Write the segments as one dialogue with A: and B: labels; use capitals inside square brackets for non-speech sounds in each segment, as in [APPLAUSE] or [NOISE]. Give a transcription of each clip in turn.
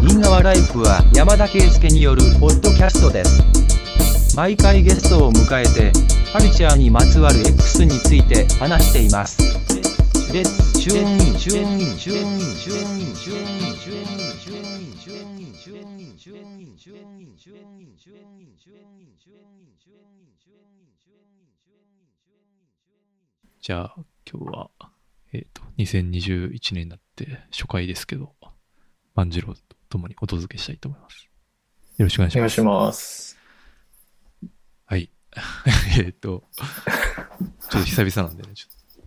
A: 品川ライフは山田圭介によるポッドキャストです毎回ゲストを迎えてカルチャーにまつわる X について話していますレッツチューンインチューンインチューンインチューンインチューンインチューンインチューンインチューンインチューンインチューンインチューンインチューンインチューンインチューンインチューンインチューンインチューンインチューン
B: じゃあ今日は、えっ、と、2021年になって初回ですけど、万次郎と共にお届けしたいと思います。よろしくお願い
C: お
B: し
C: 願
B: ま
C: い
B: す。
C: します。
B: はい。えっと、ちょっと久々なんでね、ちょっ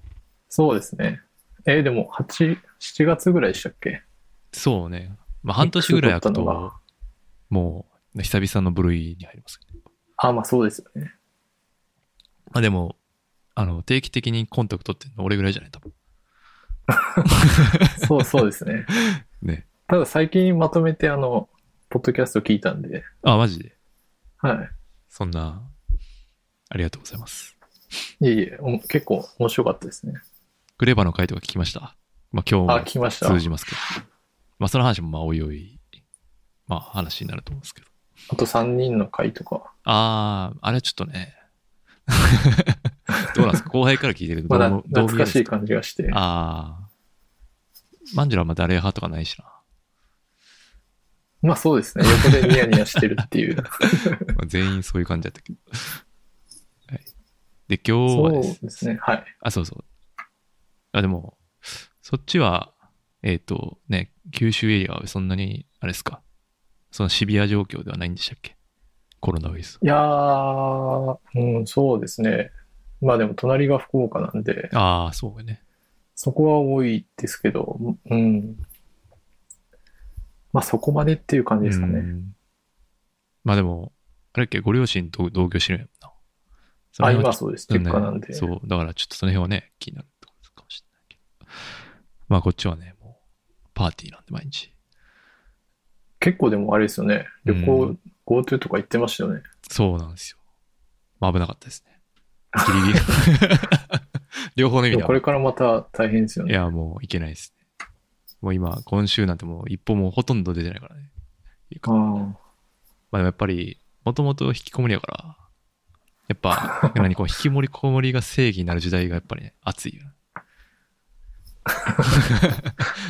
C: そうですね。えーでも、8、7月ぐらいでしたっけ
B: とそうね。まあ半年ぐらい空く
C: いくつ撮ったの
B: と、もう久々の部類に入りますけど。
C: あ、まあそうですよね。
B: まあでも、あの、定期的にコンタクトってんの俺ぐらいじゃない多分。
C: そうそうで
B: [LAUGHS]
C: すね。
B: ね。
C: ただ最近まとめてあの、ポッドキャスト聞いたんで、
B: あ、マジで。
C: は
B: そんな、ありがとうございます。
C: い。いえいえ、お結構面白かったですね。
B: グレーバーの回とか聞きました。まあ今日も
C: あ、聞きました。
B: 通じますけど。まあ、その話も、まあ、おいおい、まあ、話になると思うんですけど。
C: あと3人の回とか。
B: ああ、あれはちょっとね、 [LAUGHS] どうなんですか後輩から聞いてると
C: ま
B: どう
C: だ
B: も、どう
C: 懐
B: 見えるん
C: か
B: で
C: し
B: す
C: い
B: か
C: 感じがして。
B: ああ。マンジュラはまあ誰派とかないしな。
C: まあそうですね。横でニヤニヤしてるっ
B: [LAUGHS]
C: ていう。
B: まあ全員そういう感じだったけど。 [LAUGHS] はい。で、今日
C: そ
B: は
C: う
B: です。
C: ですね。はい。
B: あ、そうそう。あ、でも、そっちは、えっ、と、ね、九州エリアはそんなに、あれですか。そのシビア状況ではないんでしたっけコロナウイルス。
C: いやー、うん、そうですね。まあでも隣が福岡なんで、
B: ああ、そうよね。
C: そこは多いですけど、うん。まあそこまでっていう感じですか
B: う
C: ね。
B: んまあでも、あれっけ、ご両親と同居してるんやんな。その
C: あ、
B: 辺
C: 今
B: は
C: はそうです。結果なんで。
B: そう、だからちょっとその辺はね、気になるところかもしれないけど。まあこっちはね、もう、パーティーなんで毎日。
C: 結構でもあれですよね。旅
B: う
C: 行、GoTo とか行ってましたよね。
B: そうなんですよ。まあ危なかったですね。ギ
C: [LAUGHS]
B: リギリ。両方の意
C: で
B: 味で
C: も
B: は
C: これ。からまた大変ですよ
B: い
C: ね。
B: や、もういけないですね。もう今、今週なんてもう一歩もほとんど出てないからね。
C: ああ
B: まあでもやっぱり、もともと引きこもりやから、やっぱ、何こう、引きもりこもりが正義になる時代がやっぱりね、熱いよね。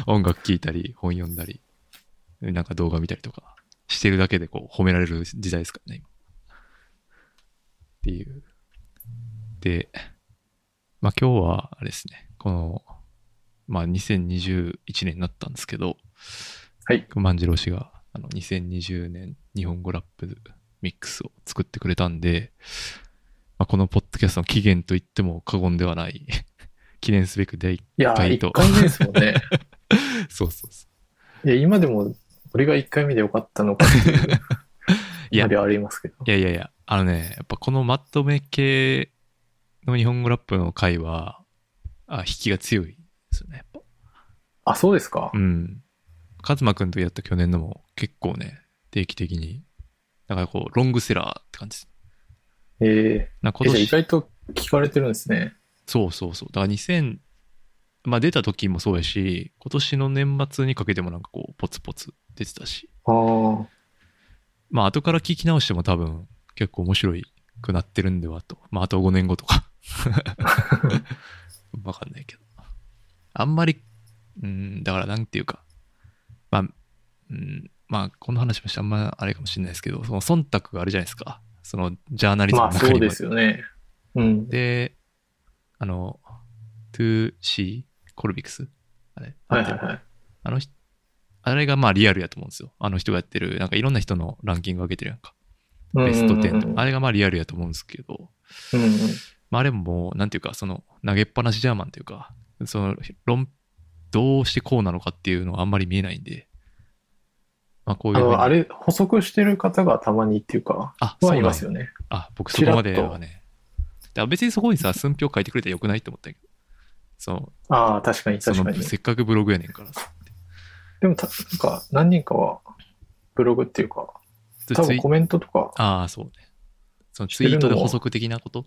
B: 音楽聴いたり、本読んだり、なんか動画見たりとか、してるだけでこう、褒められる時代ですからね、今。っていう。で、まあ今日は、あれですね、この、まあ2021年になったんですけど、
C: はい。
B: 万次郎氏があの2020年日本語ラップミックスを作ってくれたんで、まあ、このポッドキャストの起源と言っても過言ではない [LAUGHS] 記念すべく第一
C: いや
B: 回
C: ー、
B: と
C: 1回目ですもん
B: [LAUGHS]
C: ね。
B: そうそうそ
C: いや、今でも、俺が1回目でよかったのかっていう
B: [LAUGHS] いや
C: まではありますけど。
B: ういやいやいやあのねやっぱこのまとめ系の日本語ラップの回はあ引きが強いですよねやっぱ
C: あ、そうですか
B: う。ん。カズマくんとやった去年のも結構ね定期的にだからこうロングセラーって感じです
C: ええ
B: なんか
C: え
B: 今年
C: じゃあ意外と聞かれてるんですね。
B: そうそうそう。だから2000、まあ出た時もそうやし、今年の年末にかけてもなんかこう、ポツポツ出てたし、
C: ああ。
B: まあ後から聞き直しても多分結構面白いくなってるんではと。まああと5年後とか。わかんないけど。あんまり、うん、だからなんていうか、まあ、うん、まあこの話もしてあんまあれかもしれないですけど、その忖度があるじゃないですか。そのジャーナリズム
C: ま
B: の
C: あ
B: 中
C: そ
B: に
C: う
B: も
C: ですよね。うん。
B: で、あの、2C、コルビクスあれ、
C: はい
B: なん
C: はい
B: ていうの
C: はい。
B: あの人、あれがまあリアルやと思うんですよ。あの人がやってる、なんかいろんな人のランキング上げてるやんか。ベスト10とか、
C: うんうんうん
B: あれがまあリアルやと思うんですけど、
C: うんうん
B: まああれももう、なんていうか、その、投げっぱなしジャーマンというか、その、論、どうしてこうなのかっていうのはあんまり見えないんで、まあこうい
C: あ
B: うふうに。
C: の、あれ、補足してる方がたまにっていうか、
B: あそう
C: は
B: ないんや
C: ますよね。
B: あ、僕そこまで
C: ちらっと
B: はね。だから別にそこにさ、寸評書いてくれたらよくないと思ったけど、その、
C: ああ、確かに
B: そ
C: 確か
B: の
C: に。
B: せっかくブログやねんからさ。
C: でも、たなんか、何人かは、ブログっていうか、多
B: ツ
C: 分
B: イ
C: コメントとか、
B: ああ、そうね。そのツイートで補足的なこと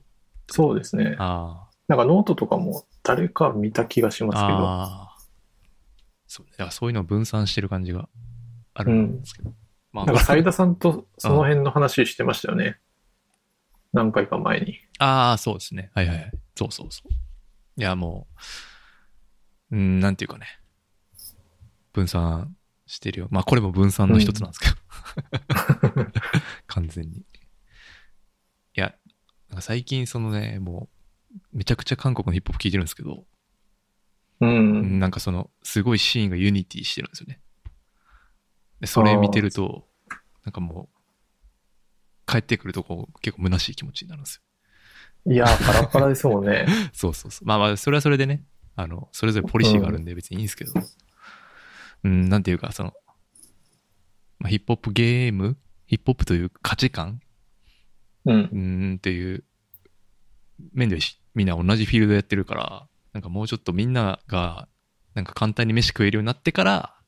C: そうですね。
B: あ
C: なんかノートとかも誰か見た気がし
B: あ。
C: ますけど、
B: ああ。そうね。だからそういうのを分散してる感じがあるんですけど。ま
C: なんか、斉
B: あ、
C: 田さんとその辺の話してましたよ
B: [LAUGHS]
C: ね。何回か前に。
B: ああ、そうですね。はいはいはい。そうそうそう。いや、もう、うん、なんていうかね。分散してるよ。まあ、これも分散の一つなんですけど。完全に。いや、なんか最近そのね、もう、めちゃくちゃ韓国のヒップホップ聞いてるんですけど、
C: うん。
B: なんかその、すごいシーンがユニティしてるんですよね。でそれ見てると、なんかもう、帰ってくるとこう結構虚しい気持ちになるんです
C: いやー、パラパラですもん
B: [LAUGHS]
C: ね。
B: よ。そうそうそう。まあまあ、それはそれでね、あの、それぞれポリシーがあるんで別にいいんですけど、うん、なんていうか、その、まあ、ヒップホップゲームヒップホップという価値観
C: うん。
B: うーんっていう面ではしみんな同じフィールドやってるからなんかもうちょっとみんながなんか簡単に飯食えるようになってから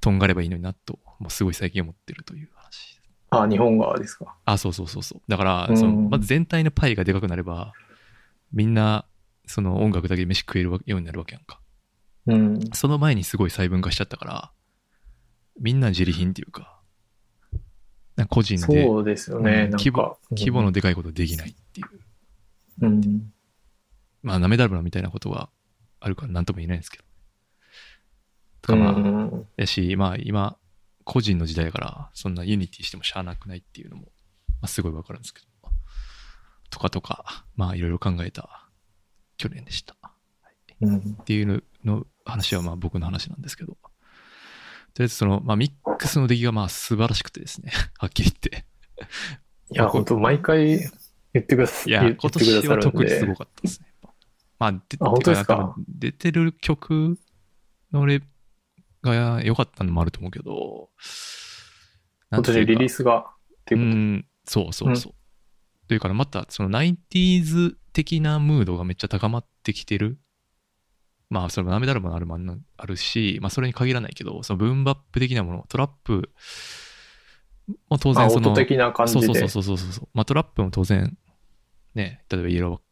B: とんがればいいのになともうすごい最近思ってるという話
C: あ、日本側ですか。
B: あそうそうそうそうだから
C: うん
B: そのまず全体のパイがでかくなればみんなその音楽だけで飯食えるわようになるわけやんか
C: うん。
B: その前にすごい細分化しちゃったからみんな自利品っていうかなんか個人で
C: そうですよね。
B: うん
C: なん
B: 規模
C: か。うん
B: 規模の。でかいことできないっていう
C: うん。
B: まあ、なめだるなみたいなことがあるから、なんとも言えないんですけど。と
C: う
B: かまあ、
C: ん。
B: やし、まあ、今、個人の時代だから、そんなユニティしてもしゃあなくないっていうのも、まあ、すごいわかるんですけど。とかとか、まあ、いろいろ考えた去年でした。
C: うん。
B: っていうのの話は、まあ、僕の話なんですけど。とりあえず、その、まあ、ミックスの出来が、まあ、素晴らしくてですね。 [LAUGHS] はっきり言って。
C: いや、
B: ここ
C: 本当毎回言ってくださ
B: い
C: 言
B: や、
C: って
B: 今
C: くだ
B: 年
C: さ
B: は
C: るん
B: 特に
C: です
B: ごかったですね。やっぱまあ、で
C: あ本当ですか
B: て多分出てる曲の俺が良かったのもあると思うけど、
C: 今年リリー
B: ス
C: スがって
B: う
C: いうこ
B: ん、そうそうそう。というから、また、その 90s 的なムードがめっちゃ高まってきてる。まあ、それもダメだろうもあるもんあるし、まあ、それに限らないけど、そのブーンバップ的なもの、トラップも当
C: と。あ、
B: 然そ
C: 音
B: の、
C: 的な感じで。
B: そうそうそうそうそうそう。まあトラップも当然、ね、例えばイエローバック、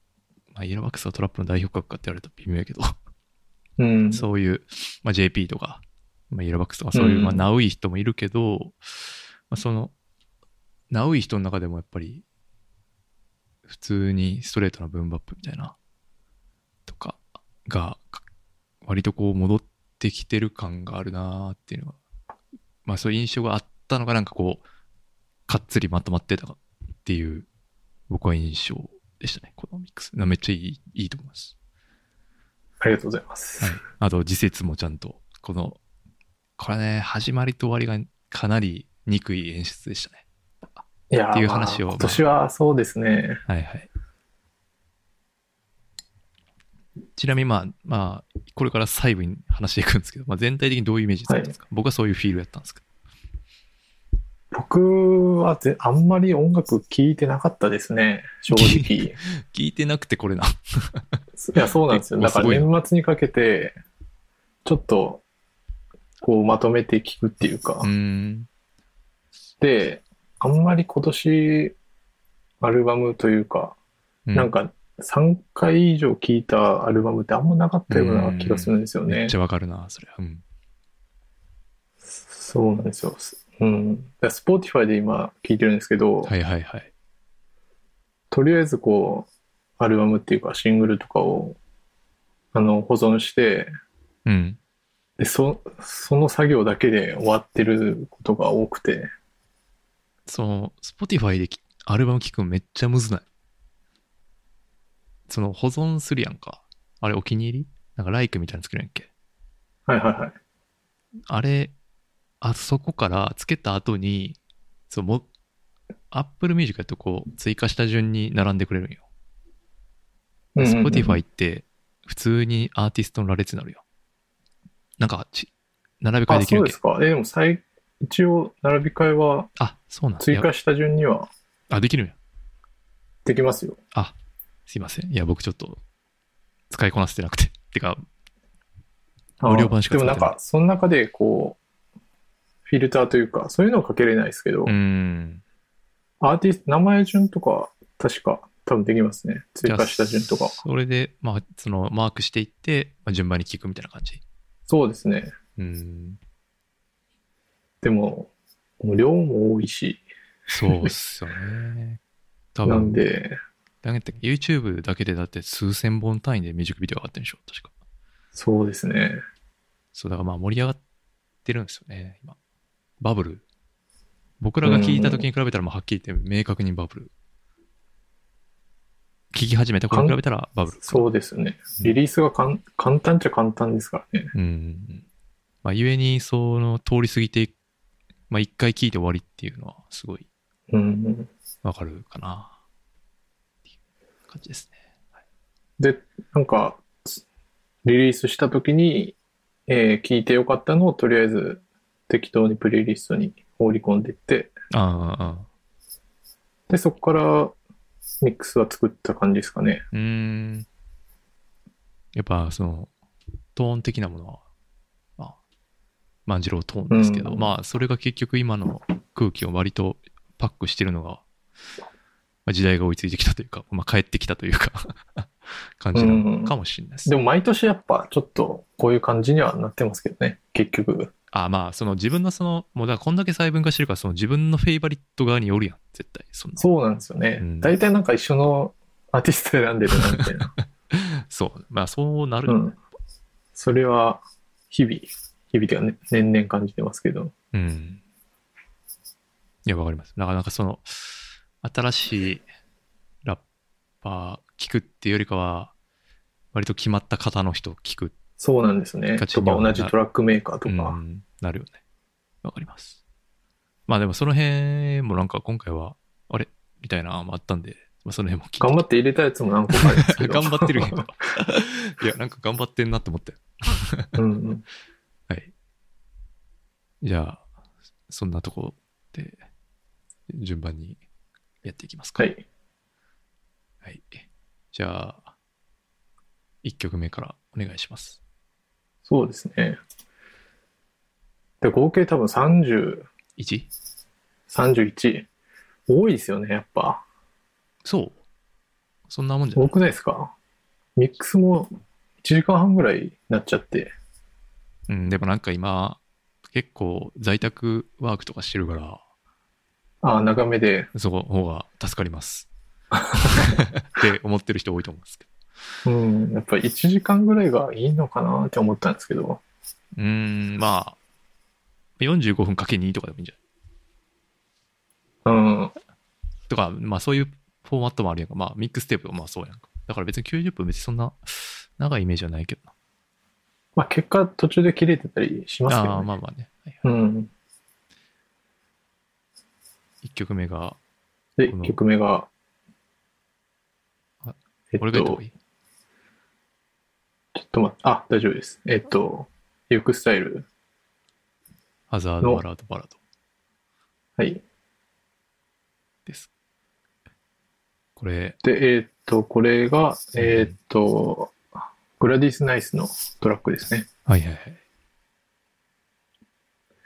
B: まあ、イエローバックスはトラップの代表格かって言われると微妙やけど、
C: うん。
B: そういう、まあ、JP とか、まあ、イエローバックスとかそういう、
C: うん
B: まあ、ナウイ人もいるけど、まあ、その、ナウイ人の中でもやっぱり、普通にストレートなブームバップみたいな、とかが、か割とこう戻ってきてる感があるなーっていうのが、まあそういう印象があったのがなんかこう、かっつりまとまってたっていう、僕は印象でしたね、このミックス。なめっちゃいい、いいと思います。
C: ありがとうございます。
B: はい、あと時節もちゃんとこのこれね始まりと終わりがかなり憎い演出でしたね
C: いやー
B: っていう話を
C: まあ今年はそうですね。
B: はいはいちなみにまあまあこれから細部に話していくんですけど、まあ、全体的にどういうイメージだったんですか、僕はそういうフィールやったんですけど
C: 僕はぜあんまり音楽聴いてなかったですね、正
B: [LAUGHS]
C: 直。い
B: 聞いてなくてこれな
C: や、そうなんですよ。だ
B: 結構
C: か
B: すごい
C: ら
B: な
C: 年末にかけて、ちょっと、こう、まとめて聴くっていうか、
B: うーん
C: で、あんまり今年、アルバムというか、
B: う
C: なんか、3回以上聴いたアルバムってあんまなかったような気がするんですよ
B: め
C: ね
B: っち。ゃわかるなそれうん
C: そうなんですよ。うん。スポーティファイで今聴いてるんですけど、
B: はいはいはい
C: とりあえずこう、アルバムっていうかシングルとかを、あの、保存して、
B: うん
C: で、そ、その作業だけで終わってることが多くて、
B: その Spotify できアルバム聴くのめっちゃむずないその保存するやんかあれお気に入りなんか Like みたいなの作るやんけ
C: はいはいはい。
B: あれ、あそこからつけた後に、そう、も、Apple Music やとこう、追加した順に並んでくれるんよ。
C: うんうんうん
B: Spotify って、普通にアーティストの羅列になるよ。なんかち、並べ替え
C: あ、
B: でき
C: そ
B: る
C: う
B: っ
C: で
B: け
C: すか。え、でも最、一応、並び替えは
B: あ、そうなんだ
C: 追
B: いや
C: 加した順には
B: あ、できるんや。
C: できますよ。
B: あ、すいません。いや、僕ちょっと、使いこなせてなくて。てか、無料版しか使って
C: あでも
B: な
C: ないんか、その中でこう、フィルターというか、そういうのはかけれないですけど、
B: うーん。
C: アーティスト、名前順とか、確か、多分できますね。追
B: じゃあ
C: 加した順とか。
B: それで、まあ、その、マークしていって、まあ、順番に聞くみたいな感じ。
C: そうですね。
B: うーん。
C: でも、もう量も多いし、
B: そうっすよ
C: [LAUGHS]
B: ね。多分。
C: なんで、
B: だけど YouTube だけでだって数千本単位でミュージックビデオ上がってるんでしょ確か。
C: そうですね。
B: そう、だからまあ盛り上がってるんですよね、今。バブル。僕らが聞いた時に比べたら、まあはっきり言って明確にバブル。聞き始めた頃に比べたらバブル。
C: そうですね。リリースがかん簡単っちゃ簡単ですからね。
B: うんうんうん。まあ、ゆえに、その、通り過ぎていく、まあ、一回聞いて終わりっていうのは、すごい
C: うん。
B: わかるかな。っていう感じですね。
C: で、なんか、リリースした時に、えー聞いてよかったのをとりあえず適当にプレイリストに放り込んでいって、
B: ああ、ああ。
C: で、そこからミックスは作った感じですかね。
B: うーん。やっぱ、その、トーン的なものは、まあ、万次郎トーンですけど、
C: うん
B: まあ、それが結局今の空気を割とパックしてるのが、まあ、時代が追いついてきたというか、まあ、帰ってきたというか、 [LAUGHS] 感じなのかもしれないですね
C: でも毎年やっぱちょっとこういう感じにはなってますけどね、結局。
B: あまあ、その自分のその、もうだからこんだけ細分化してるから、その自分のフェイバリット側によるやん、絶対。そんな。
C: そうなんですよね。
B: うん
C: 大体なんか一緒のアーティスト選んでるな
B: [LAUGHS]
C: みたいな。
B: そう。まあ、そうなる。
C: う
B: うん。
C: ん。それは日々、日々ではね、年々感じてますけど。
B: いや、わかります。なかなかその、新しいラッパー聞くっていうよりかは、割と決まった方の人聞く
C: そうなんですね。
B: ガチ
C: と
B: には
C: か
B: な
C: 同じトラックメーカーと
B: う
C: か。
B: ん、なるよね。わかります。まあでもその辺もなんか今回は、あれみたいなのもあったんで、まあその辺も聞いて
C: 頑張って入れたやつも何個かあるんですけど。
B: [LAUGHS] 頑張ってるけど。 [LAUGHS] いや、なんか頑張ってんなって思ったよ。
C: [LAUGHS] うんうん。
B: はい。じゃあ、そんなとこで、順番にやっていきますか。
C: は。い。
B: はい。じゃあ、1曲目からお願いします。
C: そうですね。で、合計多分30、
B: 1?
C: 31。多いですよね、やっぱ。
B: そうそんなもんじゃな
C: 多
B: い
C: くないですかミックスも1時間半ぐらいになっちゃって。
B: うん、でもなんか今、結構在宅ワークとかしてるから、
C: ああ、長めで。
B: そこの方が助かります。
C: [LAUGHS]
B: って思ってる人多いと思うんですけど。
C: うん。やっぱ1時間ぐらいがいいのかなって思ったんですけど。
B: うーん、まあ、45分かけ2とかでもいいんじゃない
C: うん。
B: とか、まあそういうフォーマットもあるやんか。まあミックステープもまあそうやんか。だから別に90分別にそんな長いイメージはないけどな。
C: まあ結果途中で切れてたりしますけ
B: あ
C: ど、
B: あ、
C: ね。
B: まあまあね。はいは
C: うん。
B: い、1曲目が、
C: で、
B: この
C: 1曲目が
B: あ。
C: えっ
B: 俺
C: と、
B: が言
C: ちょ
B: った方
C: っ
B: がいい、
C: と待って、あ、大丈夫です。えっと、ユークスタイル。
B: ハザードバラードバラード
C: はい。
B: です。これ、
C: で、えっと、これが、えっと、グラディス・ナイスのトラックですね。
B: はいはいはい。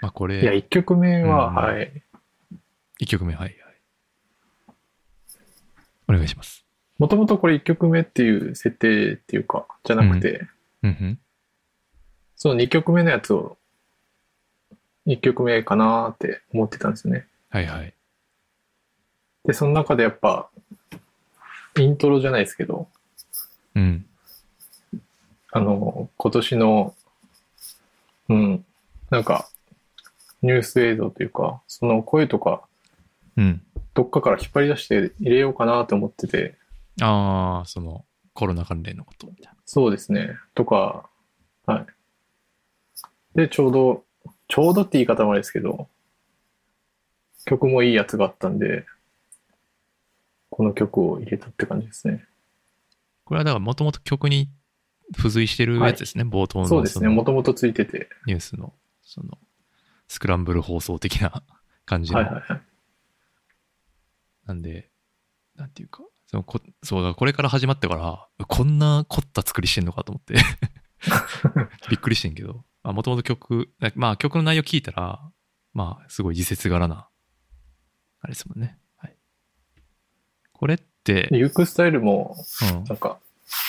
B: まあこ
C: いや、
B: れ、
C: 1曲目は、
B: うん
C: はい。
B: 1曲目、はいはい。お願いします。
C: もともとこれ1曲目っていう設定っていうか、じゃなくて、
B: うんうん。
C: その2曲目のやつを、1曲目かなーって思ってたんですよね。
B: はいはい。
C: で、その中でやっぱ、イントロじゃないですけど、
B: うん。
C: あの、今年の、うん、なんか、ニュース映像というか、その声とか、
B: うん。
C: どっかから引っ張り出して入れようかなと思ってて、
B: ああ、その、コロナ関連のことみたいな。
C: そうですね、とか、はい。で、ちょうど、ちょうどって言い方もあれですけど、曲もいいやつがあったんで、この曲を入れたって感じですね。
B: これはだからもともと曲に付随してるやつですね。冒頭の
C: そうですね、
B: の
C: もともとついてて、
B: ニュースの、その、スクランブル放送的な感じの。
C: はいはいはい。
B: なんで、なんていうか、そのこそうだ、これから始まってから、こんな凝った作りしてんのかと思
C: [LAUGHS]
B: って、びっくりしてんけど、もともと曲、なまあ曲の内容聞いたら、まあすごい自節柄な、あれですもんね。はい、これって、
C: でユークスタイルも、
B: うん
C: なんか、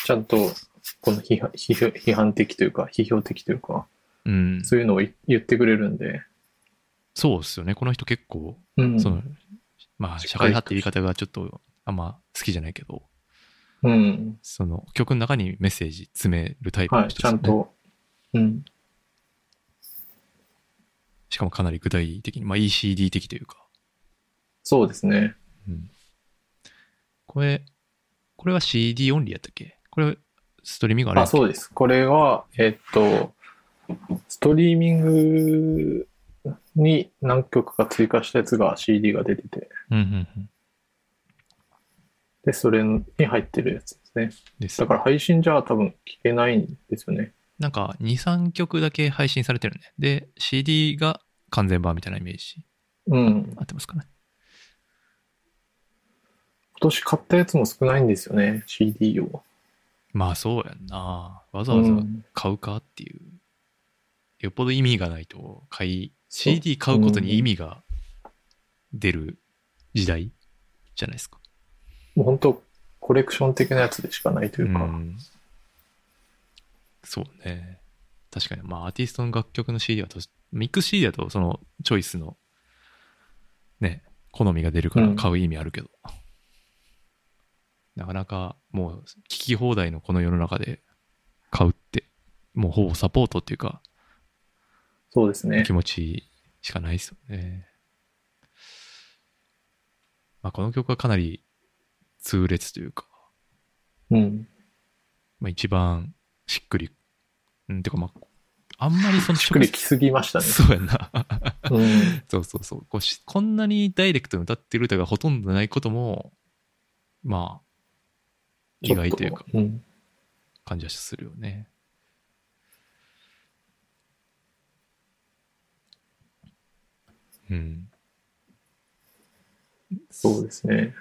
C: ちゃんと、この批判批評批判的というか、批評的というか、
B: うん、
C: そういうのをい言ってくれるんで、
B: そうですよね。この人結構、
C: うん。
B: その、まあ、
C: 社
B: 社会
C: 会科
B: 派って言い方がちょっとあんま好きじゃないけど、
C: うん。
B: その曲の中にメッセージ詰めるタイプ
C: は
B: の
C: い、
B: 人
C: ち
B: です
C: ゃ
B: よ
C: ん
B: ね。
C: と。うん。
B: しかもかなり具体的に、まあ ECD 的というか。
C: そうですね。
B: うん。これ、これは CD オンリーやったっけこれ、ストリーミングあれ
C: あ、そう
B: で
C: です。これは、えっと、ストリーミングに何曲か追加したやつが CD が出てて、
B: す。うんうんうん。
C: で、それに入ってるやつですね。
B: です
C: だ。から配信じゃ多分聞けないんですよね。
B: なんか、2、3曲だけ配信されてるね。で、CD が完全版みたいなイメージ。
C: うん。今
B: 合ってますかね。
C: 年買ったやつも少ないんですよね、CD を。
B: まあ、そうやんな。わざ
C: う
B: わざ
C: ん。
B: 買うかっていう。よっぽど意味がないと、買い、
C: そう
B: CD 買うことに意味が出る時代じゃないですか。
C: もう本当コレクション的なやつでしかないというか。
B: ん、そうね確かにまあアーティストの楽曲の CD だとミックス CD だとそのチョイスのね好みが出るか
C: う
B: ら
C: ん
B: 買う意味あるけど、なかなかもう聞き放題のこの世の中で買うってもうほぼサポートっていうか
C: そうですね
B: 気。持ちしかないですよね。まあ、この曲はかなり痛烈というか、
C: うん。
B: まあ、一番しっくり。うん、てかまあ、あんまりその
C: しっくりきすぎましたね。
B: そうやんな。 [LAUGHS]
C: うん。
B: そうそうそうこうし。こんなにダイレクトに歌ってる歌がほとんどないことも、まあ、意外というか、
C: うん。
B: 感じはするよね。うん。
C: そうですね。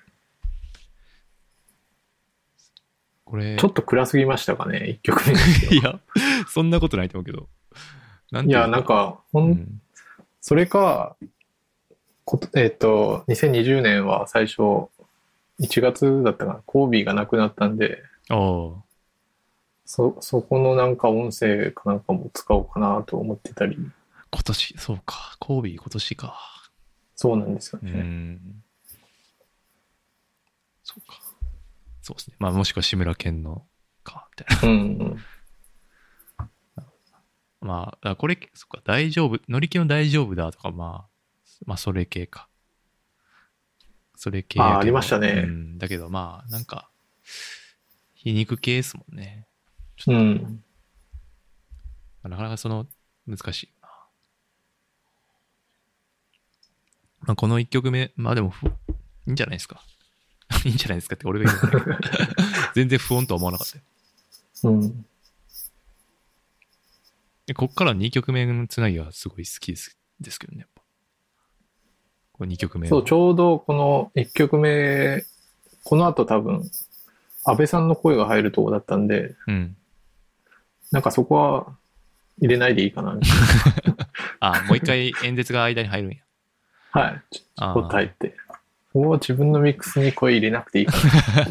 B: これ、
C: ちょっと暗すぎましたかね、一曲目。
B: いや、そんなことないと思うけど。なん
C: い
B: てう
C: や、なん、か、ほ、
B: うんん、
C: それか、ことえっ、と、2020年は最初、1月だったかな、コービーが亡くなったんで、
B: ああ。
C: そ、そこのなんか音声かなんかも使おうかなと思ってたり、
B: 今年、そうか。コービー今年か。
C: そうなんですよ
B: う
C: ね。
B: ん。そうか。そうですね。まあ、もしくは志村けんのか、みたい
C: うん、うん。
B: な。 [LAUGHS] まあ、だからこれ、そっか、大丈夫、乗り気の大丈夫だとか、まあ、まあ、それ系か。それ系やけど
C: あーありましたね
B: うん、だけど、まあ、なんか、皮肉系ですもんね。ち
C: う
B: ょっと
C: ん。
B: なかなかその、難しいな。まあ、この1曲目、まあでもふ、いいんじゃないですか。 [LAUGHS] いいんじゃないですかって俺が言うのもないけど全然不穏とは思わなかったよ。
C: うん。
B: でこっから2曲目のつなぎはすごい好きですですけどね、やっぱ。こ2曲目は。
C: そう、ちょうどこの1曲目、この後多分、安倍さんの声が入るとこだったんで、
B: うん。
C: なんかそこは入れないでいいかな。
B: あ、もう一回演説が間に入るんや。
C: はい。
B: あー
C: 答えて。もう自分のミックスに声入れなくていいか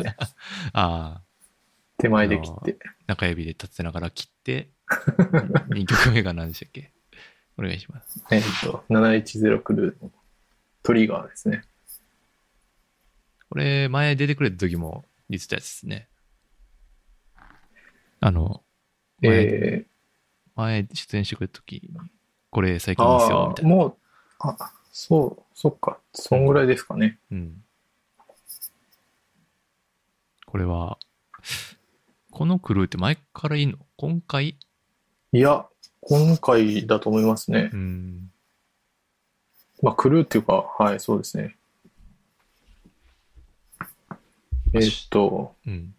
C: ら、
B: あ
C: 手前で切って。
B: ー、中指で立てながら切って、2曲目が何でしたっけお願いします。
C: えっと、710クルーのトリガーですね。
B: これ、前出てくれた時も言ってたやつですね。あの、前
C: え
B: 前出演してくれた時に、これ最
C: ー、
B: 近ですよ、
C: あ
B: みた
C: あ、
B: いな。
C: もう、あ、そう、そっか。そんぐらいですかね。
B: うん。これは、このクルーって前からいいの今回
C: いや、今回だと思いますね
B: う。ん。
C: まあ、クルーっていうか、はい、そうですね。えっと、
B: うん。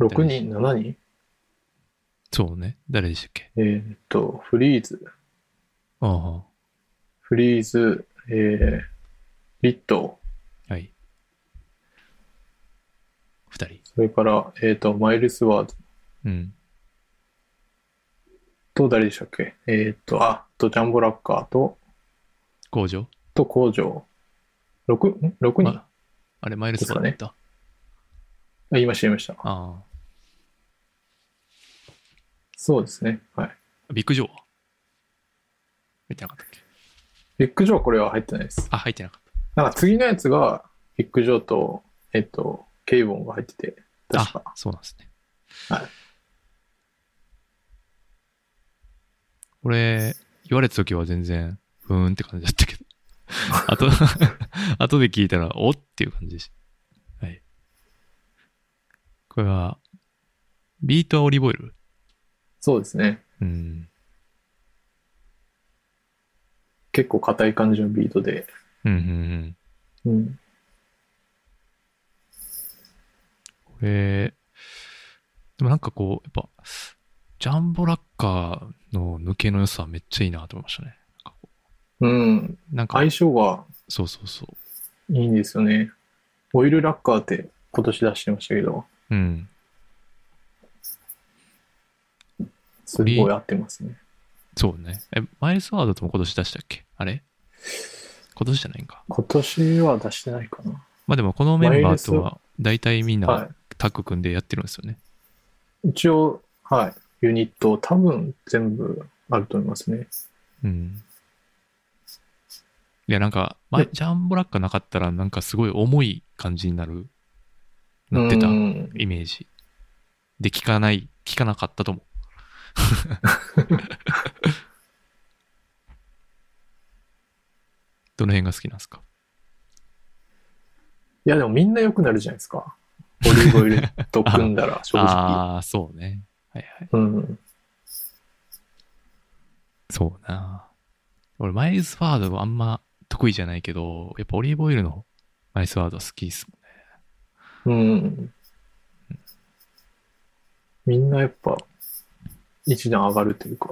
C: 6人、7人
B: そうね。誰でしたっけ
C: えっと、フリーズ、
B: あ
C: フリーズ、えー、リット
B: あ。はい。二人。
C: それから、えっと、マイルスワーズ
B: うん。
C: と誰でしたっけえーっと、あ、とジャンボラッカーと、
B: 工場
C: と工場。6、ん ?6 人
B: ああれ、マイルスボーだった。
C: あ言いました、言いました。
B: あ
C: そうですね。はい。
B: あ。ビッグジョーは入ってなかったっけ
C: ビッグジョーこれは入ってないです。
B: あ、入ってなかっ
C: なんか次のやつが、ビッグジョーと、えっと、ケイボンが入ってて、
B: た。
C: 確か。
B: あ、そうなんですね。
C: はい
B: これ、言われた時は全然、うーんって感じだったけ
C: [LAUGHS]
B: ど。あと、 [LAUGHS] あとで聞いたら、おっていう感じでした。はい。これは、ビートはオリーブオイル
C: そうですね。
B: うん。
C: 結構硬い感じのビートで。
B: うん、うん、うん。
C: うん。
B: これ、でもなんかこう、やっぱ、ジャンボラッカーの抜けの良さめっちゃいいなと思いましたね。なんかこ
C: うん。
B: うなんか
C: 相性が
B: そうそうそう。
C: いいんですよね。オイルラッカーって今年出してましたけど、
B: うん。
C: すごい合ってますね。
B: そうね。え、マイルスワードとも今年出したっけあれ今年じゃないんか。
C: 今年は出してないかな。
B: まあでもこのメン
C: マイ
B: バ
C: ル
B: ー
C: ス
B: とは大体みん
C: は
B: なタッグ組んでやってるんですよね。
C: い。一応、はい。ユニット多分全部あると思いますね。
B: うん。いやなんか、マイジャンボラッカなかったらなんかすごい重い感じになる、なってた
C: うん。
B: イメージ。で、聞かない、聞かなかったと思う。
C: [LAUGHS]
B: どの辺が好きなんですか
C: いや、でもみんな良くなるじゃないですか。オリーブオイルと組ん
B: [LAUGHS]
C: だら、正直。
B: ああ、そうね。はいはい。
C: うん。
B: そうな。俺、マイルスワードはあんま得意じゃないけど、やっぱオリーブオイルのマイルスワードは好きですもんね。
C: うん。みんなやっぱ、一段上がるというか、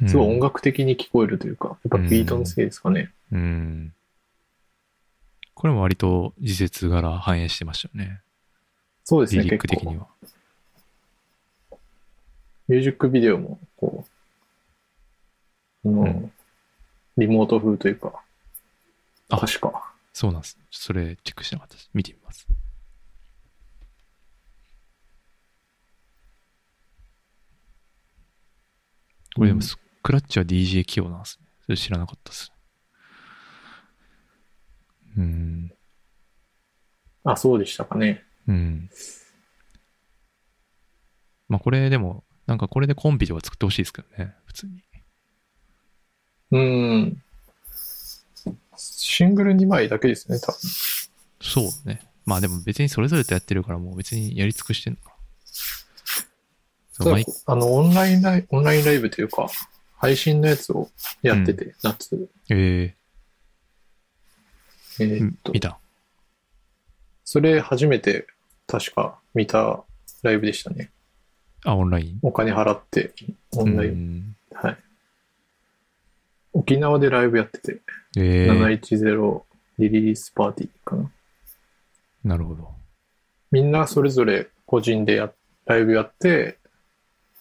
B: うん
C: すごい音楽的に聞こえるというか、やっぱビートのせいですかね。
B: うん。これも割と時節柄反映してましたよね。
C: そうですね、
B: リリック
C: 結
B: 的に
C: 構。
B: は。
C: ミュージックビデオも、こう、あの、
B: うん
C: リモート風というか、
B: あ
C: 確か。
B: そうなんです。ちょっとそれチェックしてなかったです。見てみます。これでもスクラッチは DJ 起用なんですね。それ知らなかったです。うん。
C: あ、そうでしたかね。
B: うん。まあこれでも、なんかこれでコンビでは作ってほしいですけどね、普通に。
C: うん。シングル2枚だけですね、多分。
B: そうね。まあでも別にそれぞれとやってるからもう別にやり尽くしてんのか。そう、毎
C: あの、オンラインライブ、オンラインライブというか、配信のやつをやってて、夏。
B: え
C: え
B: え
C: ーっと
B: 見、た。
C: それ初めて確か見たライブでしたね。
B: あ、オンライン。
C: お金払って、オンライン。
B: ン。
C: はい。沖縄でライブやってて、
B: ええ
C: 710リリースパーティーかな。
B: なるほど。
C: みんなそれぞれ個人でやライブやって、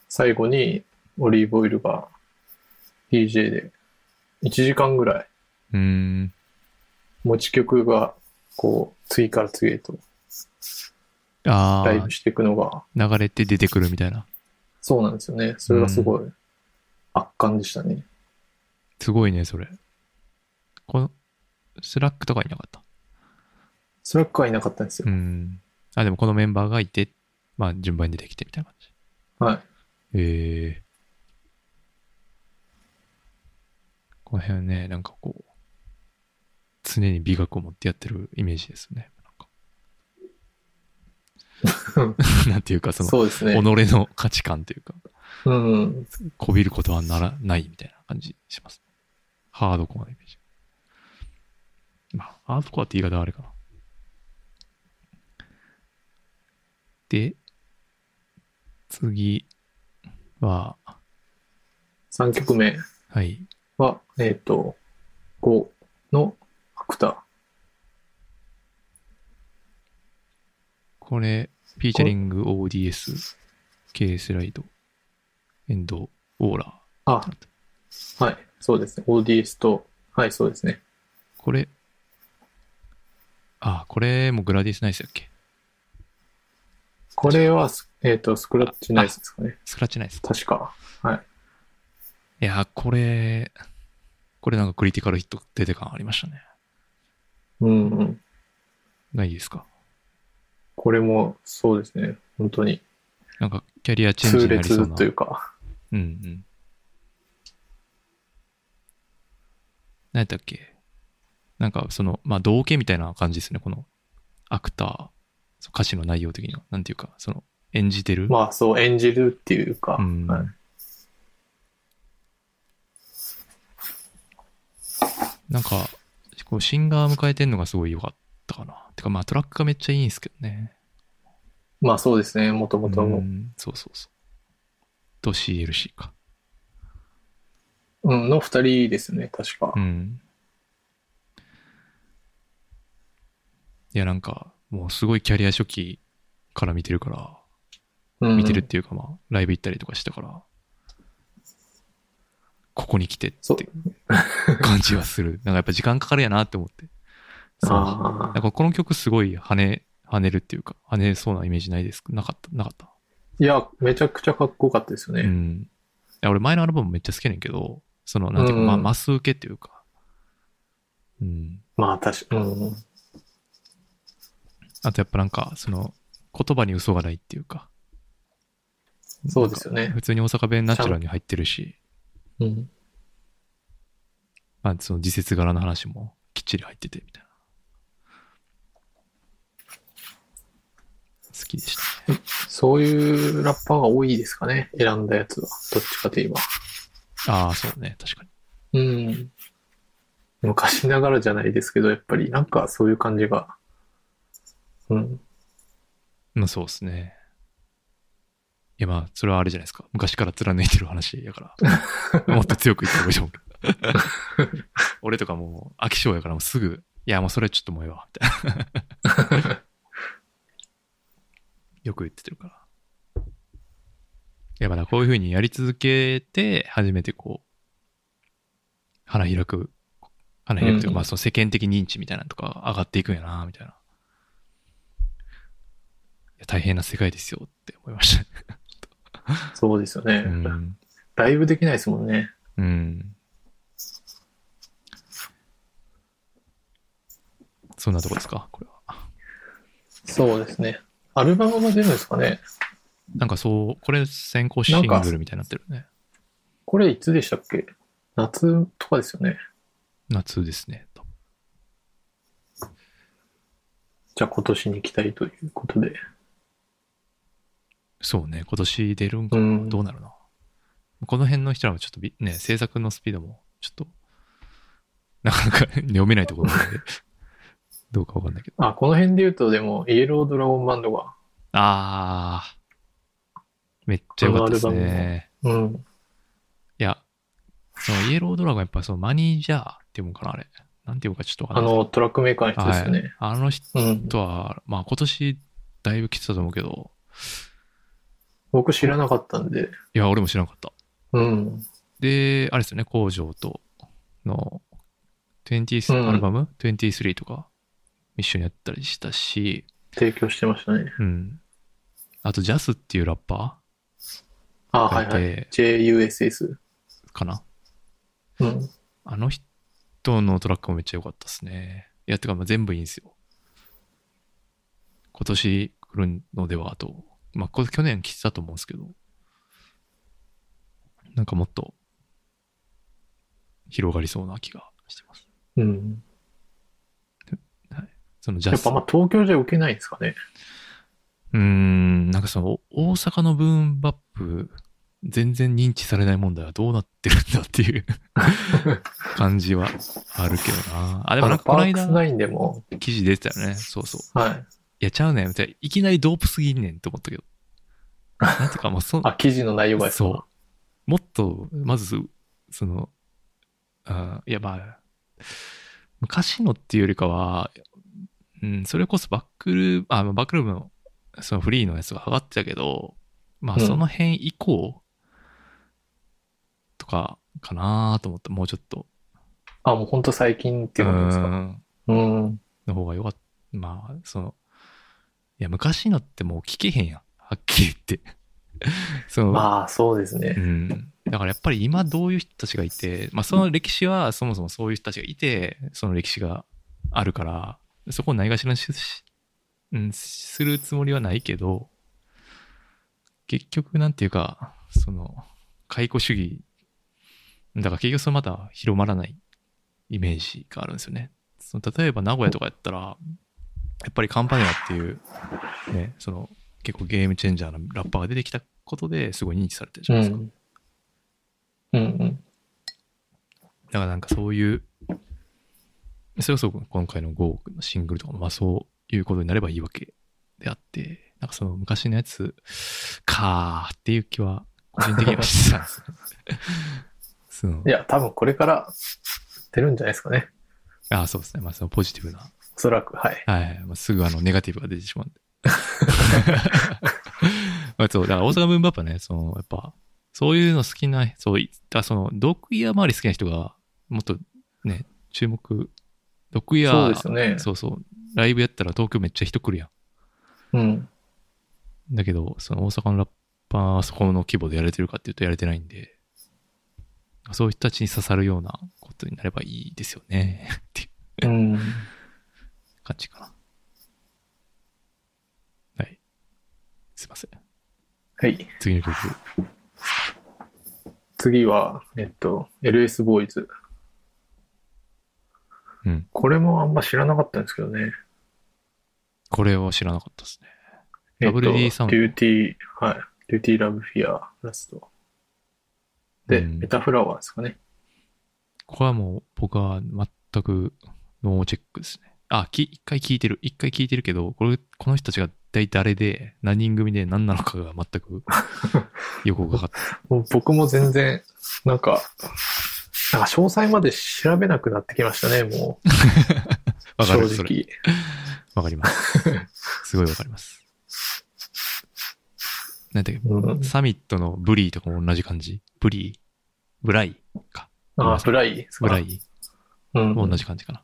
C: 最後にオリーブオイルが DJ で1時間ぐらい
B: うーん。
C: 持ち曲がこう次から次へと
B: あ
C: ライブ
B: あ、
C: していくのが
B: 流れて出てくるみたいな。
C: そうなんですよね。それがすごい圧巻でしたね。
B: すごいね、それ。この、スラックとかいなかった。
C: スラックはいなかったんですよ
B: う。ん。あ、でもこのメンバーがいて、まあ順番に出てきてみたいな感じ。
C: はい。
B: ええこの辺はね、なんかこう、常に美学を持ってやってるイメージですね。なん
C: [LAUGHS]
B: かなんていうか、その、
C: そうですね。
B: 己の価値観というか、
C: うん。
B: こびることはならないみたいな感じします。ハードコアなイメージ。まあ、ハードコアって言い方はあれかな。で、次は、
C: 3曲目
B: はい。
C: は、えっ、と、5のアクター。
B: これ、フィーチャリング ODS、K スライド、エンド、オーラー。
C: あ、はい。そうですね。ODS と、はい、そうですね。
B: これ、あ、これもグラディスナイスだっけ
C: これはス、えっ、と、スクラッチナイスですかね。
B: スクラッチナイス。
C: 確か。
B: いや、これ、これなんかクリティカルヒット出て感ありましたね。
C: うんうん。
B: ないですか
C: これもそうですね。本当に。
B: なんかキャリアチェンジ
C: 痛
B: になりそう
C: 烈
B: な。
C: というか。
B: うんうん。何やったっけなんかその、まあ、同系みたいな感じですね、このアクター、そう歌詞の内容的には。なんていうか、その、演じてる。
C: まあそう、演じるっていうか。
B: うん
C: はい
B: なんか、こうシンガー迎えてんのがすごい良かったかな。てか、まあトラックがめっちゃいいんですけどね。
C: まあそうですね。もともと
B: う
C: も。
B: んそうそうそう。と CLC か。
C: うん、の二人ですね。確か
B: う。ん。いや、なんか、もうすごいキャリア初期から見てるから、
C: うん
B: 見てるっていうか、まあ、ライブ行ったりとかしてたから、ここに来てっ
C: そう
B: て感じはする。なんかやっぱ時間かかるやなって思って。そう。
C: あ
B: なんかこの曲すごい跳ね、跳ねるっていうか、跳ねそうなイメージないですなかった、なかった。
C: ーいや、めちゃくちゃかっこよかったですよ
B: う
C: ね。
B: ん。いや俺前のアルバムめっちゃ好きやねんけど、その、なんていうか、
C: うん
B: まあ、マス受けっていうか、うん。
C: まあ確か、うん。
B: あとやっぱなんか、その、言葉に嘘がないっていうか、
C: そうですよ
B: なんか
C: ね。
B: 普通に大阪弁ナチュラルに入ってるし、
C: うん。
B: まあ、その自説柄の話もきっちり入ってて、みたいな。好きでしたね。
C: そういうラッパーが多いですかね。選んだやつは。どっちかといえば。
B: ああ、そうね、確かに。
C: うん。昔ながらじゃないですけど、やっぱりなんかそういう感じが。うん。
B: まあ、そうですね。いや、まあ、それはあれじゃないですか。昔から貫いてる話やから、 [LAUGHS] もっと強く言った方がいいと思うけど。 [LAUGHS] 俺とかもう飽き性やからもうすぐ、いや、もうそれはちょっともうええわ、みたいな。 [LAUGHS] よく言ってるから。いや、まだこういうふうにやり続けて、初めてこう、花開く、花開くというか、
C: うん
B: まあその世間的認知みたいなのとか上がっていくんやな、みたいな。いや、大変な世界ですよって思いましたね。
C: そうですよね。
B: うん
C: ライブできないですもんね。
B: うん。そんなとこですかこれは。
C: そうですね。アルバムが出るんですかね。
B: なんかそう、これ先行シングルみたいになってるね。
C: これいつでしたっけ夏とかですよね。
B: 夏ですね。多分
C: じゃあ今年に行きたいということで。
B: そうね、今年出るんか
C: う
B: な、
C: ん。
B: どうなるな。この辺の人らもちょっとびね、制作のスピードもちょっと、なかなか [LAUGHS] 読めないところなので、どうかわかんないけど。
C: あ、この辺で言うとでも、イエロードラゴンバンドが、
B: あー、めっちゃ良かったです
C: このアルバム
B: ね。
C: うん。
B: いや、そのイエロードラゴンやっぱそのマニージャーっていうもんかな、あれ。なんていうのかちょっとわか
C: あ
B: んないですけど。
C: の、トラックメーカーの人ですよね。
B: はい、あの人
C: うん。
B: は、まあ今年だいぶ来てたと思うけど、
C: 僕知らなかったんで。
B: いや、俺も知らなかった。
C: うん。
B: で、あれですよね、工場との
C: う
B: 20
C: ん
B: アルバム、23とか一緒にやったりしたし、
C: 提供してましたね。
B: うん。あと、ジャスっていうラッパ
C: あ、
B: ーが
C: はい
B: い
C: はい。
B: て、
C: JUSS。
B: かな。
C: うん。
B: あの人のトラックもめっちゃ良かったですね。いや、てか、まあ全部いいんですよ。今年来るのではと。まあ、これ去年来てたと思うんですけど。なんかもっと広がりそうな気がしてます。
C: うん。
B: そのジ
C: や
B: ャ
C: っ
B: ス。
C: ぱま
B: う
C: あ東京じゃ受けないんですかね。
B: ーん、なんかその大阪のブーンバップ、全然認知されない問題はどうなってるんだって
C: [LAUGHS]
B: いう感じはあるけどな。あ、でもな
C: あの
B: んかこの
C: パークス
B: 間
C: ナインでも、
B: 記事出てたよね。そうそう。
C: はい。
B: いや、ちゃうねん。みたいないきなりドープすぎんねんって思ったけど。なんていうか、もうそ、
C: [LAUGHS] あ、記事の内容がですか
B: そう。もっと、まず、その、あいや、まあ、昔のっていうよりかは、うん、それこそバックルーム、あ、まあバックルームの、そのフリーのやつが上がってたけど、まあ、
C: うん
B: その辺以降、とか、かなと思って、もうちょっと。
C: あ、もうほんと最近っていうことです
B: う
C: か。
B: ん
C: うん。
B: の方がよかった。まあ、その、いや、昔 [LAUGHS] のってもう聞けへんやん。はっきり言って。その、
C: まあ、そうですね
B: う。ん。だだからやっぱり今どういう人たちがいて、まあ、その歴史はそもそもそういう人たちがいて、その歴史があるから、そこをないがしろにし、しうん、するつもりはないけど、結局なんていうか、その、解雇主義、だから結局それまた広まらないイメージがあるんですよね。その例えば名古屋とかやったら、やっぱりカンパネラっていう、ね、その結構ゲームチェンジャーのラッパーが出てきたことですごい認知されてるじゃ
C: う
B: ない
C: ん
B: ですか。
C: うんうん。
B: だからなんかそういう、それこそ今回の5億のシングルとかも、まあそういうことになればいいわけであって、なんかその昔のやつかーっていう気は、個人的にはしてたんですね。 [LAUGHS] その
C: いや、多分これから出るんじゃないですかね。
B: ああ、そうですね。まあそのポジティブな。
C: おそらく、はい。
B: はいはい。まあ、すぐあのネガティブが出てしまうんで。 [LAUGHS] まあそう、だから大阪文ームバップはね、その、やっぱ、そういうの好きな、そう、いだからその、ドッグイヤー周り好きな人が、もっとね、注目、ドッグイヤー、
C: そうですよね。
B: そうそう。ライブやったら東京めっちゃ人来るや
C: うん。
B: ん。だけど、その大阪のラッパーはそこの規模でやれてるかっていうとやれてないんで、そういう人たちに刺さるようなことになればいいですよね。 [LAUGHS] っていう
C: うん。
B: 感じかな。はい。すいません。
C: はい。
B: 次の曲。
C: 次は、えっと、LS ボーイズ。
B: うん。
C: これもあんま知らなかったんですけどね。
B: これは知らなかったですね。
C: えっと
B: WD サウンド
C: デューティー、はい。デューティーラブフィア、ラスト。で、
B: うん
C: メタフラワーですかね。
B: これはもう僕は全くノーチェックですね。あ、き一回聞いてる。一回聞いてるけど、これ、この人たちが一体誰で、何人組で何なのかが全
C: [LAUGHS]
B: くよくわかって
C: もう僕も全然、なんか、なんか詳細まで調べなくなってきましたね、もう。
B: わか
C: 正
B: る、それ。
C: 直。
B: わかり
C: [LAUGHS]
B: ます。すごいわかります。なんだっけ、
C: うん、
B: サミットのブリーとかも同じ感じブリーブライか。
C: あ、ブライですか
B: ブライ
C: うん。
B: も同じ感じかな。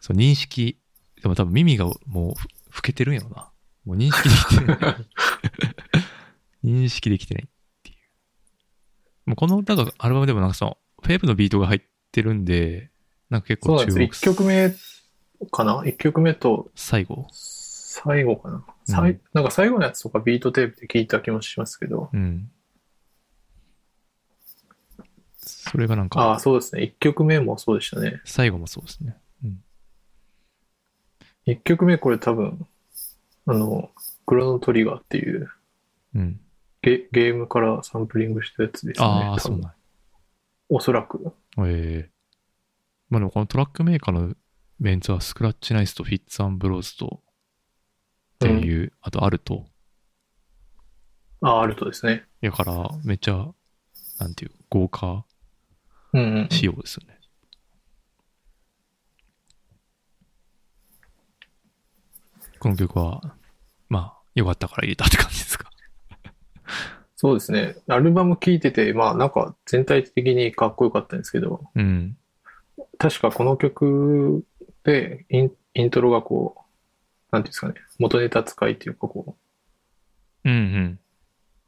B: そう、認識。でも多分耳がもうふ老けてるんやろな。もう認識でき
C: [LAUGHS]
B: てない。認識できてないっていう。もうこの歌がアルバムでもなんかその、フェーブのビートが入ってるんで、なんか結
C: そう
B: 構
C: なん
B: 注
C: です。
B: 目
C: 1曲目かな ?1 曲目と
B: 最後。
C: 最後かな、さ
B: う
C: い
B: ん
C: なんか最後のやつとかビートテープで聞いた気もしますけど。
B: うん。それがなんか。
C: ああ、そうですね。1曲目もそうでしたね。
B: 最後もそうですね。うん。
C: 1曲目これ多分、あの、クロノトリガーっていう
B: うん。
C: ゲゲームからサンプリングしたやつですね。
B: ああ、
C: 多
B: そ
C: 分
B: うなんや
C: おそらく。
B: ええまあでもこのトラックメーカーのメンツはスクラッチナイスとフィッツアンブローズとっていう、あとアルト。
C: ああ、アルトですね。
B: やからめっちゃ、なんていう、豪華
C: うん、うん。
B: 仕様ですよね。この曲は、まあ、良かったから入れたって感じですか。
C: そうですね。アルバム聴いてて、まあなんか全体的にかっこよかったんですけど、
B: うん。
C: 確かこの曲でインイントロがこう、なんていうんですかね、元ネタ使いっていうかこ
B: うんうん。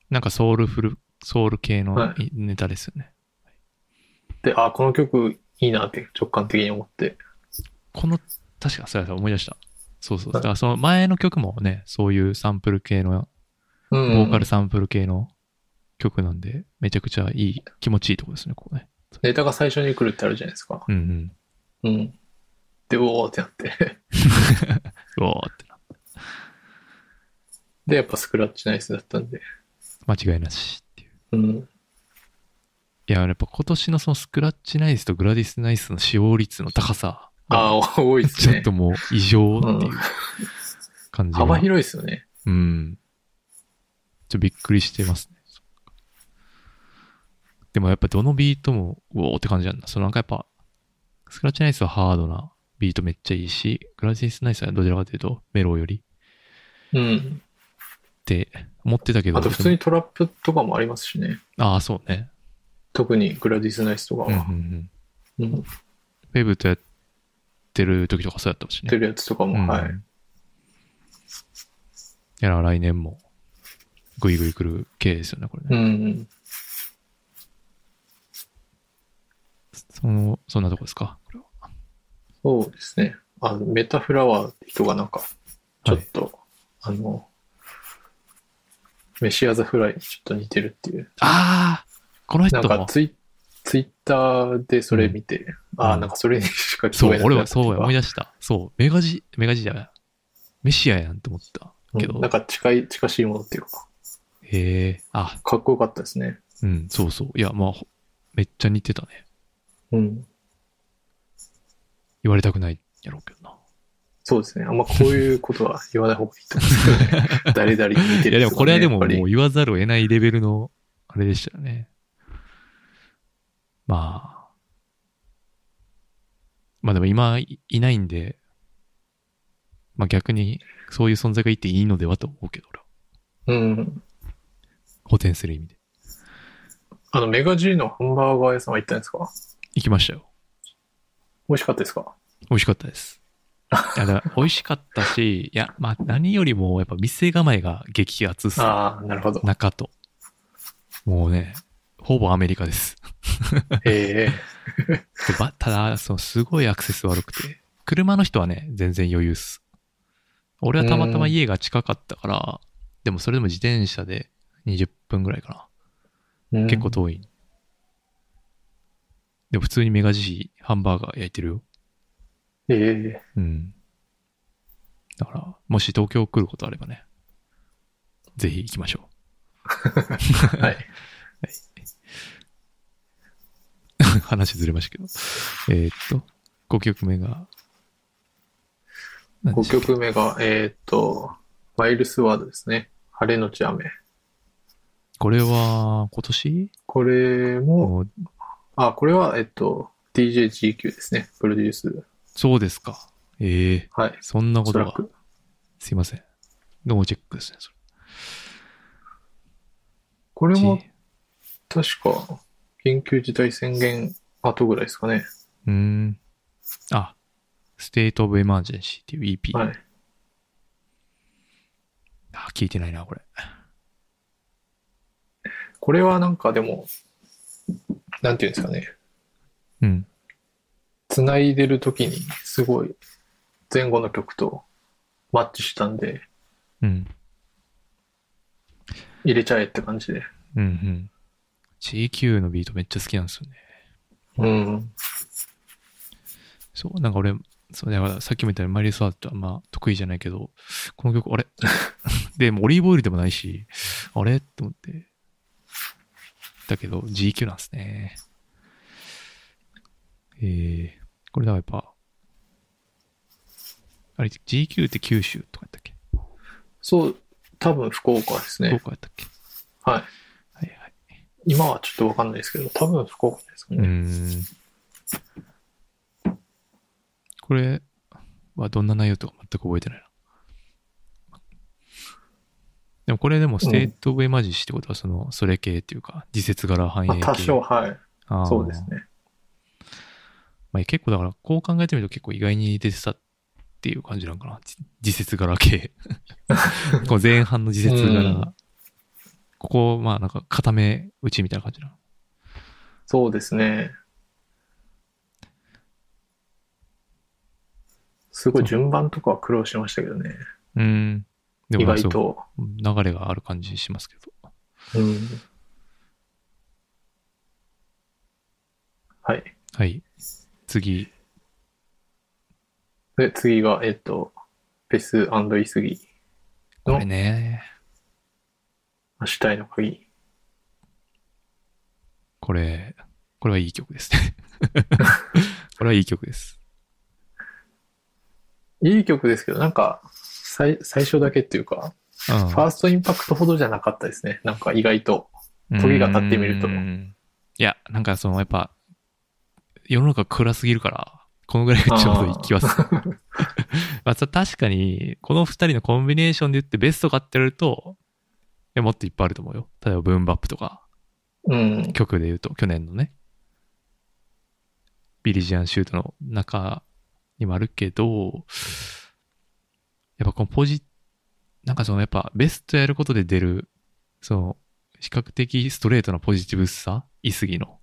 B: なんかソウルフル、ソウル系の
C: はい
B: ネタですよね。
C: う、で、あ、この曲いいなって直感的に思って、
B: この、確か、そうや、そう思い出した。そうそう。だ
C: はい
B: からその前の曲もね、そういうサンプル系の、
C: うん
B: ボーカルサンプル系の曲なんで、めちゃくちゃいい、気持ちいいとこですね、ここね。
C: ネタが最初に来るってあるじゃないですか。
B: うんうん。
C: うん。で、おーってなって。
B: うおーってな。
C: で、やっぱスクラッチナイスだったんで。
B: 間違いなしっていう。
C: うん。
B: いや、やっぱ今年のそのスクラッチナイスとグラディスナイスの使用率の高さが、
C: ああ、多いです
B: ちょ
C: ね。
B: っともう異常っていう
C: うん
B: 感じが
C: 幅広いですよね。
B: うん。ちょっとびっくりしてますね。でもやっぱどのビートも、うおーって感じなんだ。そのなんかやっぱ、スクラッチナイスはハードなビートめっちゃいいし、グラディスナイスはどちらかというとメロより
C: うん。
B: って思ってたけど、
C: あと普通にトラップとかもありますしね。
B: ああ、そうね。
C: 特にグラディスナイスとか
B: うんうんう
C: は。
B: ん。
C: うん。
B: フェイブとやってる時とかそうやったもんし
C: やっ
B: ね
C: て。るやつとかも、
B: うん
C: はい。
B: いや、来年もぐいぐい来る系ですよね、これ
C: う
B: ね。
C: ん。
B: その、そんなとこですか。これは
C: そうですね。あの、メタフラワーって人がなんか、ちょっと、あの、メシアザフライにちょっと似てるっていう。
B: ああこの人
C: なんか
B: も。
C: ツイ、ツイッターでそれ見て、ああ、なんかそれにしか聞
B: そ
C: こえ
B: う、
C: な
B: 俺
C: くな
B: は
C: ったと
B: そうや、思い
C: か
B: 出した。そう、メガジ、メガジじゃない。メシアやんと思ったけど。
C: うんなんか近い、近しいものっていうか、
B: へえ、あ、
C: かっこよかったですね。
B: うん、そうそう。いや、まあ、ほめっちゃ似てたね。
C: うん。
B: 言われたくないやろうけどな。
C: そうですね。あんまこういうことは言わない方がいいと思うんですけど
B: [LAUGHS]
C: ね。誰々に似てる
B: いや、でもこれはでももう
C: やっぱり
B: 言わざるを得ないレベルの、あれでしたよね。まあ。まあでも今いいないんで、まあ逆にそういう存在がいていいのではと思うけど、俺は。
C: うん。
B: 補填する意味で。
C: あの、メガ G のハンバーガー屋さんは行ったんですか
B: 行きましたよ。
C: 美味しかったですか
B: 美味しかったです。い
C: [LAUGHS]
B: やだから美味しかったし、いや、まあ何よりもやっぱ店構えが激アツっすね
C: ああ、なるほど。
B: 中と。もうね、ほぼアメリカです。
C: ええ
B: でばただ、そのすごいアクセス悪くて、車の人はね、全然余裕っす。俺はたまたま家が近かったから、でもそれでも自転車で20分ぐらいか
C: うん
B: な。結構遠い。でも普通にメガジーハンバーガー焼いてるよ。
C: ええ
B: うん。だから、もし東京来ることあればね、ぜひ行きましょう。
C: はい
B: はい。 [LAUGHS] 話ずれましたけど。えーっと、5曲目が、何で
C: 5
B: したっけ
C: 曲目が、えーっと、マイルスワードですね。晴れのち雨。
B: これは、今年
C: これも、
B: もう
C: あ、これは、えっと、DJGQ ですね。プロデュース。
B: そうですか。ええ
C: はい。
B: そんな
C: お
B: こ
C: そ
B: と
C: ら
B: は。
C: く。
B: すいません。ノーチェックですね、そ
C: これ
B: れ。
C: も、確か、緊急事態宣言後ぐらいですかね。
B: うーん。あ、State of Emergency っていう EP。
C: はい。
B: あ、聞いてないな、これ。
C: これはなんかでも、なんていうんですかね。
B: うん。
C: 繋いでる時に、すごい、前後の曲とマッチしたんで、
B: うん。
C: 入れちゃえって感じで。
B: うんうん。GQ のビートめっちゃ好きなんですよね。
C: うん。
B: そう、なんか俺、そうだからさっきも言ったようにマイリー・サワーってあんま得意じゃないけど、この曲、あれ [LAUGHS] で、もうオリーブオイルでもないし、あれと思って。だけど、GQ なんですね。えー、これだからやっぱ、あれ、GQ って九州とかやったっけ
C: そう、多分福岡です
B: 福
C: ね。
B: 岡やったっけ
C: は
B: は
C: い。
B: いはい。
C: 今はちょっとわかんないですけど、多分福岡ですか
B: うー
C: ね。
B: んこれはどんな内容とか全く覚えてないな。でもこれでもステートオブエマージシってことはその、それ系っていうか、自節柄反映
C: まあ、
B: 系。
C: 多少、はい。
B: あー
C: そうですね。
B: まあ、結構だから、こう考えてみると結構意外に出てたっていう感じなんかな。じ自節柄系。 [LAUGHS] こう前半の自節柄。
C: うん
B: ここ、まあなんか固め打ちみたいな感じなの。
C: そうですね。すごい順番とかは苦労しましたけどね。
B: うん。で
C: 意
B: もまあ
C: 外
B: そう
C: と。
B: 流れがある感じしますけど。
C: うん。はい。
B: はい。次。
C: で、次が、えっと、フェスイスギ
B: こ
C: の
B: れね。
C: 明日への鍵。
B: これ、これはいい曲です
C: [LAUGHS]
B: ね。これはいい曲です。
C: いい曲ですけど、なんか、最最初だけっていうか、ファーストインパクトほどじゃなかったですね。なんか意外と。
B: うん
C: 時が経ってみると
B: うんいや、なんかその、やっぱ、世の中暗すぎるから、このぐらいがちょうどいい気はする。 [LAUGHS] まあ、そう確かに、この二人のコンビネーションで言ってベストかってやると、いやもっといっぱいあると思うよ。例えば、ブーンバップとか、
C: うん。
B: 曲で言うと、去年のね、ビリジアンシュートの中にもあるけど、やっぱこのポジ、なんかそのやっぱベストやること
C: [LAUGHS]
B: で出る、その、比較的ストレートなポジティブさ、いすぎの。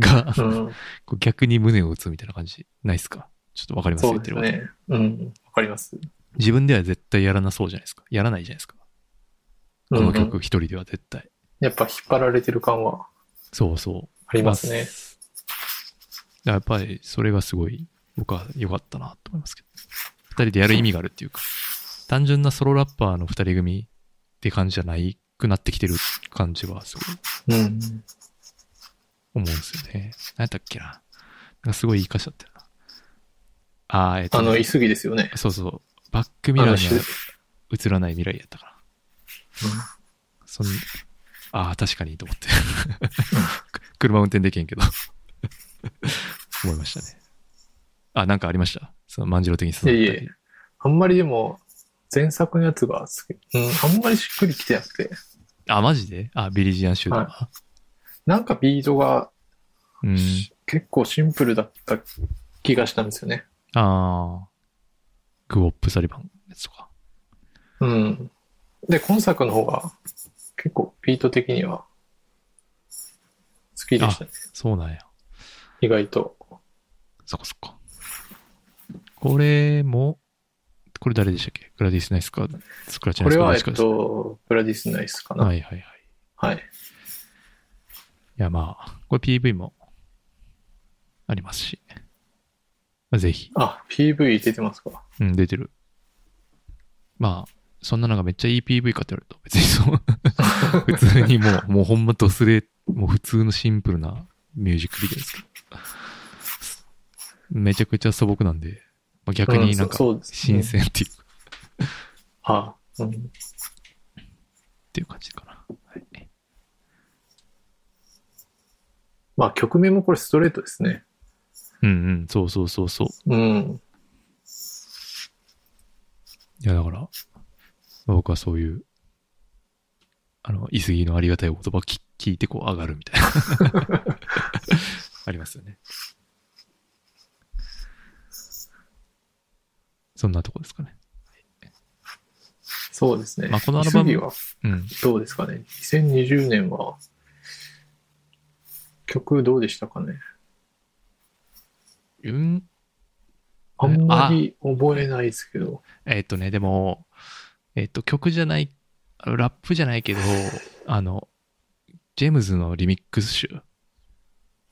B: が、
C: うん、
B: こう逆に胸を打つみたいな感じないですかちょっとわかります
C: そ
B: 言
C: う
B: って
C: です
B: ること
C: ね。うん、わかります。
B: 自分では絶対やらなそうじゃないですか。やらないじゃないですか。この
C: うんう
B: 曲
C: ん
B: 一人では絶対。
C: やっぱ引っ張られてる感は
B: そうそう。
C: ありますね。
B: だからやっぱりそれがすごい僕は良かったなと思いますけど。二人でやる意味があるっていうか、単純なソロラッパーの二人組って感じじゃないくなってきてる感じはすごい
C: うん。
B: 思うんですよね。何やったっけな。なんかすごい言い返しちゃったよな。あーえっと
C: あ
B: ね、
C: の、いすぎですよね。
B: そうそう。バックミラー
C: あの
B: には映らない未来やったから。そんああ、確かにと思って。 [LAUGHS] 車運転できへんけど。思いましたね。あ、なんかありましたその万次郎的に刺さったり
C: いえいえあんまりでも、前作のやつが好き、うん、あんまりしっくりきてなくて、
B: あ、マジであ、ビリジアンシュート。
C: なんかビートが
B: うん。
C: 結構シンプルだった気がしたんですよね。
B: ああ。グオップサリバンのやつとか。
C: うん。で、今作の方が結構ビート的には好きでしたね。
B: そうなんや。
C: 意外と。
B: そっかそっか。これも、これ誰でしたっけグラディスナイスか、スクラッチ
C: こ
B: ナイス
C: れ
B: か。
C: は、
B: ど
C: えっ
B: ちかです
C: と、ブラディスナイスかな。
B: は
C: はい。
B: いはいはい。いやまあ、これ PV もありますし。まあぜひ。
C: あ、PV 出てますか。
B: うん、出てる。まあ、そんなのがめっちゃいい PV かって言われると、別にそう
C: [LAUGHS]
B: 普通にもう、もうほんまドスで、もう普通のシンプルなミュージックビデオですけど。めちゃくちゃ素朴なんで、まあ、逆になんか
C: うんそうそうですね
B: 新鮮っていう,、
C: あ、うん。
B: っていう感じかな。はい、
C: まあ曲名もこれストレートですね。
B: うんうん、そうそうそうそう。
C: うん。
B: いや、だから、まあ僕はそういう、あの、いすぎのありがたいお言葉き聞いてこう上がるみたいな。 [LAUGHS] ありますよね。そんなとこですかね。
C: そうですね。
B: まあこのアルバム
C: 次は
B: うん。
C: どうですかね。2020年は、曲どうでしたかね。
B: うん、
C: あんまり覚えないですけど。
B: えっとね、でも、えっと、曲じゃない、あのラップじゃないけど、あの、ジェームズのリミックス集、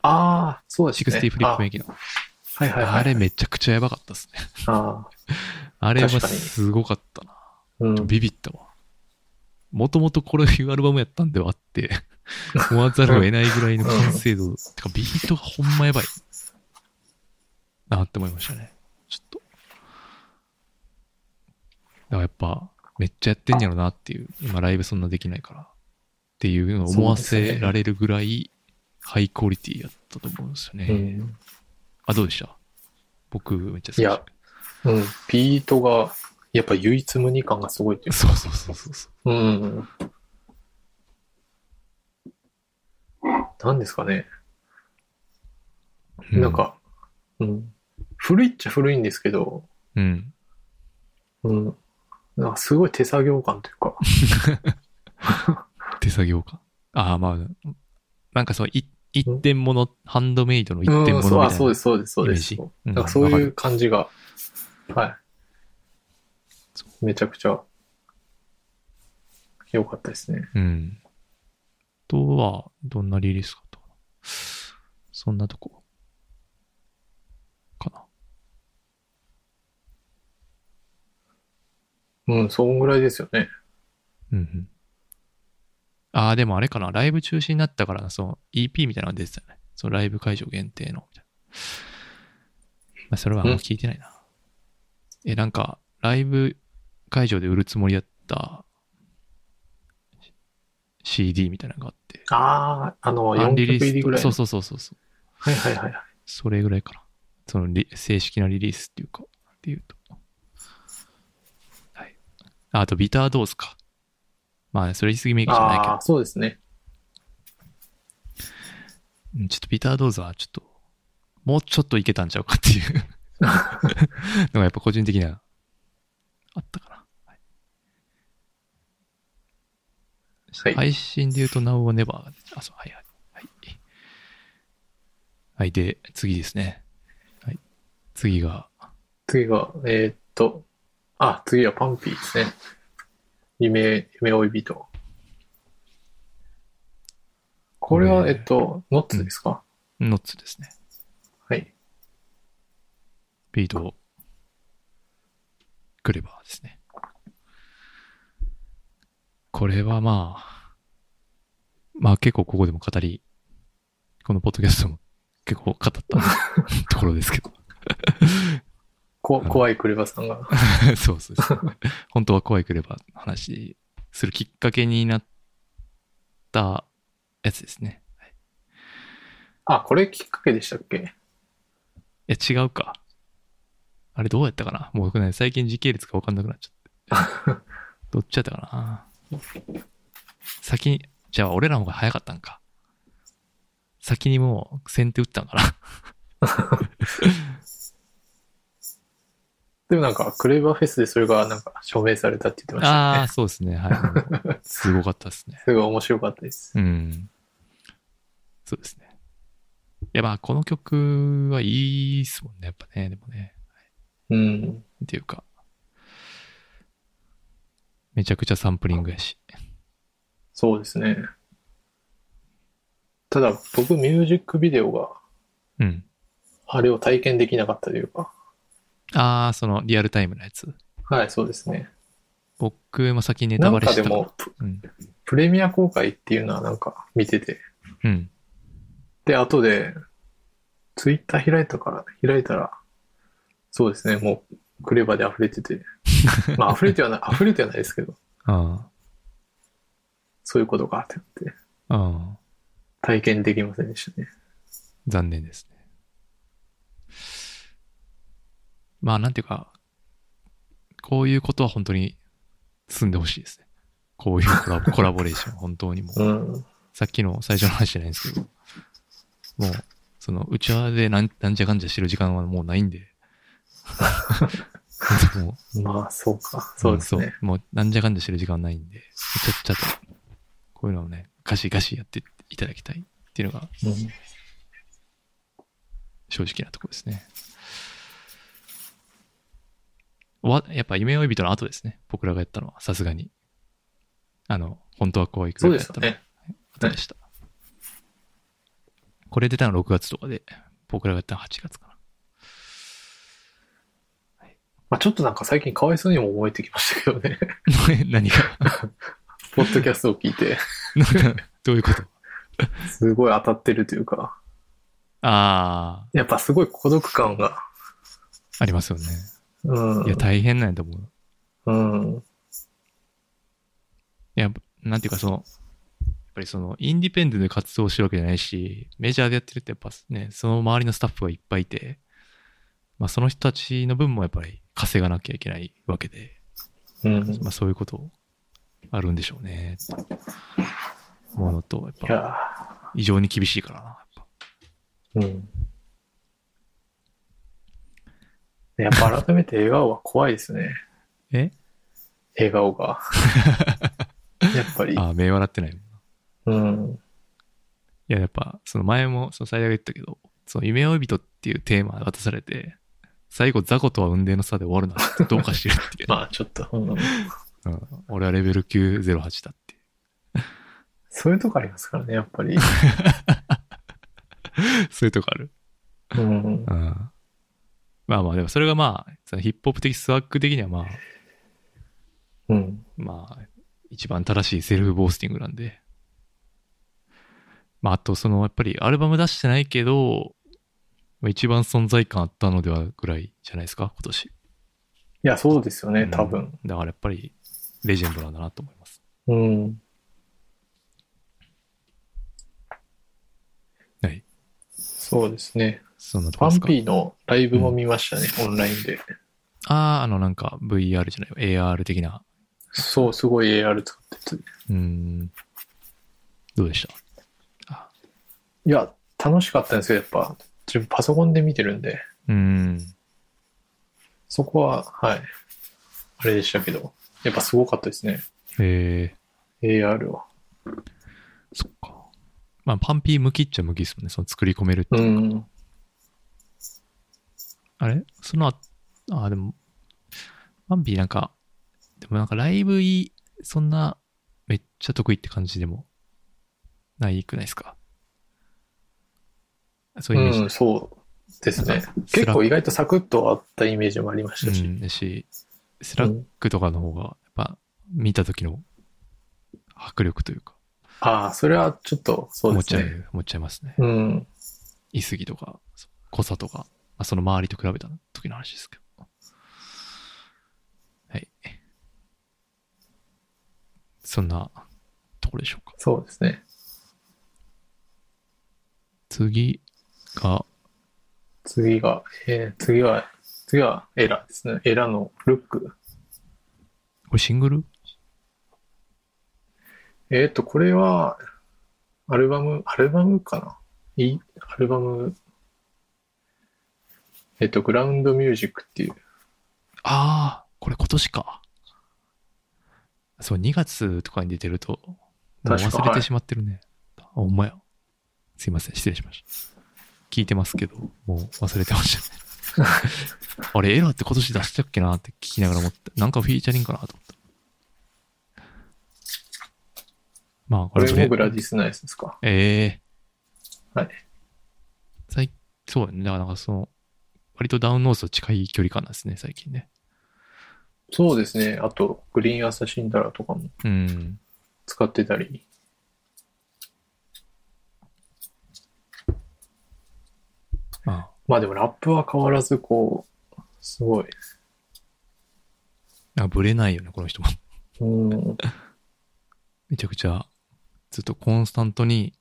C: ああ、そうです
B: シ
C: ね。
B: クスティフリップメイキの、
C: あはいはいはい。
B: あれめちゃくちゃやばかったですね。
C: ああ、
B: あれは
C: 確かに
B: すごかったな。
C: うん。
B: ビビったわ。もともとこれいうアルバムやったんではあって、 [LAUGHS] 思わざるを得ないぐらいの完成度。てか、ビートがほんまやばい。なって思いましたね。ちょっと。だからやっぱ、めっちゃやってんやろなっていう、今ライブそんなできないから。っていうのを思わせられるぐらい、ハイクオリティやったと思うんですよね。
C: うん。
B: あ、どうでした僕、めっちゃ好きで
C: い
B: し
C: やうん。ビートが、やっぱ唯一無二感がすごいって
B: た。
C: いう
B: そうそうそうそうそう。
C: か。うん。なんですかね。
B: う
C: なん、か、うん。古いっちゃ古いんですけど、
B: うん。
C: うん。なんかすごい手作業感という
B: [LAUGHS]
C: か。
B: 手作業か。ああ、まあ、なんかそう、い一点物、ハンドメイドの一点物
C: うん、
B: みたい
C: そう
B: な。
C: あそうです、そうです、そうです。
B: イメージう
C: なんんかそう
B: わか
C: いう
B: る
C: 感じが、は
B: そ
C: い。めちゃくちゃ、良かったですね。
B: うん。あとは、どんなリリースかと。そんなとこ。かな。
C: うん、そんぐらいですよね。
B: うんうん。ああ、でもあれかな。ライブ中止になったから、その EP みたいなのが出てたよね。そのライブ会場限定の。みたいなまあ、それはもう聞いてないな。え、なんか、ライブ会場で売るつもりだったし CD みたいなのがあって。
C: ああ、あの、
B: アン
C: 4
B: リ
C: 曲
B: リ
C: 入り
B: ー
C: ぐ
B: ス
C: ら
B: と
C: い
B: そうそう
C: の。
B: そうそうそう。
C: はいはいはい。
B: それぐらいかな。そのリ正式なリリースっていうか、っていうと。はい。ああと、ビタードーズか。まあ、それ言い過ぎメイクじゃないけど
C: ああ、。そうですね。
B: うんちょっとビタードーズはちょっと、もうちょっといけたんちゃうかっていうのがやっぱ個人的にはあったかな。はい
C: はい
B: 配信で言うと Now or Never が出てあ、そう、はいはい。はい、はい、で、次ですね。はい。次が、
C: 次が、えーっと、あ、次はパンピーですね。夢、夢追い人。これ
B: こ
C: は、
B: れ
C: えっと、ノッツですか、
B: ノッツですね。
C: はい。
B: ピート、クレバーですね。これはまあ、まあ結構ここでも語り、このポッドキャストも結構語ったところですけど。
C: こ
B: あの
C: 怖いクレバさんが。
B: そうそうそう。本当は怖いクレバーの話するきっかけになったやつですね。はい
C: あ、これきっかけでしたっけ
B: いや、違うか。あれどうやったかなもう僕ね、最近時系列が分かんなくなっちゃって。どっちやったかな先に、じゃあ俺らの方が早かったんか。先にもう先手打ったんかな
C: でもなんか、クレバフェスでそれがなんか証明されたって言ってました
B: あ
C: ね。
B: あ、そうですね。はい。すごかったですね。
C: すごい面白かったです。
B: うん。そうですね。いや、まあ、この曲はいいっすもんね、やっぱね、でもね。
C: うん。
B: っていうか。めちゃくちゃサンプリングやし。
C: そうですね。ただ、僕、ミュージックビデオが、
B: うん。
C: あれを体験できなかったというか。
B: ああ、その、リアルタイムのやつ。
C: はい、そうですね。
B: 僕も先にネ
C: な
B: タ
C: ん
B: バレ
C: か
B: し
C: で
B: てたから
C: も、プ
B: うん。
C: プレミア公開っていうのはなんか見てて。
B: うん。
C: で、後で、ツイッター開いたから、開いたら、そうですね、もう、クレバで溢れて
B: [LAUGHS]
C: て。まあ、溢れてはない、溢れてはないですけど、
B: あ
C: そういうことかって言って、
B: あ。ああ。
C: 体験できませんでしたね。
B: 残念ですね。まあ、なんていうか、こういうことは本当に進んでほしいですね。こういうコラ
C: [LAUGHS]
B: ボコラボレーション、本当にもう。
C: うん。
B: さっきの最初の話じゃないんですけど、もう、その、うちわでなんなんじゃかんじゃしてる時間はもうないん
C: [LAUGHS]
B: で、 [LAUGHS] も
C: まあ、そうか。そうですね。
B: もう、なんじゃかんじゃしてる時間はないんで、ちゃっちゃと、こういうのをね、ガシガシやっていただきたいっていうのが
C: うん
B: 正直なところですね。わやっぱ夢追い人の後ですね。僕らがやったのは、さすがに。あの、本当はこういく
C: そう
B: らいや
C: で
B: っ
C: す
B: たのは
C: ね。
B: 後でした。これ出たの6月とかで、僕らがやったの8月かな。
C: まあ、ちょっとなんか最近かわいそうにも思えてきましたけど [LAUGHS] ね。
B: [LAUGHS] 何が
C: ポッドキャストを聞いて、
B: なんかどういうこと [LAUGHS]
C: すごい当たってるというか、
B: あ
C: やっぱすごい孤独感が、
B: あ、ありますよね。
C: うん。
B: いや、大変なんやと思う。
C: うん。
B: いや、なんていうかその、やっぱりその、インディペンデントで活動してるわけじゃないし、メジャーでやってるってやっぱね、その周りのスタッフがいっぱいいて、まあその人たちの分もやっぱり稼がなきゃいけないわけで、
C: うん。い
B: まあそういうことあるんでしょうね、ってものと、やっぱ。
C: や
B: 異常に厳しいからな。やっぱ
C: ーうん。やっぱ改めて笑顔は怖いですね。
B: え
C: 笑顔が。 [LAUGHS] やっぱり。
B: ああ、目笑ってないもんな。い
C: うん。。
B: や、やっぱ、その前も、その最大が言ったけど、その夢追い人っていうテーマ渡されて、最後、雑魚とは雲泥の差で終わるなんてどうかしてるっていう
C: まあちょっと、うん
B: うん、俺はレベル908だっていう。
C: そういうとこありますからね、やっ [LAUGHS] ぱり。
B: そう [LAUGHS] いうとこある。
C: うん
B: う。ん。まあまあ、でもそれがまあ、そのヒップホップ的スワッグ的にはまあ、
C: うん。
B: まあ、一番正しいセルフボースティングなんで。まあ、あと、その、やっぱりアルバム出してないけど、まあ一番存在感あったのではぐらいじゃないですか、今年。
C: いや、そうですよね、多
B: う
C: 分
B: ん。だからやっぱり、レジェンドなんだなと思います。
C: うん。
B: はい。
C: そうですね。
B: そんなとこ
C: パ
B: です
C: ン
B: か。
C: ピーのライブも見ましたね、オンラインで。
B: ああ、あの、なんか VR じゃないよ、AR 的な。
C: そう、すごい AR 使ってて。
B: うーん。どうでしたあ
C: いや、楽しかったんですけど、やっぱ、自分パソコンで見てるんで、
B: うーん。
C: そこは、はい。あれでしたけど、やっぱすごかったですね、
B: え
C: AR は。
B: ー、そっか。まあ、パンピー向きっちゃ向きですもんね。その作り込めるって
C: う
B: いうか。
C: ん。
B: あれそのあ、あ、でも、バンビーなんか、でもなんかライブいい、そんな、めっちゃ得意って感じでも、ないくないですかそういうイメージ
C: うん、そうです
B: なん
C: ね
B: か。ス
C: 結
B: ラッ
C: 構意外とサクッとあったイメージもありましたし。
B: うん、だし、スラックとかの方が、やっぱ、見た時の迫力というか、
C: ああ、それはちょっとそう
B: 持
C: で
B: っ
C: す
B: ちゃう
C: ね。、
B: 持っちゃいますね。
C: うん。
B: いすぎとか、そう濃さとか、まあ、その周りと比べた時の話ですけど。はい。そんなところでしょうか。
C: そうですね。
B: 次が、
C: 次が、えー次は、次はエラですね。エラのルック。
B: これシングル
C: えっ、と、これは、アルバム、アルバムかないアルバム、えっ、と、グラウンドミュージックっていう。
B: ああ、これ今年か。そう、2月とかに出てると、もう
C: 確か
B: 忘れ
C: は
B: て
C: い
B: しまってるね。あ、ほんまや。すいません、失礼しました。聞いてますけど、もう忘れてま
C: [LAUGHS]
B: したね。あれ、エラーって今年出したっけなって聞きながら思って、なんかフィーチャリングかなと思った。まあ、こ
C: こ
B: れ
C: れ
B: とりあえ
C: も
B: ず
C: グラディスナイスですか。
B: ええ
C: はい。
B: 最そうやね。だからなんかその、割とダウンノースと近い距離感なんですね、最近ね。
C: そうですね。あと、グリーンアサシンダラとかも
B: うん。
C: 使ってたり。
B: ま
C: まあでもラップは変わらず、こう、すごい。
B: あ、なんかブレないよね、この人も。 [LAUGHS]
C: うん。
B: めちゃくちゃ、ずっとコンスタントに、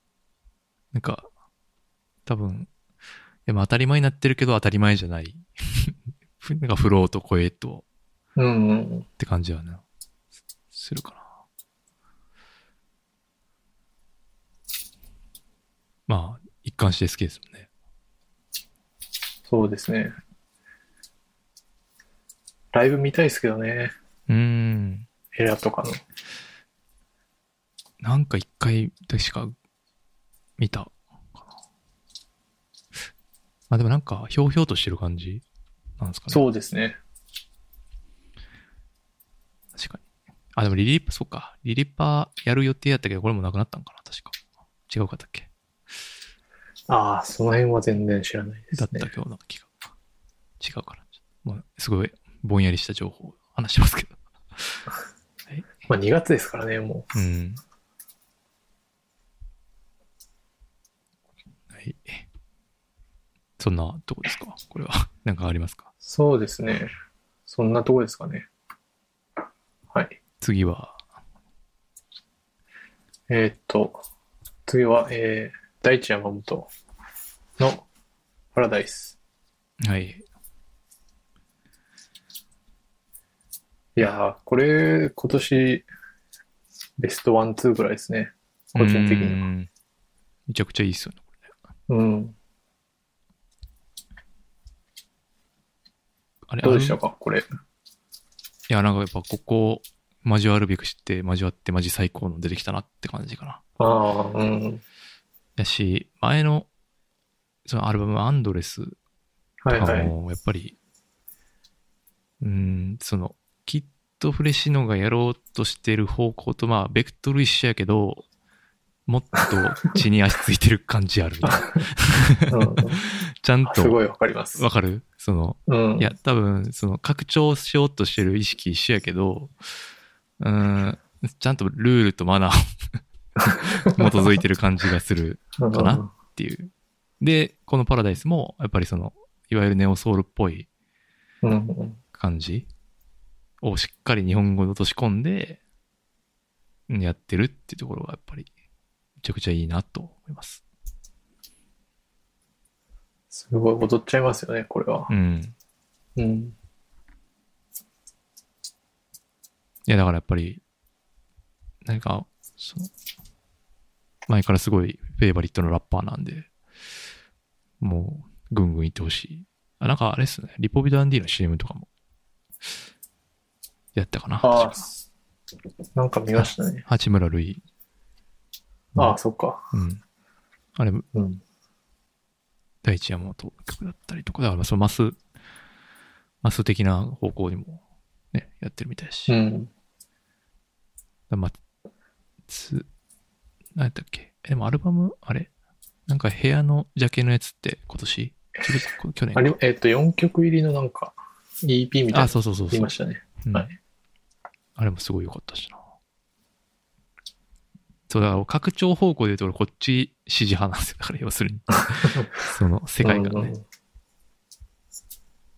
B: なんか、多分、でも当たり前になってるけど当たり前じゃない。 [LAUGHS] ふなんかフローと声と
C: うんうん。
B: って感じはな、するかな。まあ、一貫して好きですもんね。
C: そうですね。ライブ見たいですけどね。
B: うーん。
C: エラとかの。
B: なんか一回確か見たかな。まあでもなんかひょうひょうとしてる感じなんですかね。う。
C: そうですね。
B: 確かに。あ、でもリリッパ、そうか。リリッパやる予定やったけど、これもなくなったんかな、確か。違うかったっけ
C: ああ、その辺は全然知らないで
B: だっ
C: す
B: た
C: ね。
B: 今日の気が。違うから。もうすごいぼんやりした情報を話してますけど。はい。
C: まあ2月ですからね、も
B: うん。はい。そんなとこですかこれは。 [LAUGHS] なんかありますか
C: う。そうですね。そんなとこですかね。はい。
B: 次は。
C: えーっと、次は、えー、大地山本のパラダイス。
B: はい。
C: いやー、これ、今年、ベストワン、ツーぐらいですね。個人的には。
B: に。めちゃくちゃいいっすよね、これね。
C: うん。
B: あれ
C: どうでした
B: あの
C: か、これ。
B: いや、なんかやっぱここ、交わるべくして、交わって、マジ最高の出てきたなって感じかな。
C: ああ、うん。
B: だし、前の、そのアルバム、アンドレス
C: はいは
B: あ
C: い。
B: のやっぱり、うーん、その、きっとフレシノがやろうとしてる方向と、まあ、ベクトル一緒やけど、もっと血に足ついてる感じあ
C: [LAUGHS]
B: るみたいな。
C: うん、
B: ちゃん
C: あ
B: と、
C: すご
B: わ
C: いわかります。
B: かるその、
C: うん。
B: いや、多分、その、拡張しようとしてる意識一緒やけど、うーん、ちゃんとルールとマナー [LAUGHS] 基づいてる感じがする。
C: うん、
B: かなっていう。で、このパラダイスも、やっぱりその、いわゆるネオソウルっぽい
C: うん。
B: 感じをしっかり日本語で落とし込んで、うんやってるっていうところがやっぱり、めちゃくちゃいいなと思います。
C: すごい、踊っちゃいますよね、これは
B: う。ん。
C: うん。
B: いや、だからやっぱり、何か、その、前からすごいフェイバリットのラッパーなんで、もう、ぐんぐんいってほしい。あ、なんかあれっすね、リポビドアンディの CM とかも、やったかな。
C: ああ
B: 確か、
C: なんか見ましたね。
B: 八村塁。
C: ああ、そっか。
B: うん。あれ、
C: うん。
B: 第一山本曲だったりとか、だからまあそのマス、マス的な方向にもね、やってるみたいだし。
C: うん。
B: まあ、つ、何やったっけえでもアルバム、あれなんか部屋のジャケのやつって今年ちょっと去年
C: あ
B: か
C: れ、えっ、と、4曲入りのなんか、EP みたいな
B: あ、
C: の
B: そうそうそう
C: あり
B: そう
C: ま。したね。
B: うん
C: はい
B: あれもすごい良かったしな。そう、だから拡張方向で言うと俺こっち支持派なんですよ。だから要す
C: [LAUGHS]
B: るに。その世界観ね。っ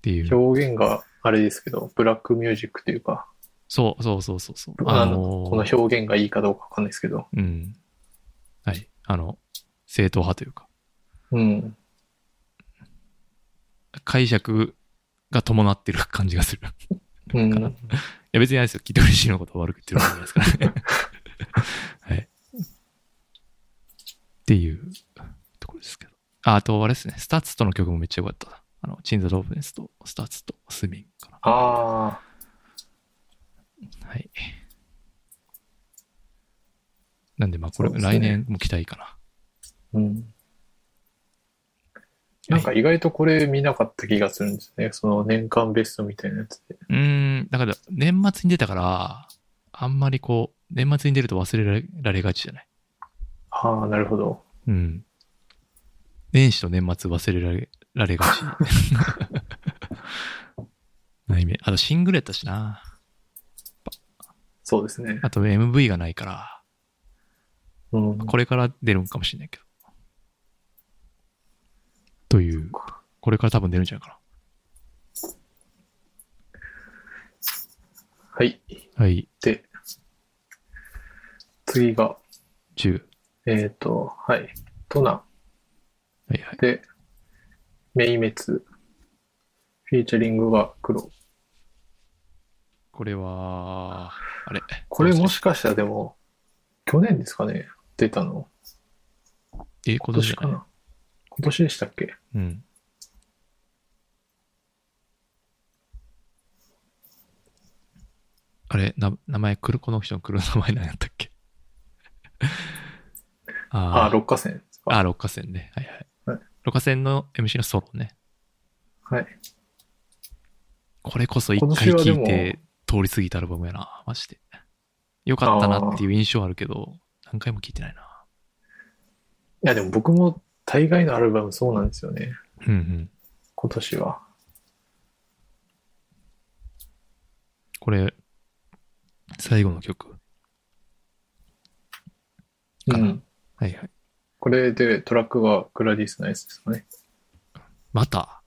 B: ていう。
C: 表現があれですけど、ブラックミュージックというか、
B: そうそうそうそうそう。
C: あ
B: ー
C: のこの表現がいいかどうかわかんないですけど、
B: うん。はい。あの、正統派というか、
C: うん。
B: 解釈が伴ってる感じがする。
C: う。
B: かなんいや別にあれですよ。聞いて嬉しいのことを悪く言ってるわけじゃないです
C: [LAUGHS]
B: からね。はい。っていうところですけど。あ、あとあれですね。スタッツとの曲もめっちゃ良かったな。あの、チンザ・ローブネスとスタッツとスミンかな。
C: ああ、
B: はい。なんで、まあこれ、
C: そうですね
B: 来年も期待かな。
C: うん。なんか意外とこれ見なかった気がするんですね。その年間ベストみたいなやつで。
B: うーん、だから年末に出たから、あんまりこう、年末に出ると忘れられられがちじゃない。
C: ああ、なるほど。
B: うん。年始と年末忘れられられが
C: [LAUGHS]
B: ち。ないめ。あとシングルやったしな。
C: そうですね。
B: あと MV がないから、
C: うん。
B: これから出るんかもしれないけど。という、これから多分出るんじゃないか
C: はい。
B: な。はい、
C: で、次が、
B: 10。
C: えっ、と、はい。トナ
B: はいはい。
C: で、メイメツ、フィーチャリングが黒。
B: これは、あれ。
C: これもしかしたらでも、去年ですかね出たの。
B: え、今
C: 今
B: 年
C: 年
B: か
C: か
B: な。
C: な。今年でしたっけ
B: うん。あれ、な名前、くる、この人の来る名前何やったっけ [LAUGHS]
C: ああ、
B: あー
C: 六花線ですか。
B: あー、六花線ね。はいは
C: はいい。
B: 六花線の MC のソロね。
C: はい。
B: これこそ一
C: 今
B: 回
C: 年はでも
B: 聴いて通り過ぎたアルバムやな、マジで。よかったなっていう印象あるけど、何回も聴いてないな。
C: いや、でも僕も大概のアルバムそうなんですよね。
B: うんうん。
C: 今年は。
B: これ、最後の曲。
C: う。
B: かなんはいはい。
C: これでトラックはグラディスナイスですかね。
B: また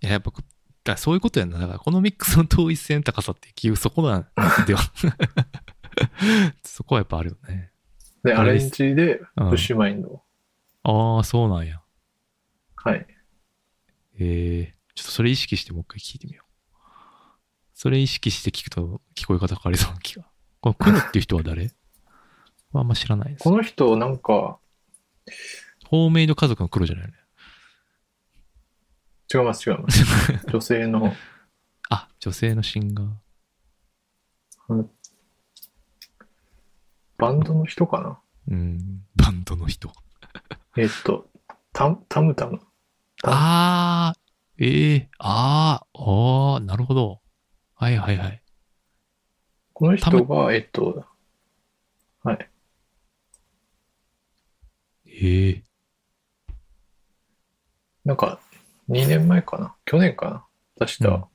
B: いや、やっぱ、だからそういうことやんな。だから、このミックスの統一性の高さって、結局そこなんでは。 [LAUGHS] そこはやっぱあるよね。
C: で、
B: グ
C: ア
B: ラディ
C: レ
B: ス
C: ンジで、プ
B: うん
C: ッシュマインド。
B: ああ、そうなんや。
C: はい。
B: ええちょっとそれ意識してもう一回聞いてみよう。それ意識して聞くと、聞こえ方変わりそうな気が。この黒っていう人は誰あんま知らないです
C: こ。の人、なんか、
B: ホーメイド家族の黒じゃないよね。
C: 違います、違
B: [LAUGHS]
C: います。女性の、
B: あ、女性のシンガー。
C: バンドの人かな。
B: うん、バンドの人。
C: えっと、タムタムタム。
B: ああ、ええああ、ああ、なるほど。はいはいはい。
C: この人
B: タ
C: が、えっと、はい。
B: ええ
C: なんか、2年前かな。去年かな。出し
B: うん
C: た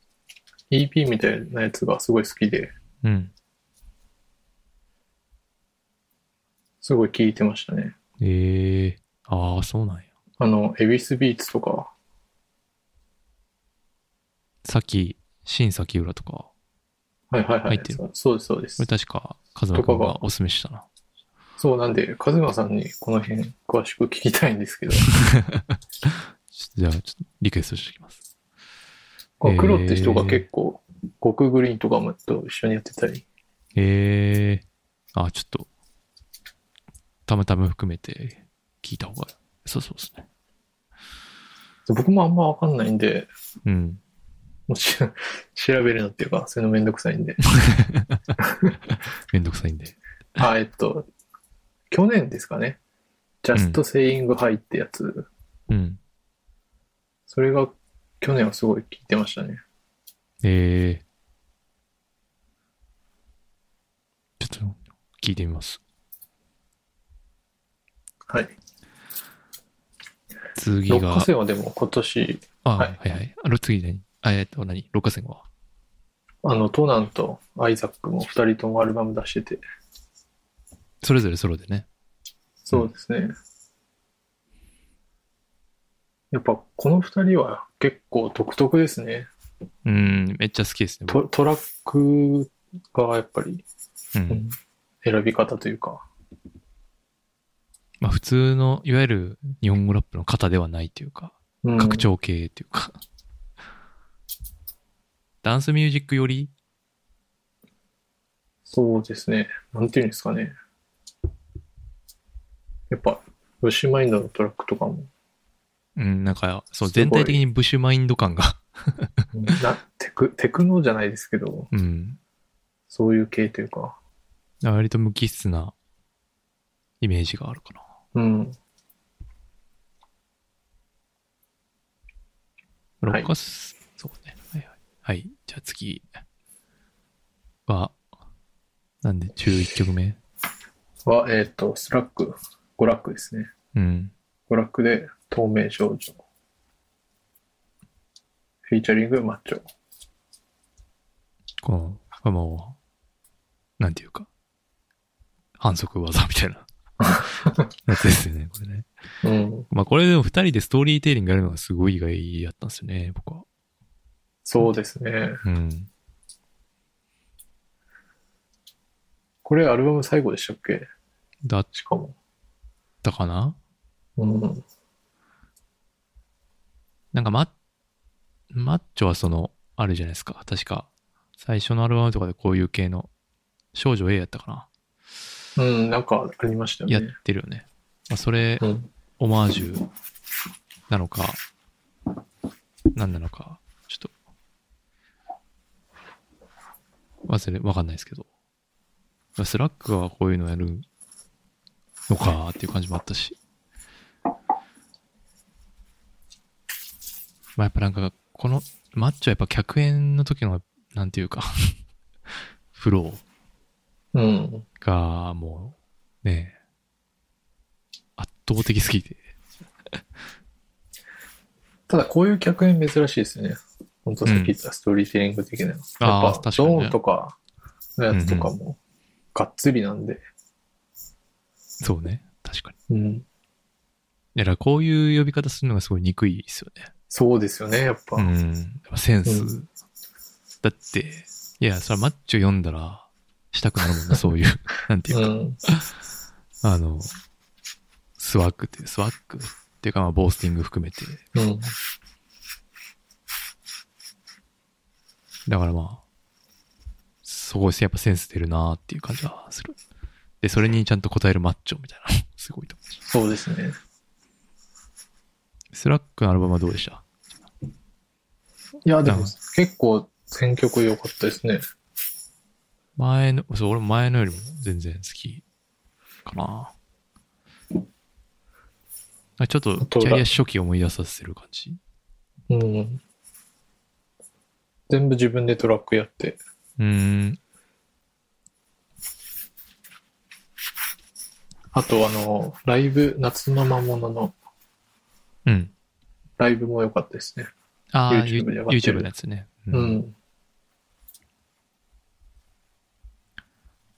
C: EP みたいなやつがすごい好きで、
B: うん。
C: すごい聴いてましたね。
B: ええああ、そうなんや。
C: あの、エビスビーツとか、
B: さっき、新崎浦とか、こ
C: はいはいは
B: 入
C: い。
B: ってる
C: そうそうです、そうです
B: れ。確か、カズマ君がおすすめしたな。
C: そうなんで、カズマさんにこの辺詳しく聞きたいんですけど、
B: ちょっとじゃあ、ちょっとリクエストしてきます。
C: こ
B: え
C: の
B: ー
C: 黒って人が結構、極グリーンとかもと一緒にやってたり、
B: ええあ、ちょっと、たむたむ含めて聞いた方が、そうそうですね。
C: 僕もあんまわかんないんで、
B: うん。
C: もうし [LAUGHS] 調べるのっていうか、そういうのめんどくさいんで。
B: めんどくさいんで。 [LAUGHS]
C: あ、えっと、去年ですかね。Just Saying Hi ってやつ
B: うん。
C: それが去年はすごい聞いてましたね。
B: えー、ちょっと聞いてみます。
C: はい。
B: 次
C: 六
B: が
C: 花、線はでも今年、
B: あ、は
C: はい
B: はい
C: い、
B: はい。あの次何あ、えっと何六花線は。
C: あの、トナンとアイザックも二人ともアルバム出してて、
B: それぞれソロでね。
C: そうですね。やっぱこの二人は結構独特ですね。
B: うん、めっちゃ好きですね。僕
C: トトラックがやっぱり
B: うん。
C: 選び方というか、
B: まあ普通の、いわゆる日本語ラップの型ではないというか、
C: うん
B: 拡張系というか、 [LAUGHS] ダンスミュージックより、
C: そうですね。なんていうんですかね。やっぱ、ブッシュマインドのトラックとかも、
B: うん、なんか、そう、
C: すごい
B: 全体的にブッシュマインド感が、
C: なテクテクノじゃないですけど、
B: うん、
C: そういう系というか、
B: 割と無機質なイメージがあるかな。
C: うん、
B: ロ
C: はい
B: ッカス、そうね。はいはい。はい、じゃあ次は、なんで11曲目
C: は、えっ、と、スラック、娯楽ですね。
B: うん。
C: 娯楽で、透明少女。フィーチャリング、マッチョ。
B: この、まあもう、なんていうか、反則技みたいなやつですよね、これね。
C: うん、
B: まあこれでも二人でストーリーテイリングやるのがすごい意外やったんですよね、僕は。
C: そうですね。
B: うん。
C: これ、アルバム最後でしたっけ
B: だっ
C: しかも。
B: たかな
C: うん、
B: なんかマ、マッチョはその、あるじゃないですか。確か、最初のアルバムとかでこういう系の、少女 A やったかな。
C: うん、なんかありました
B: や
C: よ
B: っ
C: ね。
B: てるよね。まあ、それ
C: う、ん、
B: オマージュなのか、何なのか、ちょっと、忘れ、わかんないですけど。まあスラックはこういうのやるのかっていう感じもあったし。まあ、やっぱなんか、この、マッチョはやっぱ客演の時の、なんていうか、 [LAUGHS] フロー。
C: うん、
B: が、もう、ねえ、圧倒的すぎて。
C: ただ、こういう客演珍しいですね。本当さっき言ったストーリーテリング的な。やっ
B: あー
C: ぱ、
B: 確か
C: ゾ
B: にね
C: ーンとかのやつとかも、がっつりなんで。
B: そうね。確かに。
C: うん、
B: だからこういう呼び方するのがすごい憎いですよね。
C: そうですよね、やっぱ。
B: うん。やっぱセンス。
C: う
B: だって、いや、それはマッチョ読んだら、したくなるもんな、そういう、 [LAUGHS] なんていう
C: う
B: か、
C: ん。
B: あの、スワックっていう、スワックっていうか、まあ、ボースティング含めて。
C: うん。
B: だからまあ、そこしてやっぱセンス出るなっていう感じはする。で、それにちゃんと応えるマッチョみたいな、 [LAUGHS] すごいと思う。
C: そうですね。
B: スラックのアルバムはどうでした
C: いや、で
B: うん
C: も結構選曲良かったですね。
B: 前の、そう、俺も前のよりも全然好きかな。あちょっと、
C: 本当だ
B: キャリア初期を思い出させる感じ。
C: うん。全部自分でトラックやって。
B: うーん。
C: あと、あの、ライブ、夏の魔物の
B: うん。
C: ライブも良かったですね。
B: ああ、
C: YouTube で上がって
B: YouTube
C: る
B: のやつね。う。
C: うんん。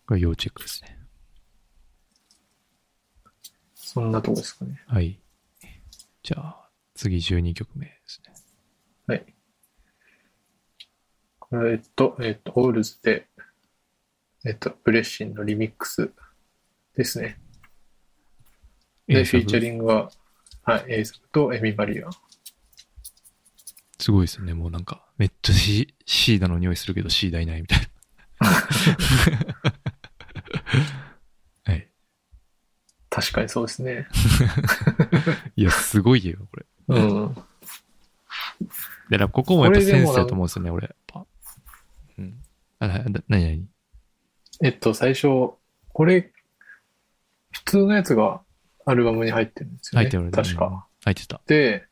B: これ要チェックですね。
C: そんなとこですかね。
B: はい。じゃあ、次12曲目ですね。
C: はい。えーっと、えーっと、オールズで、えーっと、ブレッシンのリミックスですね。で、フィーチャ
B: ン
C: リングは、はい、エイサとエミマリア。
B: すごいですね。もうなんか、めっちゃシシーダの匂いするけど、シーダいないみた
C: [LAUGHS]
B: いな。はい。
C: 確かにそうですね。
B: いや、すごいよ、これ。
C: うん。
B: だからここもやっぱ
C: これで
B: セン
C: も
B: スだと思うんですよね、俺。やっぱ。うん。あ、な、な、なになに
C: えっと、最初、これ、普通のやつがアルバムに入ってるんですよ
B: 入
C: ね。
B: ってる、
C: 確か。
B: 入ってた。
C: で、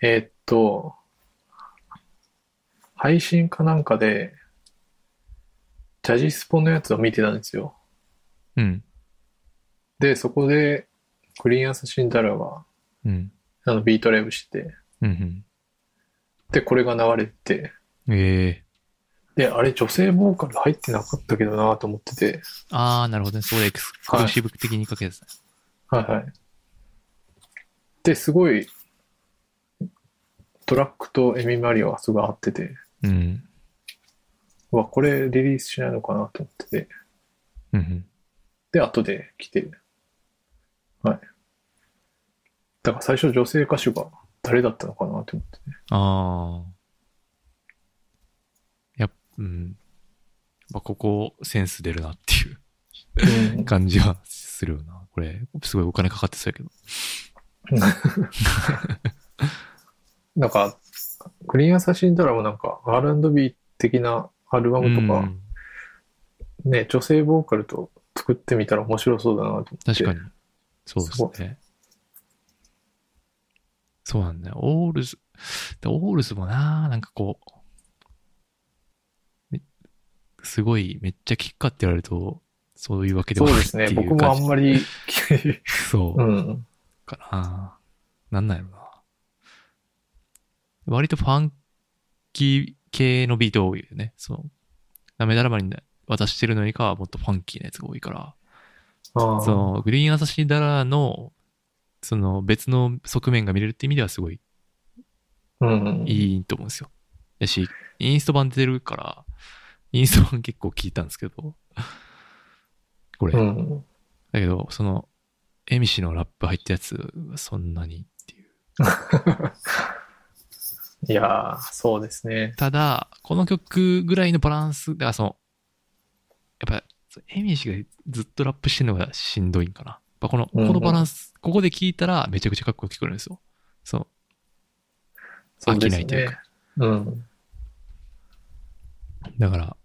C: えっと、配信かなんかで、ジャジスポのやつを見てたんですよ。
B: うん。
C: で、そこで、クリーンアサシンダラが、
B: うん。
C: あの、ビートライブしてて、
B: うん。
C: で、これが流れてて、
B: うん。ええ
C: で、あれ、女性ボーカル入ってなかったけどなと思ってて、
B: ああ、なるほどね。そこでエクスクルーシブ的にかけてた。
C: はいはい。で、すごい、トラックとエミマリオがすごい合ってて、
B: うん。
C: うわ、これリリースしないのかなと思ってて、
B: うんうん。
C: で、後で来て、はい。だから最初女性歌手が誰だったのかなと思ってて、
B: ああ。やっ、うん。まあ、ここ、センス出るなっていう。 [LAUGHS]
C: うん、
B: 感じはするよな。これ、すごいお金かかってそうやけど。
C: なんか、クリーンアサシンドラもなんか R&B 的なアルバムとか、ね、女性ボーカルと作ってみたら面白そうだなと思って。
B: 確かに。そうですね。そうなんだよ。オールズ、でオールズもな、なんかこう、めすごい、めっちゃ聞くかって言われると、そういうわけで
C: そ
B: は
C: う
B: ない
C: で
B: って
C: すね。
B: いう
C: 僕もあん
B: 感じ
C: まり、
B: [LAUGHS] そうう、
C: ん。
B: かな。なんなんやろな。割とファンキー系のビート多いよね。その、なめだらまに渡してるのよりかはもっとファンキーなやつが多いから。
C: ああ
B: そのグリーンアサシダラの、その別の側面が見れるって意味ではすごい
C: うん。
B: いいと思うんですよ。だし、インスト版出てるから、 [LAUGHS] インスト版結構聞いたんですけど、これ。
C: うん。
B: だけど、その、エミシのラップ入ったやつ、そんなにっていう。
C: いやー、そうですね。
B: ただ、この曲ぐらいのバランス、だからその、やっぱ、エミシがずっとラップしてるのがしんどいんかな。やっぱこの、こ
C: うんうん
B: のバランス、ここで聞いたらめちゃくちゃかっこよく聞こえるんですよ。その、
C: そう
B: 飽
C: で
B: き
C: す
B: な
C: ね
B: いというか。
C: うん。
B: だか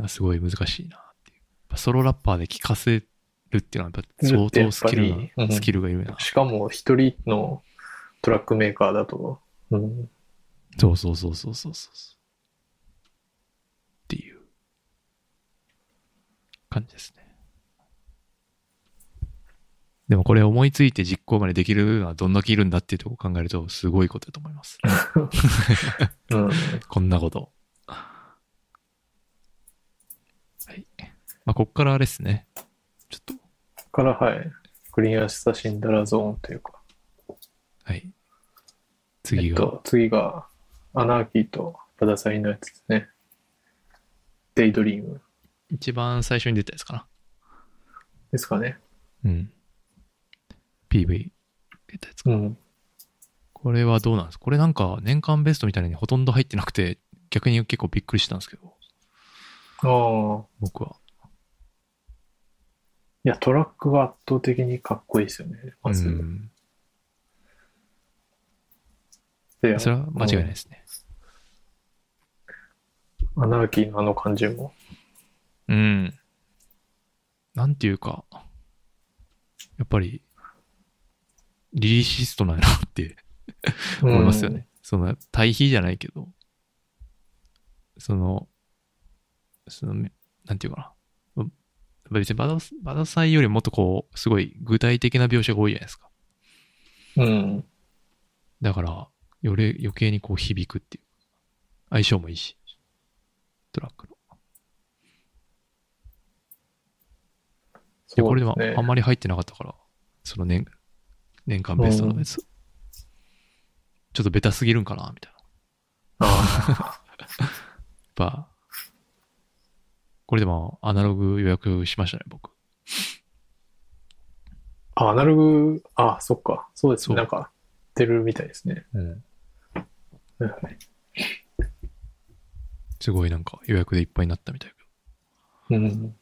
B: ら、すごい難しいなっていう。やっぱソロラッパーで聴かせるっていうのは、やっぱ相当スキル
C: やっぱりう
B: が、
C: ん
B: スキルがいるな。
C: しかも、一人のトラックメーカーだと。うん。
B: そうそうそうそうそうそう。っていう感じですね。でもこれ思いついて実行までできるのはどんだけいるんだっていうところを考えるとすごいことだと思い
C: [LAUGHS]
B: ます。
C: うん。
B: こんなこと。はい。まあ、こっからあれですね。ちょっと
C: から、はい。クリーンアシサシンダラゾーンというか。
B: はい。
C: え
B: 次
C: っ
B: が、
C: と、次が、アナーキーとバダサインのやつですね。デイドリーム
B: 一番最初に出たやつか
C: ですかね。
B: な。うん。PV 出たやつか。
C: うん。
B: これはどうなんですかこれなんか年間ベストみたいなのにほとんど入ってなくて、逆に結構びっくりしたんですけど、
C: ああ。
B: 僕は。
C: いや、トラックが圧倒的にかっこいいですよね。まず。
B: うん。
C: で
B: それは間違いないですね。
C: アナーキーのあの感じも。
B: うん。なんていうか、やっぱり、リリーシストなんやなって思いますよね。その、対比じゃないけど、その、その、なんていうかな。やっぱ別にバドバドサイよりもっとこう、すごい具体的な描写が多いじゃないですか。
C: うん。うん。
B: だから、よれ余計にこう響くっていう。相性もいいし。トラックの。いやこれでも
C: そうすね
B: あんまり入ってなかったから、その年、年間ベストのやつ。ちょっとベタすぎるんかな、みたいな。
C: あ
B: やっぱ、これでもアナログ予約しましたね、僕。
C: あ、アナログ、あ、そっか。そうです
B: そ
C: ね。
B: う
C: なんか、出るみたいですね。はいはい
B: すごいなんか予約でいっぱいになったみたいだけど。
C: うん。
B: ま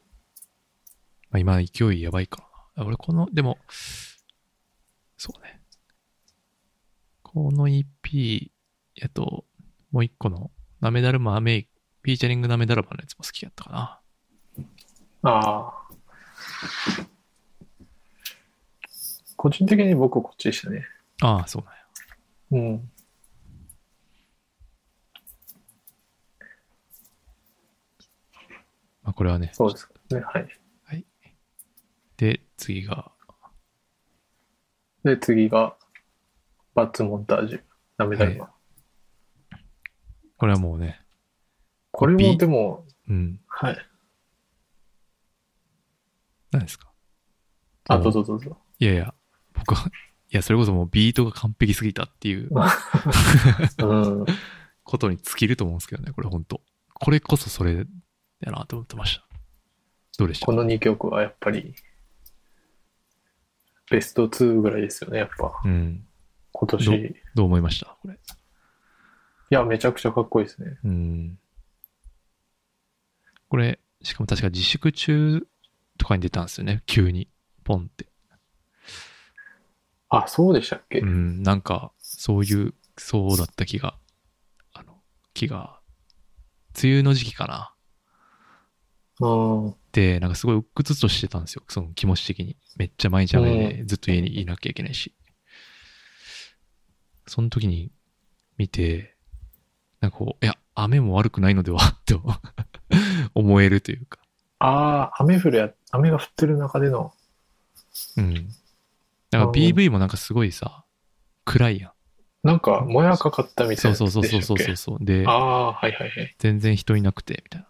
B: あ、今勢いやばいからな。俺この、でも、そうね。この EP、やと、もう一個の、なめだるまアメイ、フィーチャリングなめだるまのやつも好きやったかな。
C: ああ。個人的に僕こっちでしたね。
B: ああ、そうなんや。
C: うん。
B: まあ、これはね。
C: そうですね。はい。
B: で、次が、
C: で、次が、バッツモンタージュ。ダメだ今。
B: これはもうね、
C: これも
B: B
C: でも、
B: うん。
C: はい。
B: 何ですか
C: あ、どうぞどうぞ。
B: いやいや、僕は、いや、それこそもうビートが完璧すぎたっていう
C: うん。
B: ことに尽きると思うんですけどね、これ本当これこそそれだなと思ってました。どうでした
C: この2曲はやっぱり、ベスト2ぐらいですよね、やっぱ。
B: うん。
C: 今
B: ど
C: 年。
B: どう思いましたこれ。
C: いや、めちゃくちゃかっこいいですね。
B: うん。これ、しかも確か自粛中とかに出たんですよね、急に。ポンって。
C: あ、そうでしたっけ、
B: うん、なんか、そういう、そうだった気が、あの、気が、梅雨の時期かな。
C: うん、
B: で、なんかすごい鬱屈としてたんですよ。その気持ち的に。めっちゃ毎日雨で、ずっと家にいなきゃいけないし。その時に見て、なんかこう、いや、雨も悪くないのでは [LAUGHS] と思えるというか。
C: ああ、雨降るや、雨が降ってる中での、
B: うん。だから PV もなんかすごいさ、暗いやん。
C: なんか、もやかかったみた
B: そ
C: いうな。
B: そうそうそうそうそうそう。で、
C: ああ、はいはいはい。
B: 全然人いなくて、みたいな。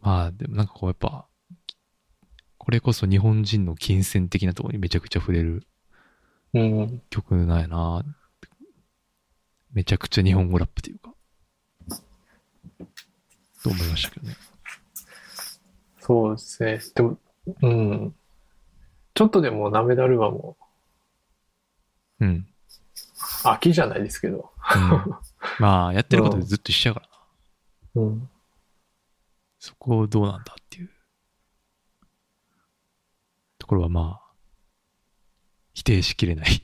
B: まあ、でもなんかこうやっぱ、これこそ日本人の金銭的なところにめちゃくちゃ触れる
C: うん。
B: 曲なんやなめちゃくちゃ日本語ラップというか。と思いましたけどね。
C: そうですね。でも、うん。ちょっとでも、なめだるまも、
B: うん。
C: 秋じゃないですけど、
B: うんまあ、やってることずっと一緒やからな。
C: うん。
B: そこどうなんだっていうところはまあ、否定しきれない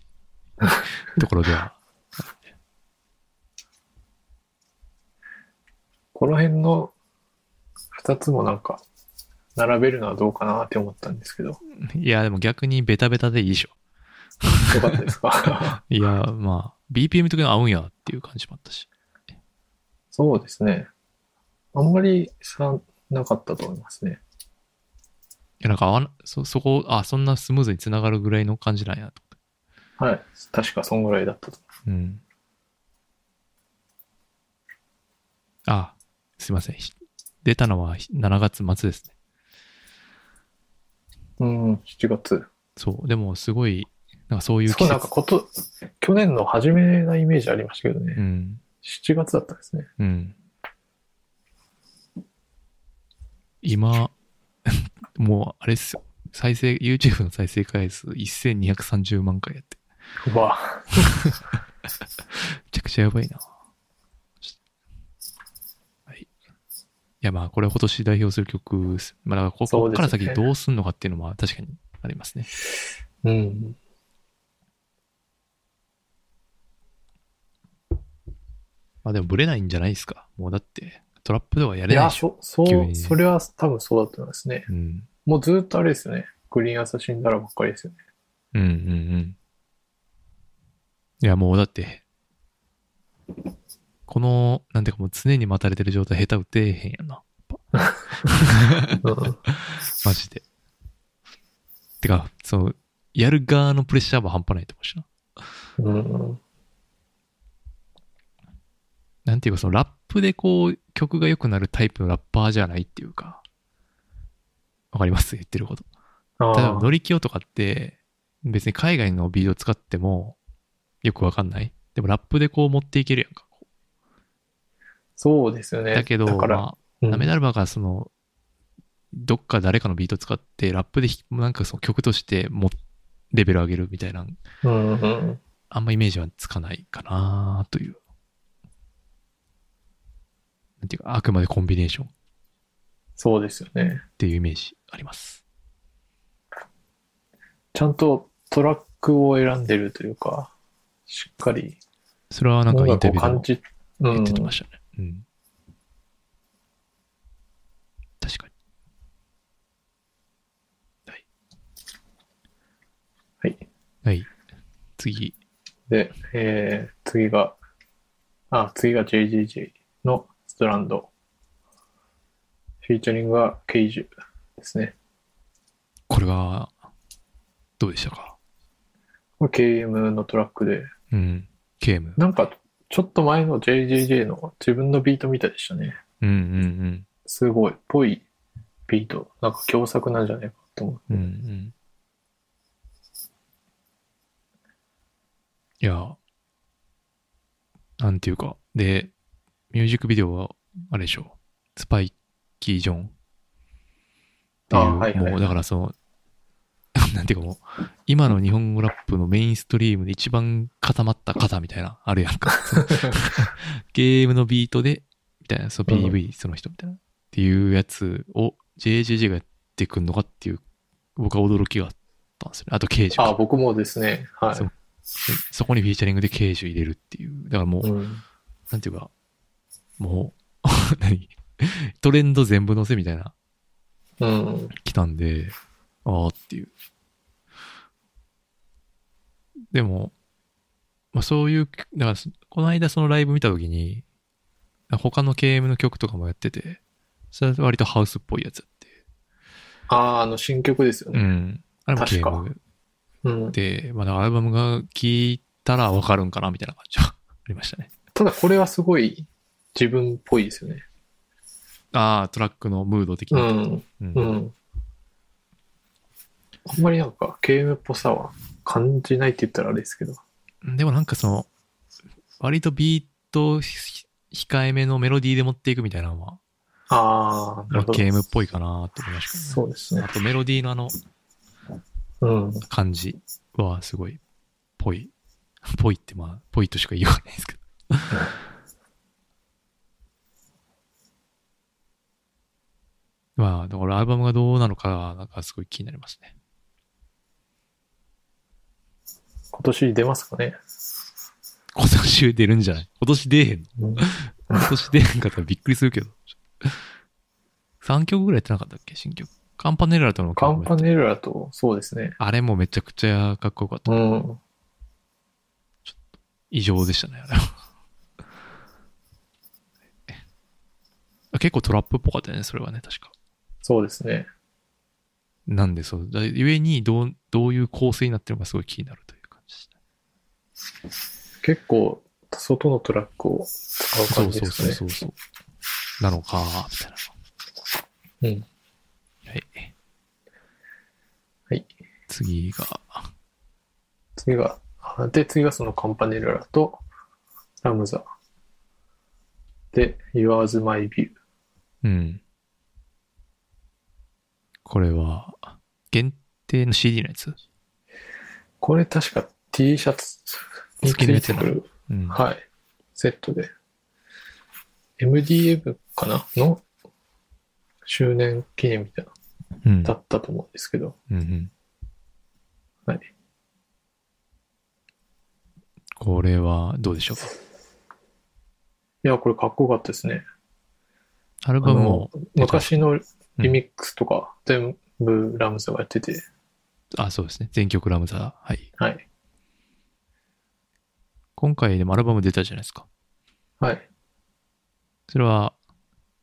B: [LAUGHS] ところでは。
C: この辺の二つもなんか、並べるのはどうかなって思ったんですけど、よ
B: いや、でも逆にベタベタでいいでしょ。
C: かったですか
B: いや、まあ、BPM とか合うんやっていう感じもあったし。
C: [LAUGHS] そうですね。あんまり差なかったと思いますね。
B: いや、なんか合わな、そ、そこ、あ、そんなスムーズにつながるぐらいの感じなんやと。
C: はい。確かそんぐらいだったと。
B: うん。あ、すいません。ひ出たのはひ7月末ですね。
C: うん、7月。
B: そう。でも、すごい、なんかそういう
C: そう、なんかこと、去年の初めなイメージありましたけどね。
B: うん。
C: 7月だったんですね。
B: うん。今、 [LAUGHS] もうあれっすよ。再生、YouTube の再生回数1230万回やって。
C: わ
B: めちゃくちゃやばいな。ちょはい。いや、まあ、これは今年代表する曲っす。まあ、だからこ、
C: そ
B: こ
C: う
B: っ
C: ですね
B: から先どうすんのかっていうのは確かにありますね。
C: うん。
B: まあ、でも、ブレないんじゃないですか。もうだって、トラップではや
C: い
B: れない
C: や、
B: でしょ。
C: そそ
B: 急にね
C: う、それは多分そうだったんですね。
B: うん。
C: もうずっとあれですよね。グリーンアサシンダラばっかりですよね。
B: うんうんうん。いや、もうだって、この、なんていうかもう常に待たれてる状態下手打てへんやんな。
C: うん、
B: マジで。てか、その、やる側のプレッシャーも半端ないと思うしな。
C: うん、
B: なんていうか、そのラップでこう、曲が良くなるタイプのラッパーじゃないっていうか、わかります言ってること。
C: あ
B: 例えば、
C: あ
B: ノリキオとかって、別に海外のビートを使っても、よくわかんないでも、ラップでこう持っていけるやんか。
C: そうですよね。
B: だけど、
C: だから、
B: まあ、
C: うん
B: ダメダルバがその、どっか誰かのビート使って、ラップでひなんかその曲としてもレベル上げるみたいな、
C: うんうん、
B: あんまイメージはつかないかなという。なんていうか、あくまでコンビネーションっ
C: そうですよね。
B: ていうイメージあります。
C: ちゃんとトラックを選んでるというか、しっかり
B: それはなんか
C: 音
B: インタ
C: 楽を
B: ビューで
C: 感
B: も
C: じ、う
B: 言
C: ん
B: って、ましたね。うん。確かに。はい。
C: はい。
B: はい。次。
C: で、えー、次が、あ、次が JGG のストランド。フィーチャリングはケイジュですね。
B: これは、どうでしたか
C: これ KM のトラックで、
B: うん。ケーム。
C: なんかちょっと前の JJJ の自分のビートみたいでしたね。
B: うんうん
C: すごい、ぽいビート。なんか共作なんじゃないかと思う。
B: うん。うんうん。いや、なんていうか。で、ミュージックビデオは、あれでしょう。スパイキー・ジョンっていう、
C: あはいはい
B: もうだからその、 [LAUGHS] なんていうかもう、今の日本語ラップのメインストリームで一番固まった型みたいな、あるや
C: [LAUGHS]
B: んか。ゲームのビートで、みたいな、その PV、その人みたいな。っていうやつを JJJ がやってくんのかっていう、僕は驚きがあったんですよね。あと、刑事
C: あ、
B: か。
C: 僕もですね。は
B: そう
C: い。
B: そこにフィーチャリングで刑事入れるっていう。だからもう、
C: うん、
B: なんていうか、もう、 [LAUGHS] 何トレンド全部載せみたいな、
C: うん。
B: 来たんで、ああっていう。でも、まあそういう、だからそ、この間そのライブ見たときに、他の KM の曲とかもやってて、それは割とハウスっぽいやつやって。
C: ああ、あの新曲ですよ
B: う
C: ね。
B: ん。あれも KM
C: うん。
B: で、まあだからアルバムが聴いたらわかるんかなみたいな感じは [LAUGHS] ありましたね。
C: ただこれはすごい自分っぽいですよね。
B: ああ、トラックのムード的
C: う
B: な。う
C: ん。
B: ん
C: うん。あんまりなんか KM っぽさは感じないって言ったらあれですけど。
B: でもなんかその、割とビートひ控えめのメロディーで持っていくみたいなのは、
C: ああ、な
B: ま
C: る
B: あ
C: ほど
B: ゲームっぽいかなと思いましたけどね
C: そうですね
B: あ。とメロディーのあの
C: うん。
B: 感じはすごい、ぽい。 [LAUGHS] ぽいってまあ、ぽいとしか言いようがないです
C: [LAUGHS]
B: けど。まあ、だからアルバムがどうなのか、なんかすごい気になりますね。
C: 今年出ますかね。
B: 今年出るんじゃない今年出えへんの
C: うん
B: 今年出へんかったらびっくりするけど。3曲ぐらいやってなかったっけ新曲。カンパネラとの
C: カ
B: 曲
C: ン
B: もや
C: パ
B: って
C: ネラと、そうですね。
B: あれもめちゃくちゃかっこよかった。
C: うん。
B: 異常でしたね、あれは。 [LAUGHS] 結構トラップっぽかったよね、それはね、確か。
C: そうですね。
B: なんでそう。だゆえにどう、どういう構成になってるのかすごい気になるという感じでした
C: 結構、外のトラックを使う
B: そ
C: 感
B: う
C: じ
B: そう
C: です
B: そう
C: ね。
B: そうそう。なのか、みたい
C: うん。
B: な。はい。
C: はい。
B: 次が、
C: 次が、あで、次がそのカンパネラとラムザ。で、Yours My View。
B: うん。これは、限定の CD のやつ
C: これ確か T シャツに
B: 付きのやつ
C: つい
B: な
C: てくる
B: うん。
C: はい。セットで。MDM かなの周年記念みたいな、
B: うん
C: だったと思うんですけど。
B: うんうん。
C: はい。
B: これはどうでしょうか
C: いや、これかっこよかったですね。
B: アル
C: あ
B: バム
C: の
B: も、、
C: 昔のリミックスとか全部ラムザがやってて、
B: あ、そうですね。全曲ラムザ。はい。
C: はい。
B: 今回でもアルバム出たじゃないですか。
C: はい。
B: それは、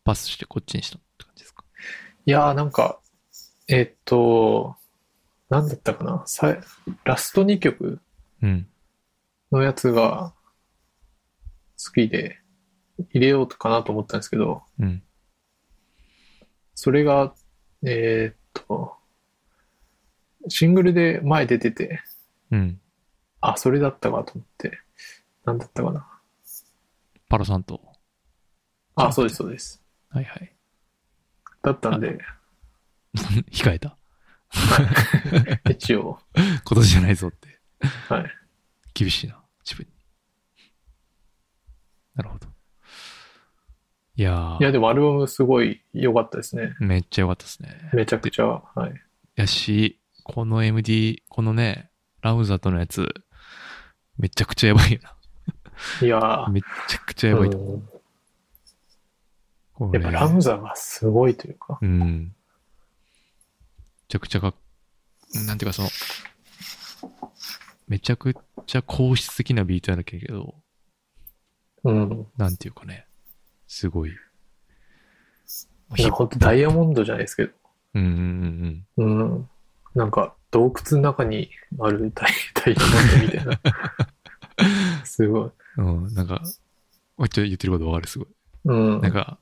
B: パスしてこっちにしたって感じですか
C: いやーなんか、えーっと、なんだったかな。さラスト2曲
B: うん。
C: のやつが好きで入れようかなと思ったんですけど、
B: うん。
C: それが、えーっと、シングルで前出てて、
B: うん。
C: あ、それだったかと思って、なんだったかな。
B: パロさんと。
C: あ、そうです、そうです。
B: はいはい。 [LAUGHS]
C: だったんで、
B: 控えた。
C: 一応、
B: 今年じゃないぞって。
C: はい。
B: 厳しいな、自分に。なるほど。いや
C: いや、
B: ー、
C: でもアルバムすごい良かったですね。
B: めっちゃ良かったですね。
C: めちゃくちゃ、はい。
B: やし、この MD、このね、ラムザとのやつ、めちゃくちゃやばいよ
C: いや
B: な。
C: ー
B: めちゃくちゃやばいと思う。
C: うん
B: これ
C: やっぱラムザがすごいというか、
B: うん。めちゃくちゃかっ、なんていうかその、めちゃくちゃ硬質的なビートやなきゃいけないけど、
C: うん。
B: なんていうかね、すごい、
C: なんか本当ダイヤモンドじゃないですけど、
B: うんうんうん
C: うん、なんか洞窟の中にあるダイダイヤモンドみたいな。 [LAUGHS] すごい。
B: うん。うん、なんか、おいちょ言ってることわかる、すごい。
C: うん。
B: なんか、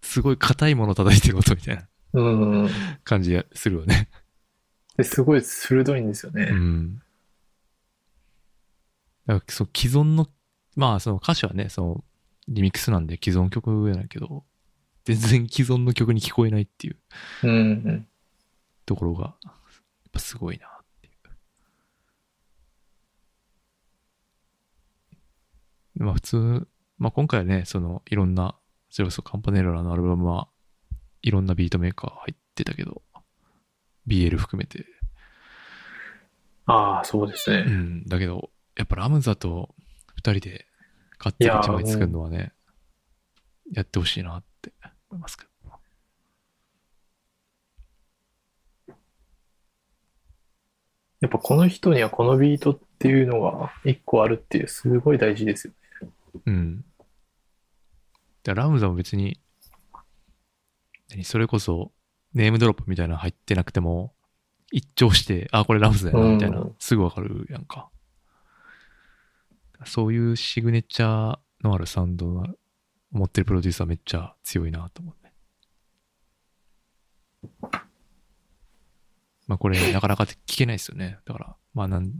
B: すごい硬いもの叩いてることみたいな
C: うん。
B: 感じがするよ
C: [LAUGHS]
B: ね。
C: ですごい鋭いんですよ
B: う
C: ね。
B: ん。だからそう既存の、まあその歌詞はね、そのリミックスなんで既存曲やないけど、全然既存の曲に聞こえないっていう
C: うん。うん
B: ところが、やっぱすごいなっていう。まあ普通、まあ今回はね、そのいろんな、それこそカンパネラのアルバムはいろんなビートメーカー入ってたけど、BL 含めて、
C: ああ、そうです
B: う
C: ね。
B: ん、だけど、やっぱラムザと二人で買って一枚作るのはね、やってほしいなって思いますけど。
C: やっぱこの人にはこのビートっていうのが一個あるっていう、すごい大事ですよ。
B: うん。でラムザも別に、何それこそ、ネームドロップみたいなの入ってなくても、一聴して、あ、これラムザやな、みたいな、
C: うん
B: すぐわかるやんか。そういうシグネチャーのあるサウンドを持ってるプロデューサーめっちゃ強いなと思うね。まあこれ、なかなか聞けないですよね。だから、まあなん、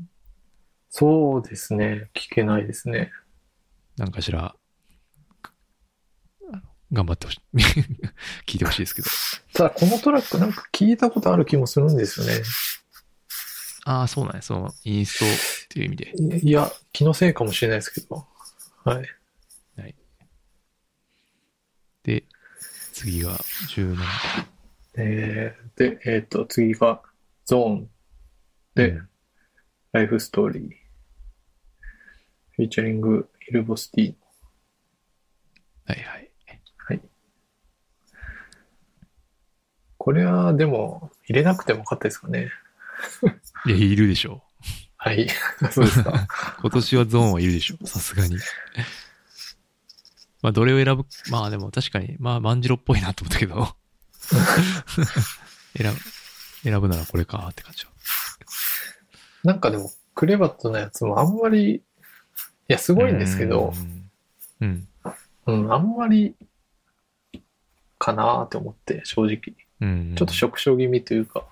C: そうですね。聞けないですね。
B: なんかしら、あの頑張ってほしい。 [LAUGHS] 聞いてほしいですけど。
C: ただこのトラックなんか聞いたことある気もするんですよね。
B: [LAUGHS] ああ、そうなんや。その、インストっていう意味で。
C: いいや、気のせいかもしれないですけど。はい。
B: で、次が17。
C: えー、で、えっ、と、次がゾーンで、
B: うん
C: ライフストーリー。フィーチャリング、ヒルボスティー
B: はいはい。
C: これはでも入れなくてもよかったですかね。
B: いや、いるでしょ
C: はい。 [LAUGHS] そうですか。
B: う。今年はゾーンはいるでしょう。さすがに。まあ、どれを選ぶまあでも確かに、まあ、万次郎っぽいなと思ったけど。 [LAUGHS] 選ぶ、選ぶならこれかって感じは。
C: なんかでも、クレバットのやつもあんまり、いや、す
B: す
C: ごいんですけど、。
B: うん。
C: うん、あんまり、かなーって思って、正直。
B: うん。
C: ちょっと触傷気味というか、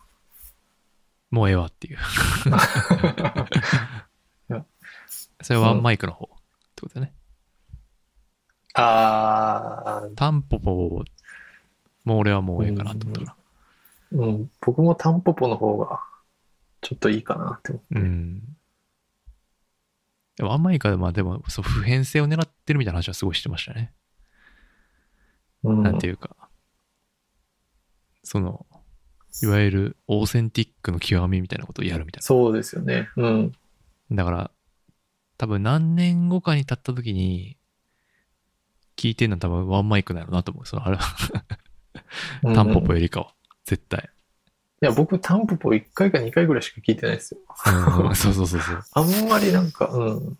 B: もうええわ
C: [LAUGHS]
B: っていう
C: いや。
B: それはマイクの方ってことだね。
C: あー、
B: タンポポもう俺はもうええかなと思ったか
C: うん、僕もタンポポの方が、ちょっといいかなって思
B: ら。
C: う
B: うんん。でもあんまりか、まあでも、そう、普遍性を狙ってるみたいな話はすごいしてましたね。
C: うん。
B: なんていうか。その、いわゆるオーセンティックの極みみたいなことをやるみたい
C: そうですよね。うん。
B: な。だから、多分何年後かに経った時に、聞いてんのは多分ワンマイクなのなと思う。その、あれ、
C: うん
B: タンポポ
C: い
B: よりかは。絶対。
C: や、僕、タンポポ1回か2回ぐらいしか聞いてないですよ。
B: うん [LAUGHS] そうそうそうそう。
C: あんまりなんか、うん。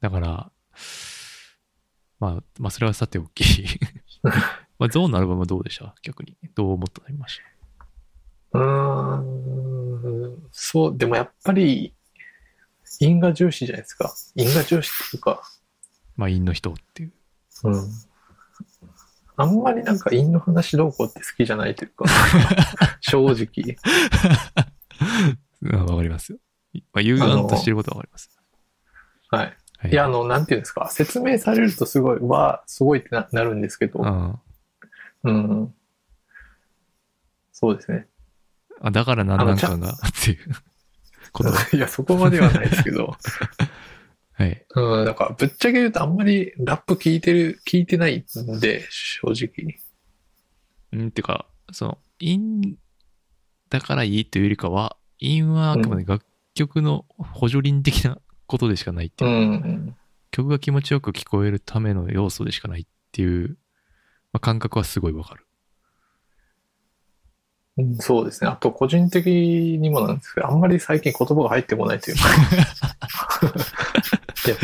B: だから、まあ、まあ、それはさておき。まあ、ゾーンのアルバムはどうでした逆に。どう思ったの見まし
C: うーん。そう、でもやっぱり、因果重視じゃないですか。因果重視っていうか、
B: たまあ、陰の人っていう。
C: うん。あんまりなんか因の話どうこうって好きじゃないとい
B: [LAUGHS]
C: うか、正直。
B: うんわかりますよ。まあ、幽暗としてることはわかります。
C: はい。
B: はい
C: や、あの、なんていうんですか、説明されるとすごい、わあ、すごいってななるんですけど、
B: うん
C: うん。そうですね。
B: あ、だからなんなんかが、っていう
C: [LAUGHS]
B: こと。
C: [LAUGHS] いや、そこまではないですけど、
B: はい。
C: [LAUGHS] うん、なんか、ぶっちゃけ言うとあんまりラップ聞いてる、聞いてないんで、正直。
B: うん、てか、その、陰だからいいというよりかは、陰はあくまで楽曲の補助輪的なことでしかないって
C: う
B: いう。
C: ん。
B: 曲が気持ちよく聞こえるための要素でしかないっていう、まあ、感覚はすごいわかる。
C: うんそうですね。あと、個人的にもなんですけど、あんまり [LAUGHS] 最近言葉が入ってこないというか。やっぱり。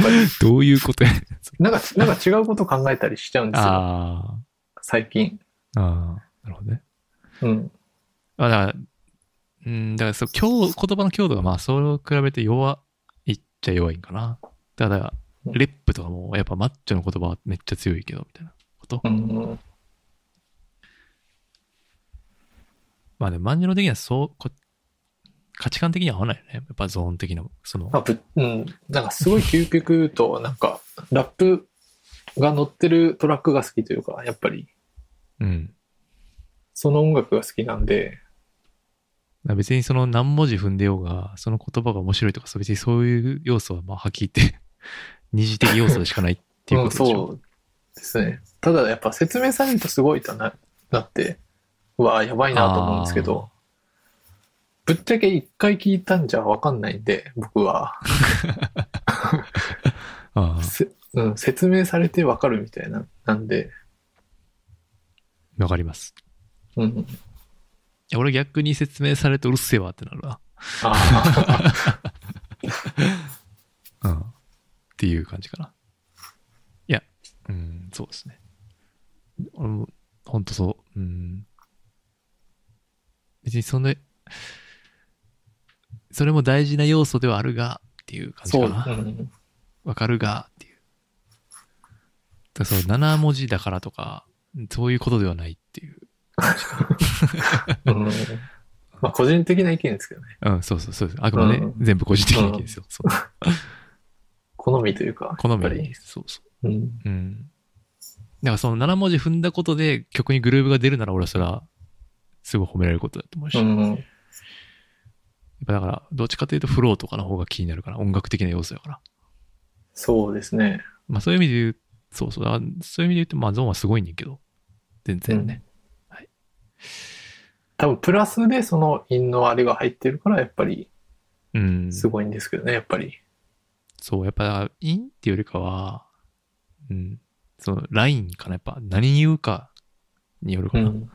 B: どういうことやねんそ
C: なんか、なんか違うこと考えたりしちゃうんです
B: [LAUGHS]
C: よ。
B: あ
C: 最近。
B: あ、ああ、なるほどね。
C: うん。
B: あだから、うん、だからそう、強言葉の強度が、まあ、それを比べて弱いっちゃ弱いんかな。だから、レップとかも、やっぱマッチョの言葉はめっちゃ強いけど、みたいなこと。
C: うん。
B: まあでも、マンジロ的にはそうこ、価値観的には合わないよね。やっぱゾーン的な、その
C: ま、あ、ぶうん。なんかすごい究極言うと、なんか、ラップが乗ってるトラックが好きというか、やっぱり、
B: うん。
C: その音楽が好きなんで、
B: だから別にその何文字踏んでようが、その言葉が面白いとか、そう別にそういう要素はまあはっきり言って [LAUGHS] 二次的要素でしかないっていうことでしょ。
C: うんそうですね。ただやっぱ説明されるとすごいとななって、うわあやばいなと思うんですけど、ぶっちゃけ一回聞いたんじゃわかんないんで、僕は、
B: ああ
C: せうん、説明されてわかるみたいな、なんで、
B: わかります。
C: うん。
B: いや俺逆に説明されてうるせえわってなるな。
C: あ
B: う
C: あ、
B: ん。っていう感じかな。いや、うん、そうですね。俺も、ほんとそう。うん。別にその、それも大事な要素ではあるが、っていう [LAUGHS] 感じか
C: そう、
B: な。
C: うん。
B: わかるが、っていう。だからそう、7文字だからとか、そういうことではないっていう。
C: うんまあ個人的な意見ですけどね。
B: うん、そうそうそうです。あくまでね、
C: う
B: 全部個人的な意見ですよ。そう
C: 好みというか。
B: 好みの
C: やっぱ
B: 意見
C: り
B: で。す。そうそ
C: うん。
B: う。うん。だからその7文字踏んだことで曲にグルーブが出るなら俺はそれは、すごい褒められることだと思うし。
C: う
B: やっ
C: ん。
B: ぱだから、どっちかというとフローとかの方が気になるから、音楽的な要素やから。
C: そうですね。
B: まあそういう意味で言う、そうそう、だからそういう意味で言うと、まあゾーンはすごいねんけど、全然ね。
C: 多分プラスでその韻のあれが入ってるから、やっぱり
B: うん。
C: すごいんですけどね、やっぱり。
B: そう、やっぱ、インっていうよりかは、うん、その、ラインかな。やっぱ、何言うかによるか
C: う
B: な。だか
C: ん。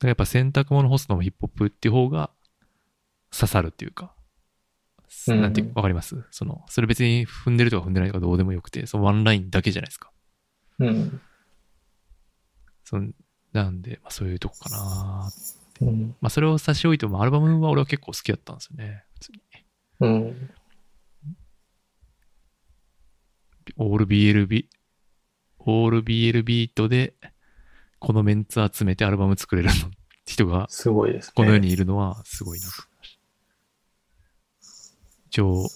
B: らやっぱ、洗濯物干すのもヒップホップっていう方が、刺さるっていうか、
C: うん
B: なんていうか、わかりますその、それ別に踏んでるとか踏んでないとかどうでもよくて、そのワンラインだけじゃないですか。
C: うん。
B: その、なんで、まあ、そういうとこかな。
C: うん。
B: まあ、それを差し置いても、アルバムは俺は結構好きだったんですよね。普通に。
C: うん。
B: オール BLB、オール BL ビートで、このメンツ集めてアルバム作れるの [LAUGHS] 人が、
C: すごいですね。
B: この世にいるのはすごいなと思いました。一応、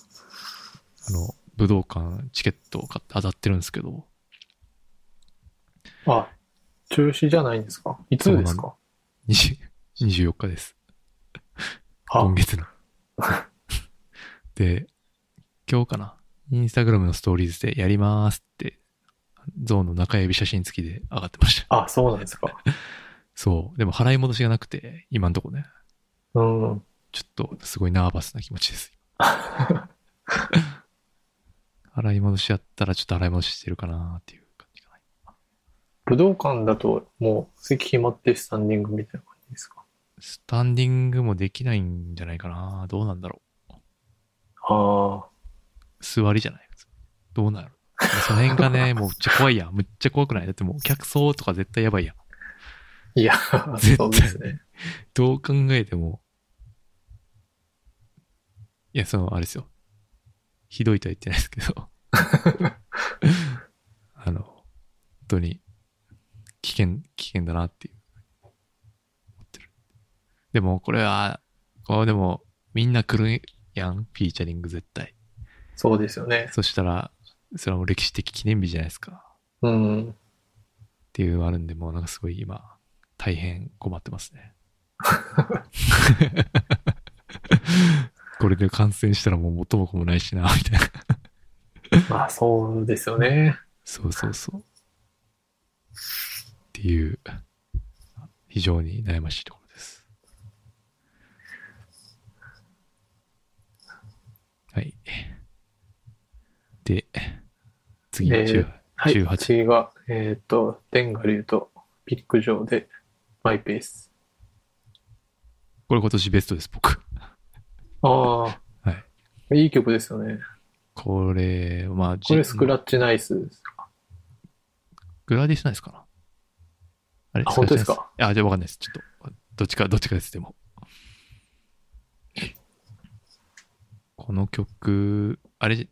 B: あの、武道館チケットを買って当たってるんですけど、
C: あ、中止じゃないんですかいつですか
B: 20 24日です。
C: あ
B: 今、月の。で、今日かな。インスタグラムのストーリーズでやりますって、ゾーンの中指写真付きで上がってました。
C: あ、そうなんですか。
B: そう。でも払い戻しがなくて、今んとこね。
C: うん。
B: ちょっとすごいナーバスな気持ちです。洗い戻しやったらちょっと洗い戻ししてるかなっていう感じかな。
C: 武道館だともう席決まってスタンディングみたいな感じですか
B: スタンディングもできないんじゃないかな。どうなんだろ
C: ああ。
B: う。座りじゃないどうなるその辺がね、もうむっちゃ怖いやん。むっちゃ怖くないだってもう客層とか絶対やばいやん。
C: いや、
B: 絶対
C: そうですね。
B: どう考えても。いや、その、あれですよ。ひどいとは言ってないですけど。あの、本当に、危険、危険だなっていう。思ってる。でも、これは、こう、でも、みんな来るやん、フィーチャリング絶対。
C: そうですよね。
B: そしたら、それはもう歴史的記念日じゃないですか。
C: うん。
B: っていうのがあるんで、もうなんかすごい今、大変困ってます
C: [LAUGHS]
B: ね。これで感染したらもう元も子もないしな、みたいな。
C: まあ、そうですよね。
B: そうそうそう。っていう、非常に悩ましいところです。はい。で、次、
C: え
B: 18
C: ーはい。
B: 18
C: 次が、えっ、と、天下竜とピック上でマイペース。
B: これ今年ベストです、僕。
C: ああ。。
B: はい
C: いい曲ですよね。
B: これ、まあ、
C: これスク
B: ッ
C: ラッチナイスですか。
B: グラディしないですかなあれ
C: あ本当ですか
B: スカイシャインあ、じゃあわかんないです。ちょっと、どっちか、どっちかです、でも。この曲、あれ、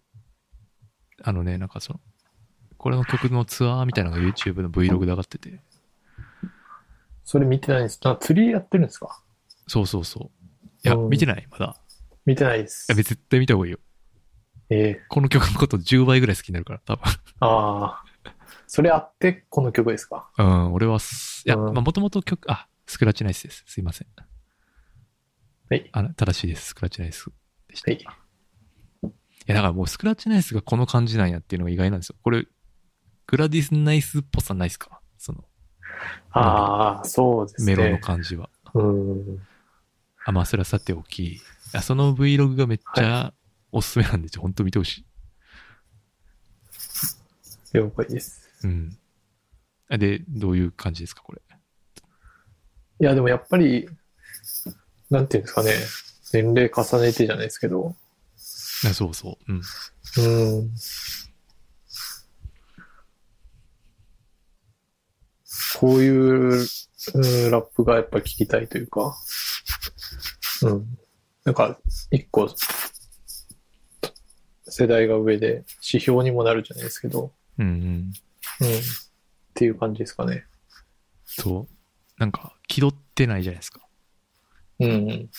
B: あのね、なんかその、これの曲のツアーみたいなのが YouTube の Vlog で上がってて、
C: それ見てないんです。な釣りやってるんですか
B: そうそうそう。いや、
C: うん
B: 見てないまだ。
C: 見てないです
B: いや、。絶対見た方がいいよ。
C: ええ
B: この曲のこと10倍ぐらい好きになるから、多分。
C: ああ。それあって、この曲ですか
B: うん、俺はす、いや、
C: うん
B: まあ、もともと曲、あ、スクラッチナイスです。すいません。
C: はい
B: あの正しいです。スクラッチナイスでした。
C: はい
B: いや、だからもうスクラッチナイスがこの感じなんやっていうのが意外なんですよ。これ、グラディスナイスっぽさないですかその
C: ああ、そうです
B: メ
C: ね。
B: ロの感じは。
C: うん。
B: あ、まあ、それはさておき。いや、その Vlog がめっちゃおすすめなんで、ちょ本当見てほしい。
C: 了解です。
B: うん。あで、どういう感じですか、これ。
C: いや、でもやっぱり、なんていうんですかね、年齢重ねてじゃないですけど、
B: あそうそう。うん。
C: うん。こういう、うん、ラップがやっぱ聞きたいというか、うん。なんか、一個、世代が上で指標にもなるじゃないですけど、
B: うんうん。
C: うん。っていう感じですかね。
B: そう。なんか、気取ってないじゃないですか。
C: うんうん。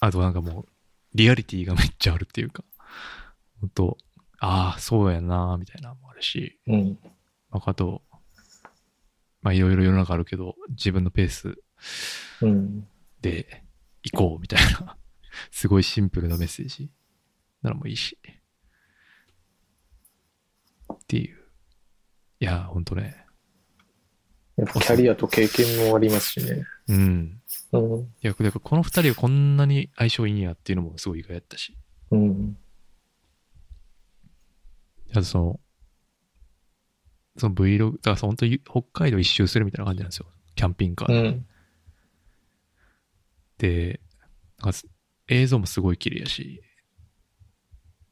B: あとなんかもう、リアリティがめっちゃあるっていうか、ほんと、ああ、そうやなーみたいなのもあるし、
C: うん。
B: まあ、あと、まあいろいろ世の中あるけど、自分のペース
C: うん。
B: で行こうみたいな、 [LAUGHS] すごいシンプルなメッセージなのもいいし、っていう。いやー、ほんとね。
C: やっぱキャリアと経験もありますしね。
B: うん。
C: うん。
B: いや、だからこの二人がこんなに相性いいんやっていうのもすごい意外やったし。
C: うん。
B: あとその、その Vlog、だからその本当に北海道一周するみたいな感じなんですよ。キャンピングカー
C: う
B: で。
C: ん。
B: でなんかす映像もすごい綺麗やし、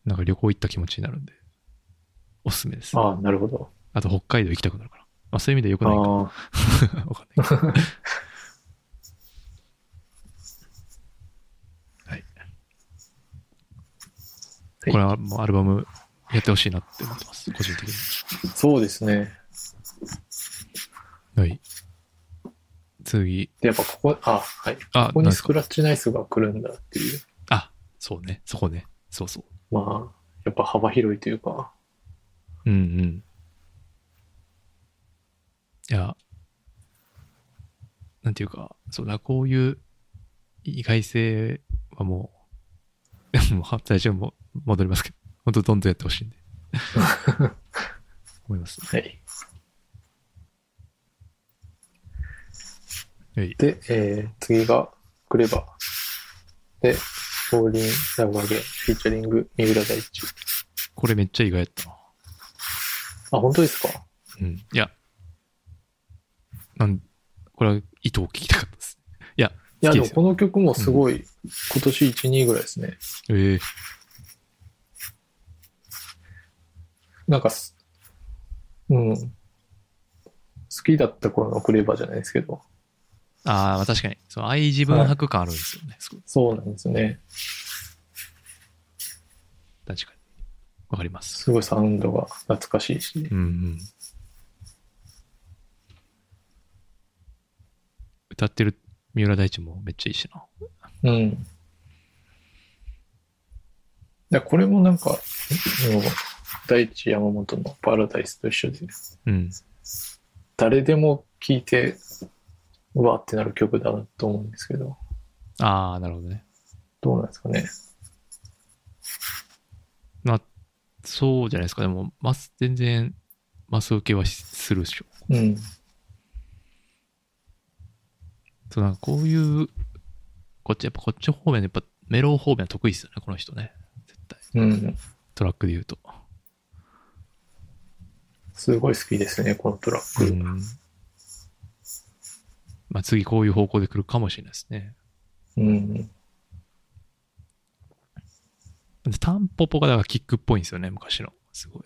B: なんか旅行行った気持ちになるんで、おすすめです。あ
C: ああ、なるほど。
B: と北海道行きたくなるから。まあそういう意味ではよく
C: あ
B: ないか。
C: あー。
B: [LAUGHS] わかんないけ
C: [LAUGHS]
B: ど。はい。これはもうアルバムやってほしいなって思ってます。個人的に。
C: そうですね。
B: はい。次。
C: で、やっぱここ、あ、はい。こ
B: あ、
C: こ
B: なん
C: に
B: です
C: ス
B: か
C: クラッチナイスが来るんだっていう。
B: あ、そうね。そこね。そうそ
C: まあ、やっぱ幅広いというか。
B: う。うんうん。いや、なんていうか、そうだ、こういう意外性はもう、 [LAUGHS] でも、は最初も戻りますけど、本当どんどんやってほしいんで。思います、ね。
C: はい。
B: はい。
C: で、えー、次が来れば。で、降臨ラブアゲン、フィーチャリング、三浦大知。
B: これめっちゃ意外やったな。
C: あ、本当ですか
B: うん。いや、なん、これは意図を聞きたかったです。いや、
C: い
B: 好き
C: や、で
B: で
C: も
B: すよ
C: この曲もすごい、今年1、2ぐらいですね。
B: ええ
C: なんかす、うん。好きだった頃のクレバじゃないですけど。
B: ああ、まあ確かに。そう、愛自分白感あるんですよね。すごい
C: そうなんですね。
B: 確かに。わかります。
C: すごいサウンドが懐かしいし
B: う。んうん。歌ってる三浦大知もめっちゃいいしな。
C: うん。いや、これもなんか、もう、大地山本のパラダイスと一緒で、
B: うん。
C: 誰でも聴いて、うわーってなる曲だなと思うんですけど、
B: ああ、なるほどね。
C: どうなんですかね。
B: まあ、そうじゃないですか。でも、マス、全然、マス受けはしするでしょ。
C: うん。
B: そう、なんかこういう、こっち、やっぱこっち方面で、やっぱメロ方面は得意ですよね、この人ね。絶対。
C: うん。
B: トラックで言うと。
C: すごい好きですね、このトラック。
B: うんまあ、次こういう方向で来るかもしれないですね。
C: うん。
B: でタンポポがだからキックっぽいんですよね、昔の。すごい。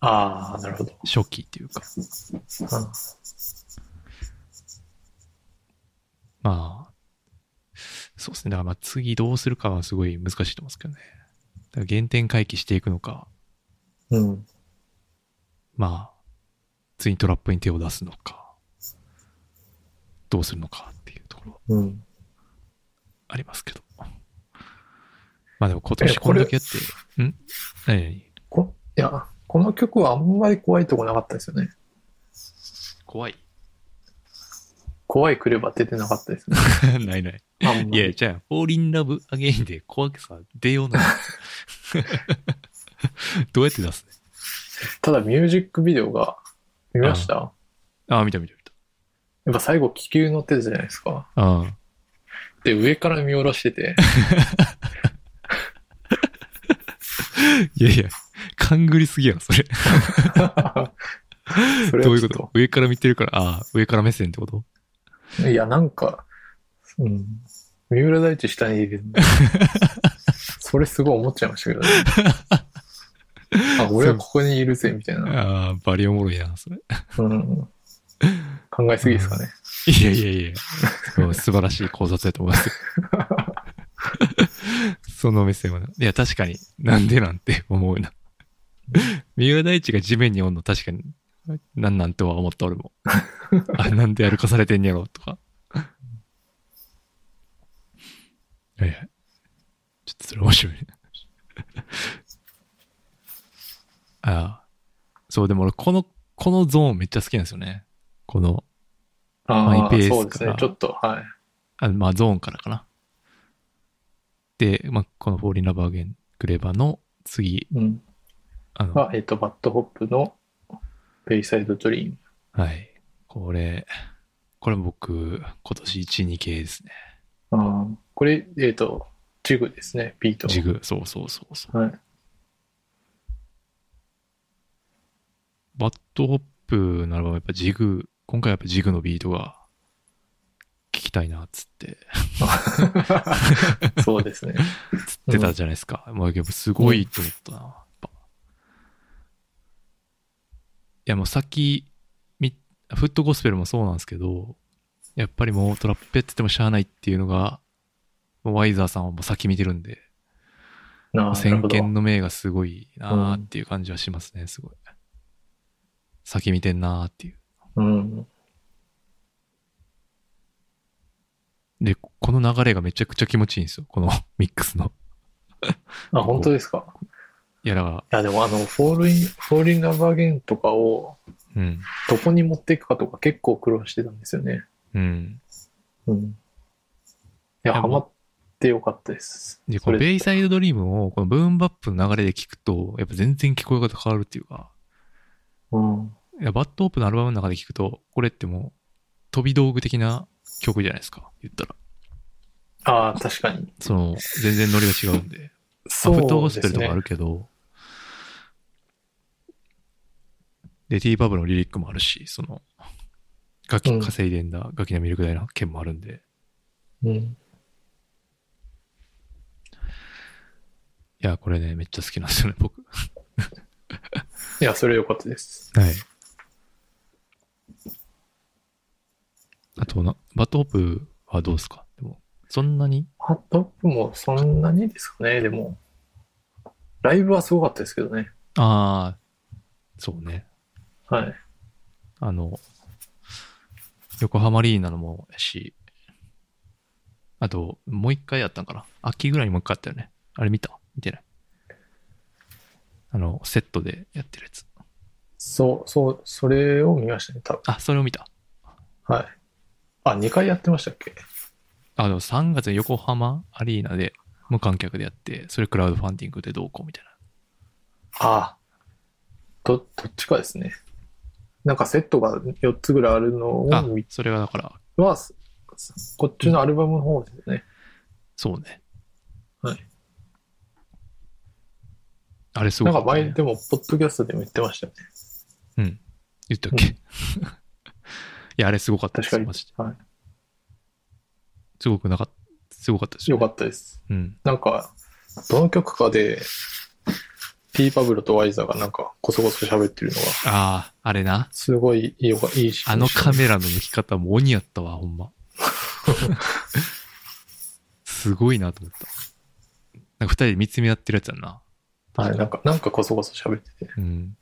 C: ああ、なるほど。
B: 初期っていうか。
C: あ
B: まあ、そうですね。だからまあ次どうするかはすごい難しいと思うんですけどね。だから原点回帰していくのか、
C: うん。
B: まあ、ついにトラップに手を出すのか、どうするのかっていうところは
C: うん。
B: ありますけど。まあでも今年
C: え
B: こ
C: こ
B: れ
C: れ
B: だけやって、ん何々
C: こいや、この曲はあんまり怖いとこなかったですよね。
B: 怖い
C: 怖い来れば出てなかったですね。
B: [LAUGHS]
C: [LAUGHS]
B: ないない。
C: あんま
B: いや、
C: り。
B: じゃあ、フォーリンラブアゲインで怖くさ出よう [LAUGHS] ないどうやって出すね
C: ただミュージックビデオが、見ました
B: ああ、見た見た見た。
C: やっぱ最後気球乗ってたじゃないですか。
B: ああ。
C: で、上から見下ろし
B: [LAUGHS]
C: てて、
B: いやいや、勘ぐりすぎやろ、それ。
C: それ
B: どう
C: はいち
B: う
C: ょっ
B: こと上から見てるから、ああ、上から目線ってこと
C: と。いや、なんか、うん。三浦大知下にい
B: [LAUGHS]
C: るんだ。それすごい思っちゃいましたけどね。あ、俺はここにいるぜ、みたいな。
B: ああ、バリおもろいな、それ。
C: うん。考えすぎですかね。
B: いやいやいや、すごい素晴らしい考察だと思いますよ。 [LAUGHS] その目線はな。いや、確かに、なんでなんて思うな。三浦大知が地面におんの確かに、なんなんとは思った俺も。あ、なんで歩かされてんやろとか。いやいや、ちょっとそれ面白いね。ああ。そう、でも俺、この、このゾーンめっちゃ好きなんですよね。この、マイ
C: あ
B: ペース
C: あ、そうです
B: か
C: ね
B: ら。
C: ちょっと、はい。
B: あまあ、ゾーンからかな。で、まあ、このフォーリンラバーゲンクレバの次、
C: うん。
B: あの、
C: は、えっ、と、バッドホップのベイサイドドリーム。
B: はい。これ、これ僕、今年1、2系ですね。
C: ああ、これ、えっ、と、ジグですね、ビート。
B: ジグ、そうそうそうそう。
C: はい。
B: バッドホップならばやっぱジグ、今回やっぱジグのビートが聞きたいなっつって、
C: そうですね。
B: つってたじゃないですか。もうやっぱすごいと思ったな。やっぱいやもう先、みフットゴスペルもそうなんですけど、やっぱりもうトラップやっててもしゃあないっていうのが、もうワイザーさんはもう先見てるんで、
C: なあなる
B: 先
C: ほど。
B: 見の明がすごいなーっていう感じはしますね、すごい。先見てんなーっていう。
C: うん。
B: で、この流れがめちゃくちゃ気持ちいいんですよ。この [LAUGHS] ミックスの。
C: あ、本当ですか。
B: いや、だか
C: いや、でもあの、フォールイン、フォールインラバーゲンとかを、
B: ら、うん。
C: どこに持っていくかとか結構苦労してたんですよね。
B: うん。
C: うん。い
B: で
C: や、ハ
B: も
C: マってよかったです。
B: で、
C: そ
B: この
C: れ
B: ベイサイドドリームを、このブーンバップの流れで聞くと、やっぱ全然聞こえ方変わるっていうか、
C: うん。
B: いや、バッドオープンのアルバムの中で聞くと、これってもう、飛び道具的な曲じゃないですか。言ったら。
C: ああ、確かに。
B: その、全然ノリが違うん
C: [LAUGHS]
B: で。
C: そ
B: まあフット
C: う
B: ゴ
C: で
B: スペ
C: す
B: ルとかあ
C: ね
B: る。けど、で、ティーバブルのリリックもあるし、その、ガキ
C: うん
B: 稼いでんだ、ガキのミルクダイな件もあるんで、
C: うん。
B: いや、これね、めっちゃ好きなんですよね、僕。
C: いや、それよかったです。
B: はい。あとな、バトオープはどうですかでも、そんなに
C: ハットアップもそんなにですかね、でも。ライブはすごかったですけどね。
B: ああ、そうね。
C: はい。
B: あの、横浜アリーナのもやし、あと、もう一回やったんかな秋ぐらいにもう一回あったよね。あれ見た見てない。あの、セットでやってるやつ。
C: そう、そう、それを見ましたね、多分。
B: あ、それを見た。
C: はい。あ、2回やってましたっけ
B: あ、でも3月に横浜アリーナで無観客でやって、それクラウドファンディングでどうこうみたいな。
C: ああ。ど、どっちかですね。なんかセットが4つぐらいあるのを
B: あ
C: 見、
B: それはだから、
C: は、すこっちのアルバムの方ですね。
B: そうね。
C: はい。
B: あれすご、
C: ないんか前、
B: ね。
C: でも、ポッドキャストでも言ってましたよね。
B: うん。言ったっ [LAUGHS] け、いや、あれすごかったです。
C: 確か
B: マ
C: に
B: ジで。
C: はい。
B: すごくなかった。すごかったです
C: よ
B: よ、
C: か
B: ね。
C: ったです。
B: うん。
C: なんか、どの曲かで、 P パブロとワイザーがなんかこそこそ喋ってるのが、
B: ああ、あれな。
C: すごいいいよが、いいし。
B: あのカメラの抜き方も鬼やったわ、ほん
C: [LAUGHS]
B: ま。すごいなと思った。なんか二人で見つめ合ってるやつやんな。
C: はい、なんか、なんかこそこそ喋ってて。
B: うん。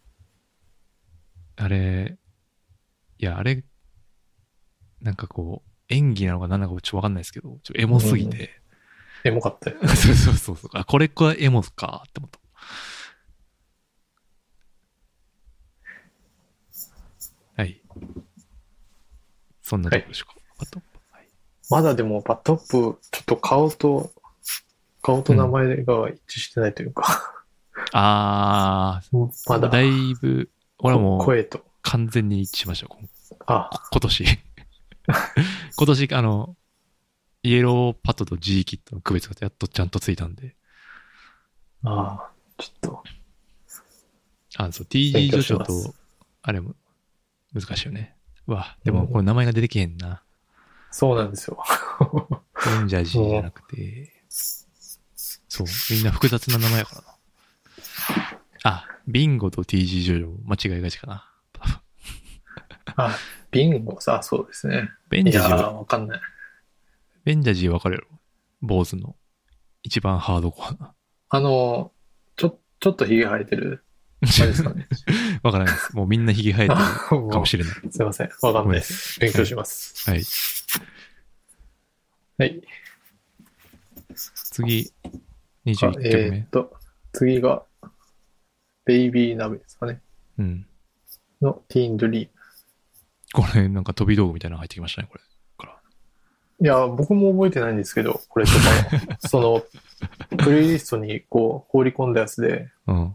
B: あれ、いや、あれ、なんかこう、演技なのか何なのかちょっとわかんないですけど、ちょっとエモすぎて。
C: エモかったよ。
B: [LAUGHS] そうそうそうそう。あ、これこれエモかって思った。はい。そんなとこでしょうか。あとはい
C: まだでもバットアップ、ちょっと顔と、顔と名前が一致してないというか、
B: あー、
C: まだ、
B: だいぶ、俺はもう
C: 声と。
B: 完全に一致しましょう。こん
C: あ、
B: 今年。 [LAUGHS] 今年、あの、イエローパッドと G キットの区別がやっとちゃんとついたんで、
C: ああ、ちょっ
B: あ、そう、
C: 勉
B: TG 助
C: 強し
B: 長
C: ます
B: と、あれも、難しいよね。うわ、でもこれ名前が出てけへんな。
C: と、そうなんですよ。
B: レンジャー G じゃなくて、そう、みんな複雑な名前やからな。あ、ビンゴと TG ジョジョも間違いがちかな。
C: あ、ビンゴさ、そうですね。
B: ベン
C: い
B: ジャ
C: や
B: ー G
C: ー
B: は、
C: わかんない。
B: ベンジャー G わかるやろ坊主の。一番ハードコアな。
C: あの、ちょ、ちょっとヒゲ生えてる。
B: [LAUGHS]
C: あれですかね。
B: わからないです。もうみんなヒゲ生えてる
C: あもう
B: かもしれない。
C: すいません。わかんないです。
B: す
C: 勉強します。
B: はい。
C: はい。
B: 次、
C: あ
B: 21曲目。
C: えーっと、次が、ベイビー鍋ですかね。
B: うん。
C: のティーンドリー
B: これ、なんか飛び道具みたいなの入ってきましたね、これ。から
C: ム。いや、僕も覚えてないんですけど、これとか
B: [LAUGHS]
C: もその、プレイリストにこう放り込んだやつで
B: うん。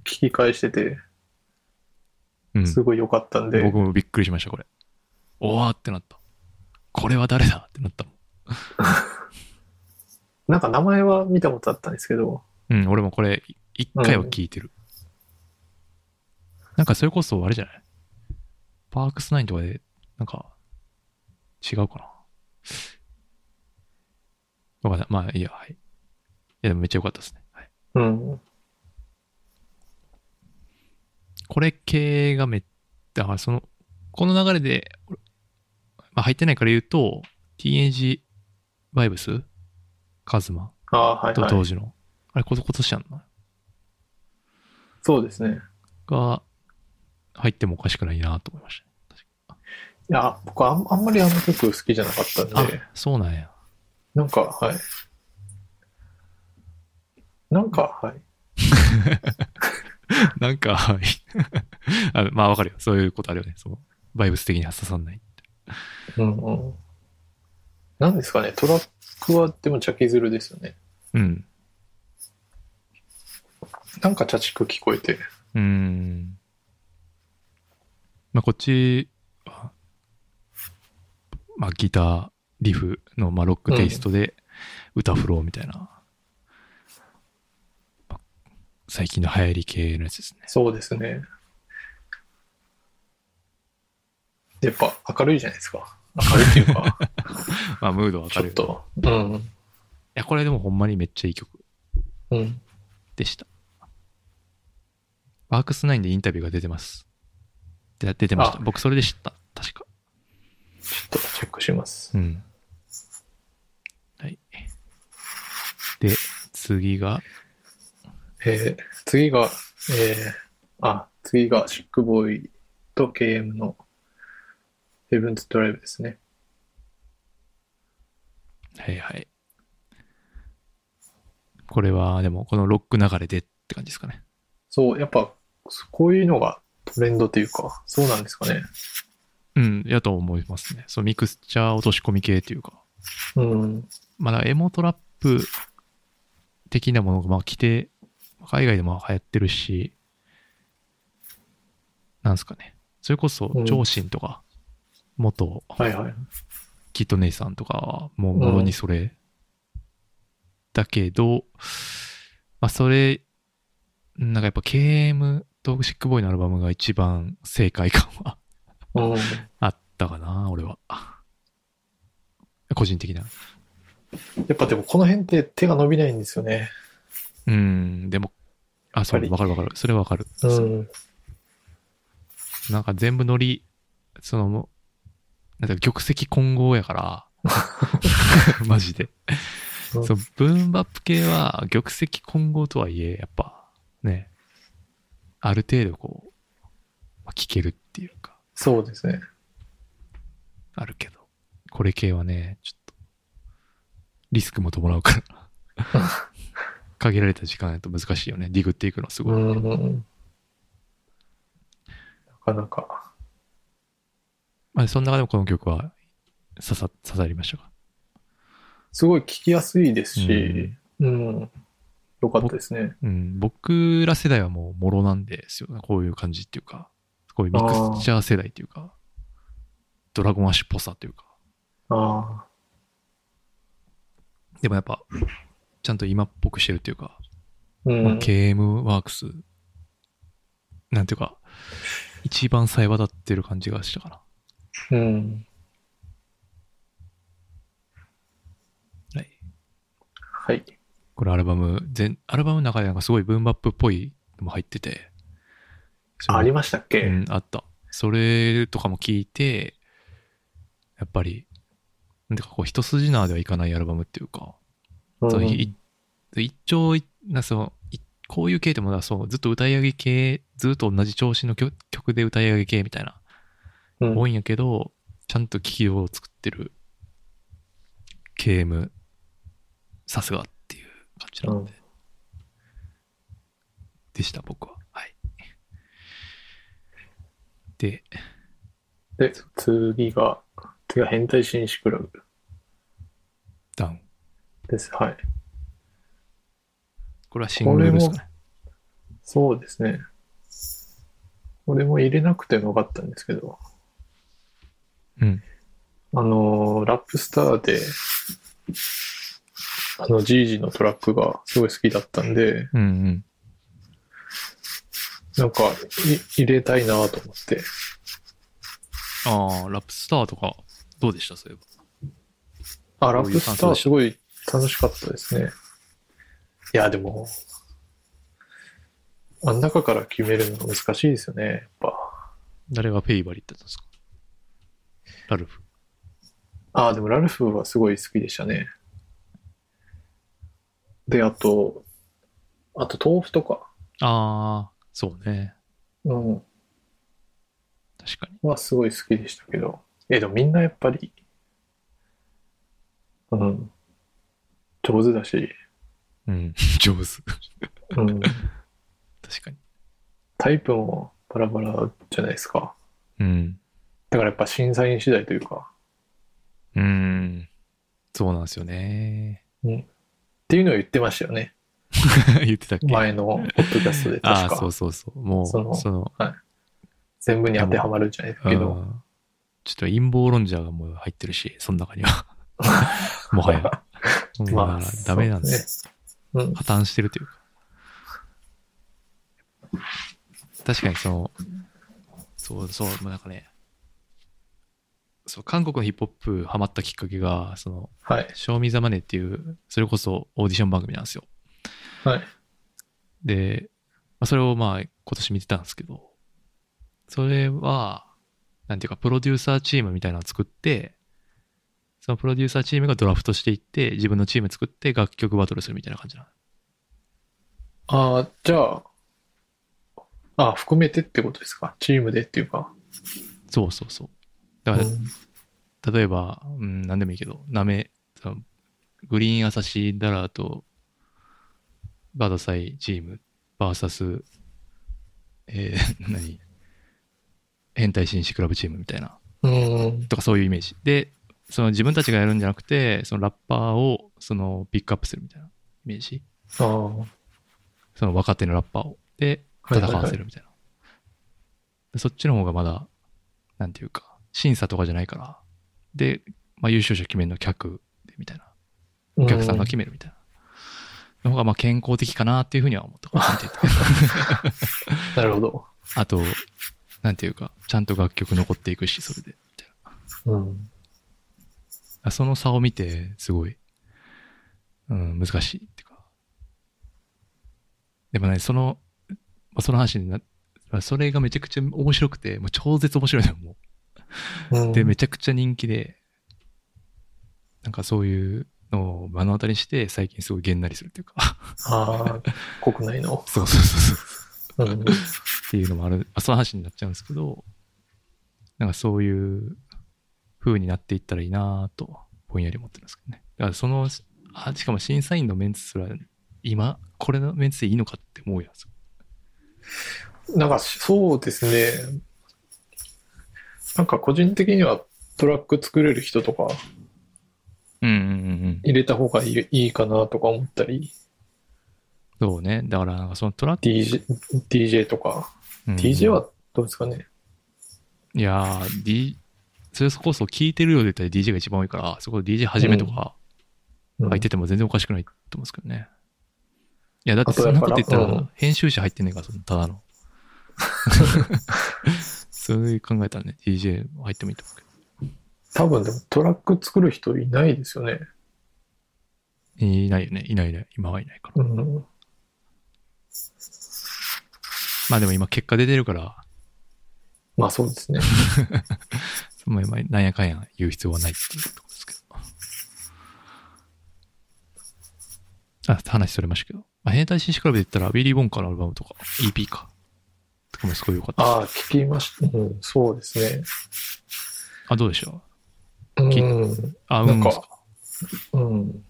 C: 聞き返してて、
B: うん。
C: すごい良かったんで、
B: 僕もびっくりしました、これ。おわーってなった。これは誰だってなったもん。
C: なんか名前は見たことあったんですけど、
B: うん、俺もこれ、い一回は聞いてる。なんかそれこそ、あれじゃないパークスナインとかで、なんか、違うかな。わかんない。まあ、いいや、はい。いや、でもめっちゃ良かったですね。はい。
C: うん。
B: これ系がめっだからその、この流れで、まあ、入ってないから言うと、TNG バイブスカズマ
C: ああ、はい、
B: と
C: は
B: 当
C: い。
B: 時の。あれ、こ今年やんな。
C: そうですね。
B: が、入ってもおかしくないなと思いまし
C: いや、僕あんあんまりあの曲好きじゃなかった
B: た、
C: んで
B: ね。、あ、そうなんや。
C: なんか、はい。なんか、はい。
B: [LAUGHS] なんか、はい [LAUGHS] あまあ、わかるよ。そういうことあるよね。その、バイブス的には刺さんない。
C: うんうん。なんですかね、トラックはでもチャキズルですよね。
B: うん。
C: なんかチャチク聞こえて。
B: うーん。まあ、こっちは、まあ、ギター、リフの、まあ、ロックテイストで、歌フローみたいな、まあ最近の流行り系のやつですね。
C: そうですね。やっぱ明るいじゃないですか。明るいってい
B: [LAUGHS]
C: うか、
B: [LAUGHS] まあ、ムードわ
C: ち
B: か
C: ょ
B: る
C: っ
B: よ。い
C: と。うん。
B: や、これでもほんまにめっちゃいい曲
C: うん。
B: でした。ワークスナインでインタビューが出てます。で出てました。
C: あ
B: 僕、それで知った。確か。
C: ちょっとチェックします。
B: うん。はい。で、次が、
C: えー、次が、えー、あ、次がシックボーイと KM のヘブンズドライブですね。
B: はいはい。これは、でも、このロック流れでって感じですかね。
C: そう、やっぱ、こういうのがトレンドというか、そうなんですかね。
B: うん、やと思いますね。そう、ミクスチャー落とし込み系っていうか。
C: うん。
B: まあだからエモトラップ的なものが、まあ、来て、海外でも流行ってるし、なんすかね。それこそ
C: う、ん
B: 長身とか、元、
C: はいはい。
B: キッドネイさんとかは、もう、もろにそれ。だけど、まあ、それ、なんかやっぱ KM とシックボーイのアルバムが一番正解感は
C: うん。
B: あったかな、 [LAUGHS] 俺は。個人的な。
C: やっぱでもこの辺って手が伸びないんですよね。
B: うん、でも、ああ、そう、
C: やっ
B: わかるわかる。それはわかる。
C: うん。
B: なんか全部ノリ、その、もうなんだろう玉石混合や
C: [LAUGHS]
B: から、 [LAUGHS] マジで。
C: うん
B: そう、ブーンバップ系は玉石混合とはいえ、やっぱ、ね、ある程度こう、まあ、聞けるっていうか、
C: そうですね。
B: あるけど、これ系はね、ちょっと、リスクも伴うから、
C: [LAUGHS]
B: 限られた時間だと難しいよね。ディグっていくのはすご
C: う
B: い。
C: ん。なかなか。
B: まあ、その中でもこの曲は刺さ、刺さりましたか
C: すごい聞きやすいですし、うん。よかったですね。
B: うん、僕ら世代はもう、もろなんですよね。こういう感じっていうか、こういうミクスチャー世代っていうか、ドラゴンアッシュっぽさっていうか、
C: あ
B: でもやっぱ、ちゃんと今っぽくしてるっていうか、
C: あ。う
B: まあ
C: ん。
B: KM ワークス、なんていうか、一番さえ渡ってる感じがしたかな。
C: うん。
B: はい。
C: はい。
B: これアルバム、全、アルバムの中でなんかすごいブーンバップっぽいのも入ってて。
C: ああり
B: ま
C: ましたっけ、
B: うん、あった。それとかも聞いて、やっぱり、なんていうかこう一筋縄ではいかないアルバムっていうか、
C: うん
B: そのい一長一なそのいこういう系でもなそうずっと歌い上げ系ずっと同じ調子の曲曲で歌い上げ系みたいな、
C: うん
B: 多いんやけどちゃんと聴きようを作ってる KM さすがっていう感じなんで、でした僕ははいで
C: で、次が、次が変態紳士クラブ
B: ダウン
C: です。はい。
B: これはシングルですかね
C: そうですね。これも入れなくてもよかったんですけど、
B: うん
C: あのー、ラップスターで、あの、ジージのトラックがすごい好きだったんで、
B: うんうん
C: なんか、い入れたいなと思って。
B: ああラップスターとかどうでしたそういえばど
C: あ、ラ
B: う
C: ッ
B: いう
C: プスターすごい楽しかったですね。いや、でも、あん中から決めるのが難しいですよね、やっぱ。
B: 誰がフェイバリットだったんですかラルフ
C: ああ、でもラルフはすごい好きでしたね。で、あと、あと豆腐とか、
B: ああ、そうね。
C: うん、
B: 確かに。
C: はすごい好きでしたけど。え、でもみんなやっぱり、うん、上手だし、
B: うん。 [LAUGHS] 上手。
C: うん、
B: 確かに。
C: タイプもバラバラじゃないですか。
B: うん。
C: だからやっぱ審査員次第というか、
B: うん。そうなんですよね。
C: っていうのを言ってましたよね。
B: [LAUGHS] 言ってたっけ
C: 前のポッドキャストで
B: あ
C: 確
B: あ、そ
C: か
B: う。そうそう。もう、そ
C: そ
B: の、
C: の全部に当てはまるんじゃないですけ
B: う
C: ど。
B: んちょっと陰謀論者がもう入ってるし、その中に
C: [LAUGHS]
B: は。もはや。もうだからダメなんですよ。
C: そうねうん
B: 破綻してるというか。確かにその、そうそう、もうなんかね、そう、韓国のヒップホップハマったきっかけが、その、
C: はい。
B: 賞味ザマネっていう、それこそオーディション番組なんですよ。
C: はい。
B: で、まあ、それをまあ今年見てたんですけど、それは、なんていうか、プロデューサーチームみたいなのを作って、そのプロデューサーチームがドラフトしていって、自分のチーム作って楽曲バトルするみたいな感じなの。
C: ああ、じゃあ、ああ、含めてってことですか。チームでっていうか。
B: そうそうそう。だから、例えば、うん、なんでもいいけど、なめ、そのグリーンアサシダラーと、バドサイチーム、バーサス、えー、 [LAUGHS] 何変態紳士クラブチームみたいな、
C: うん。
B: とかそういうイメージ。で、その自分たちがやるんじゃなくて、そのラッパーを、その、ピックアップするみたいなイメージ。
C: ああ、
B: その若手のラッパーを。で、
C: はい
B: 戦わせるみたいな。でそっちの方がまだ、なんていうか、審査とかじゃないから。で、まあ、優勝者決めるのは客で、みたいな。お客さんが決めるみたいな。の方が、まあ、健康的かなっていうふうには思った。見てて
C: うんなるほど。
B: あと、なんていうか、ちゃんと楽曲残っていくし、それで。みたいな
C: うん。
B: あその差を見て、すごい、うん、難しいっていうか。でもね、その、まあ、その話にな、まあそれがめちゃくちゃ面白くて、もう超絶面白いのよ、もう。
C: うん
B: で、めちゃくちゃ人気で、なんかそういうのを目の当たりにして、最近すごいげんなりするっていうか、
C: ああ、国内の。
B: そうそうそうそう。
C: うん。
B: っていうのもある、あその話になっちゃうんですけど、なんかそういう風になっていったらいいなぁと、ぼんやり思ってるんですけどね。だからその、あしかも審査員のメンツすら、今、これのメンツでいいのかって思うやつ。
C: なんか、そうですね。なんか、個人的にはトラック作れる人とか
B: うんうんうん。
C: 入れた方がいいいいかなとか思ったり、
B: そうね。だから、なんかそのトラック、
C: DJ, DJ とか、
B: うん
C: DJ はどうですかね。
B: いやー、D、それこそ聞いてるようで言ったら DJ が一番多いから、そこで DJ 始めとか
C: うん
B: 入ってても全然おかしくないと思うんですけどね。いや、だって
C: あと
B: そんなこと言った
C: やっぱなう
B: ら
C: ん
B: 編集者入ってんねえから、そのただ
C: [LAUGHS]
B: の。そういう考えたらね、DJ 入ってもいいと思うけど。
C: 多分でもトラック作る人いないですよね。
B: いないよね。いないいない。今はいないから。
C: うん。
B: まあでも今結果出てるから、
C: まあそうです [LAUGHS] ね。
B: まあ今なんやかんや言う必要はないっていうとこですけど。あ、話それましたけど。まあ、変態紳士クラブで言ったら、ウィリー・ボンカーのアルバムとか、EP か。とかもすごい良かった。
C: ああ、聞きました。うん、そうですね。
B: あ、どうでしょ
C: う
B: き
C: ん
B: う。あ、う
C: なん
B: ん。
C: か、うん。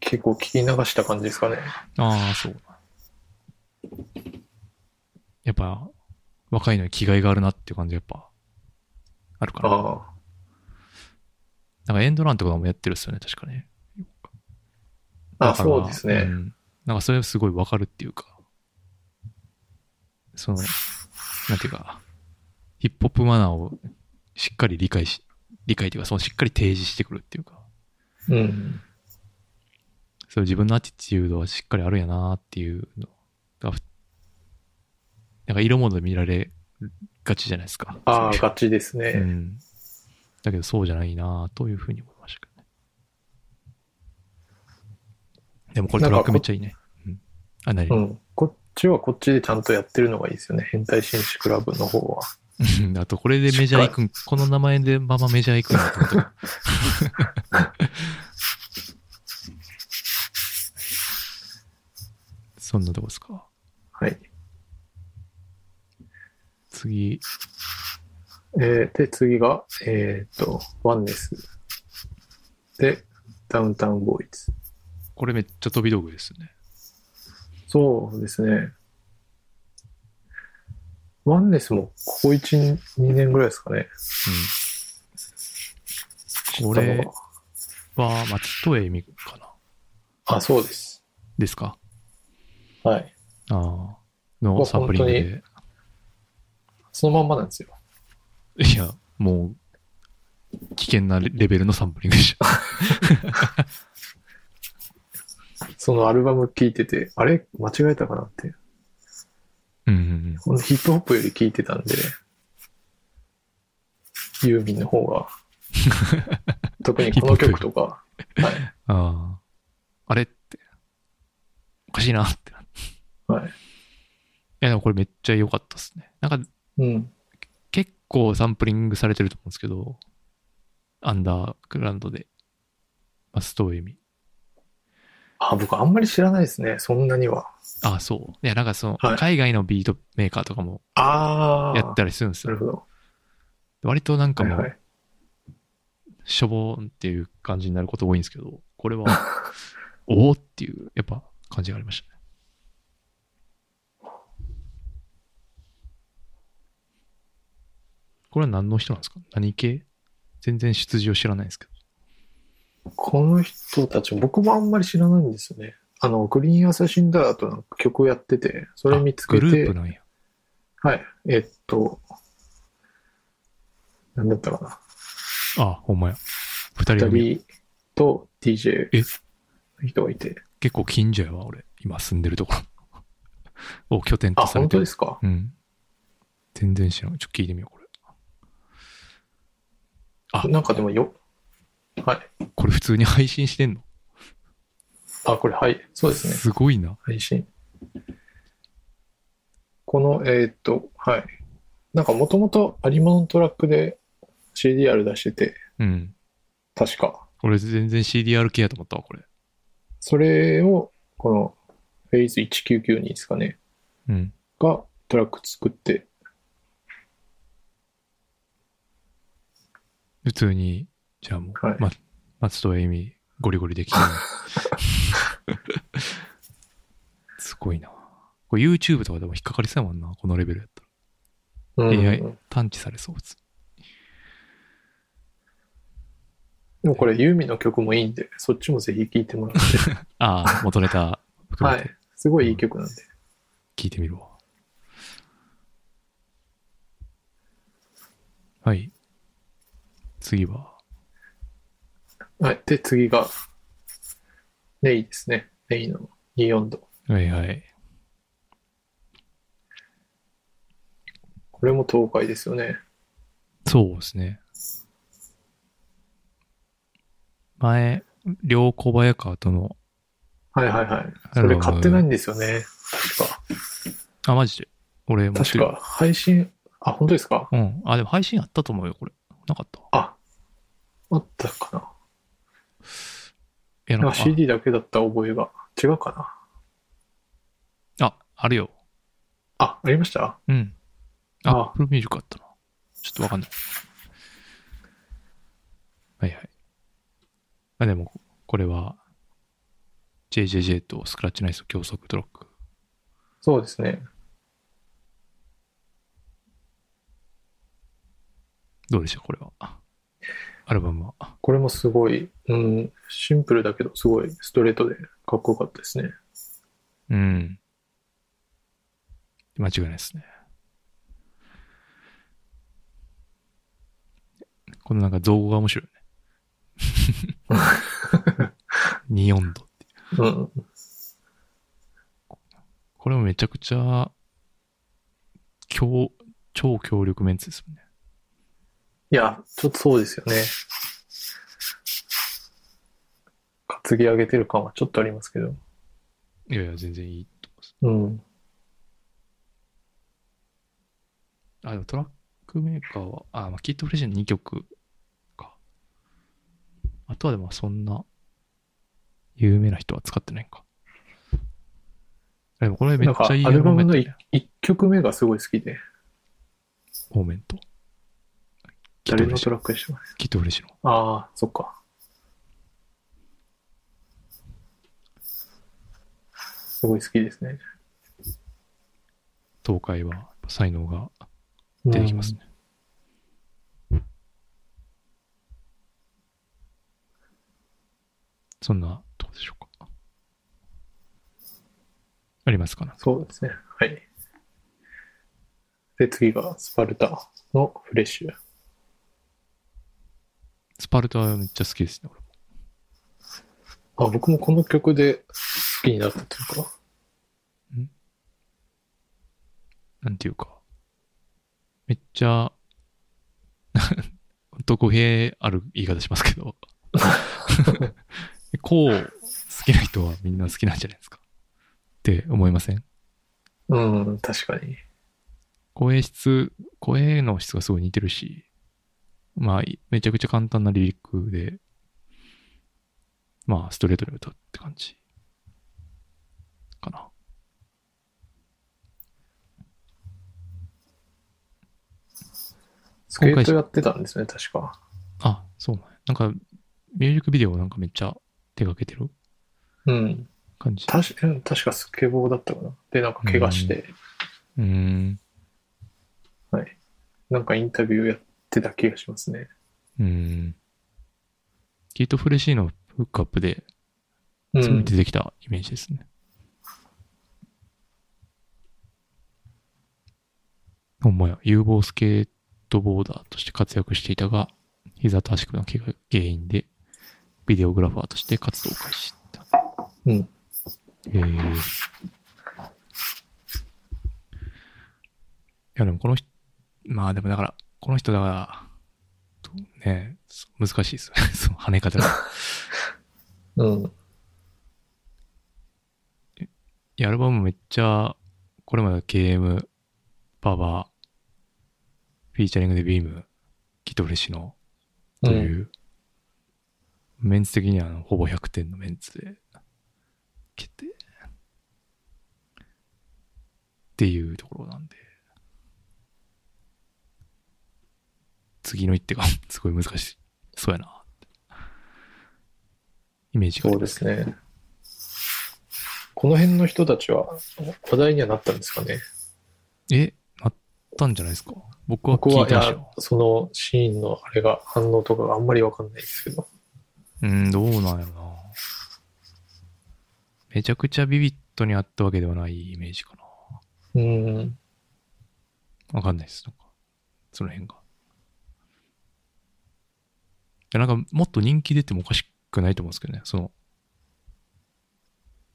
C: 結構聞き流した感じですかね。
B: ああ、そう。やっぱ、若いのに気概があるなっていう感じやっぱ、あるかな。
C: ああ。
B: なんかエンドランとかもやってるっすよね、確かね。だ
C: あ
B: から
C: そうですね。
B: んなんかそれはすごいわかるっていうか、その、なんていうか、ヒップホップマナーをしっかり理解し、理解というか、そのしっかり提示してくるっていうか、
C: うん。
B: そういう自分のアティチュードはしっかりあるんやなっていうのが、なんか色物で見られがちじゃないですか。
C: ああ、
B: そう
C: ガチです
B: いうう
C: ね。
B: ん。だけどそうじゃないなというふうに思いましたけどね。でもこれトラックめっちゃいいね。うん、あ、何、
C: うん。こっちはこっちでちゃんとやってるのがいいですよね。変態紳士クラブの方は。
B: うん [LAUGHS] あと、これでメジャー行くん、この名前でままメジャー行くんだと [LAUGHS] 思って。そんなとこですか。
C: はい。
B: 次、
C: えーで、次が、えっ、と、ワンネス。で、ダウンタウンボーイズ。
B: これめっちゃ飛び道具ですね。
C: そうですね。ワンネスもここ1、2年ぐらいですかね。
B: うん。こ
C: 知った
B: れ
C: のは
B: は松戸恵美かな
C: あ、そうです。
B: ですか
C: はい。
B: ああ。のサンプリングで。
C: そのまんまなんですよ。
B: いや、もう、危険なレレベルのサンプリングで
C: [LAUGHS]
B: した。
C: そのアルバム聴いてて、あれ間違えたかなって。
B: うんうんうん。
C: ほんでヒップホップより聴いてたんで、ユーミンの方が。特にこの曲とか、はい。
B: ああ。あれって、おかしいなってなって。
C: はい。
B: いや、でもこれめっちゃ良かったですね。なんか、
C: うん。
B: 結構サンプリングされてると思うんですけど、アンダーグラウンドで、まあ、ストーエミ。
C: あ、僕あんまり知らないですね。そんなには。
B: ああ、そう。いや、なんかその、
C: はい
B: 海外のビートメーカーとかも
C: ああ。
B: やったりするんです
C: なる
B: よ。
C: ほど。
B: 割となんか
C: はい
B: も
C: は
B: う、
C: い。
B: しょぼーんっていう感じになること多いんですけど、これ
C: [LAUGHS]
B: は、おおっていう、やっぱ感じがありましたね。これは何の人なんですか何系全然出自を知らないんですけど。
C: この人たち、僕もあんまり知らないんですよね。あの、グリーンアサシンダーとなんか曲をやってて、それ見つけ
B: あグルー
C: て
B: プ、なんや。
C: はい。えっと、なんだったかな。
B: あ、ほんまや。二人組。
C: 旅と DJ
B: え、
C: の人がいて。
B: 結構近所やわ、俺。今住んでるとこ [LAUGHS] ろ。を拠点
C: あ、
B: とされ
C: 本
B: て
C: 当
B: る。
C: ですか。
B: うん。全然知らない。ちょっと聞いてみよう、これ。あ
C: なんかでもよ、はい。
B: これ普通に配信してんの
C: あ、これ、はい。そうですね。
B: すごいな。
C: 配信。この、えーっと、はい。なんかもともと有馬のトラックで CDR 出してて、
B: うん。
C: 確か。
B: 俺全然 CDR 系やと思ったわ、これ。
C: それを、このフェイズ1992ですかね、
B: うん。
C: がトラック作って、
B: 普通に、じゃあもう、
C: はい
B: ま、松戸恵美、ゴリゴリできた。すごいな。これ YouTube とかでも引っかかりそうやもんな、このレベルやったら。
C: うん、
B: AI 探知されそうです。
C: でもこれユーミンの曲もいいんで、そっちもぜひ聴いてもらっ
B: ああ、元ネタ
C: て。
B: 含
C: は
B: めて
C: い。すごいいい曲なんで。
B: 聞いてみるわ。はい。次は、
C: はい。で、次が、ネイですね。ネイの24度。
B: はいはい。
C: これも東海ですよね。
B: そうですね。前、両小早川との、
C: はいはいはい。
B: あ
C: そ
B: の
C: れ買ってないんですよね。確か。
B: あ、マジで。俺持って
C: 確
B: る。
C: か、配信、あ、本当ですか
B: うん。あ、でも配信あったと思うよ、これ。なかった。い
C: あ、あったかな。
B: や、
C: な
B: なんん
C: か
B: か、
C: CD だけだった覚えが。違うかな。
B: あ、あるよ。
C: あ、ありました
B: うん。あ、
C: あ
B: プロミュージックあったな。ちょっとわかんない。はいはい。あ、でも、これは、JJJ とスクラッチナイスと競速トラック。
C: そうですね。
B: どうでしたこれは。アルバムは。
C: これもすごい、うん、シンプルだけど、すごいストレートでかっこよかったですね。
B: うん。間違いないですね。このなんか造語が面白い [LAUGHS] ね。24度。
C: うん。
B: これもめちゃくちゃ、強、超強力メンツですもんね。
C: いや、ちょっとそうですよね。担ぎ上げてる感はちょっとありますけど。
B: いやいや、全然いいと思います。
C: うん。
B: あ、でもトラックメーカーは、あ、まあ、キットフレッシュの2曲か。あとはでもそんな、有名な人は使ってないんか。でもこれめ
C: な
B: っ
C: んか、
B: ち
C: ア
B: ゃいい
C: ルバムの
B: やっ
C: 1
B: たね
C: 曲目がすごい好きで、
B: モーメント。キット
C: 誰
B: フレッ
C: の
B: シ
C: ト
B: ュ。
C: ラックでしたかね。
B: キットフレッシュの。
C: ああ、そっか。すごい好きですね。
B: 東海はやっぱ才能が出てきますね。そんなとこでしょうか。ありますかな
C: そうですね。はい。で、次がスパルタのフレッシュ。
B: スパルタはめっちゃ好きですね、俺も
C: あ、僕もこの曲で好きになったというか、
B: なんていうか。めっちゃ、 [LAUGHS] ほんと語弊ある言い方しますけど。こう、好きな人はみんな好きなんじゃないですか。って思いません
C: うん、確かに。
B: 声質、声の質がすごい似てるし、まあ、いめちゃくちゃ簡単なリリックで、まあ、ストレートに歌うって感じ。かな。
C: スケートやってたんですね、確か。
B: あ、そうなんやなんか、ミュージックビデオなんかめっちゃ手がけてる
C: うん。
B: 感じ。
C: たしうん確かスケボーだったかな。で、なんか怪我して、
B: うーん。
C: はい。なんかインタビューやってた気がしますね。
B: うーん。キートフレシーのフックアップで、
C: う
B: すごい
C: ん。
B: 出てきたイメージですね。ほんまや、有望スケートボーダーとして活躍していたが、膝と足首の怪我が原因で、ビデオグラファーとして活動を開始。
C: うん。
B: えー、いや、でもこの人、まあでもだから、この人だから、とね、そう難しいですよね。 [LAUGHS] その跳ね方が。
C: うん。
B: いやアルバムめっちゃ、これまで KM ババフィーチャリングでビーム、ギトフレシノという、メンツ的にはあのほぼ100点のメンツで決定。っていうところなんで。次の一手が [LAUGHS] すごい難しい。そうやな。イメージがあ
C: そ
B: り
C: う
B: ま
C: ですね。この辺の人たちは話題にはなったんですかね。
B: え、あったんじゃないですか僕は
C: 僕
B: 聞い
C: は、い
B: てました
C: や
B: よ。、
C: そのシーンのあれが、反応とかがあんまりわかんないですけど。
B: うん、どうなんやろな。めちゃくちゃビビットにあったわけではないイメージか
C: うん。
B: な。わかんないです。なんか、その辺が。いや、なんか、もっと人気出てもおかしくないと思うんですけどね。その、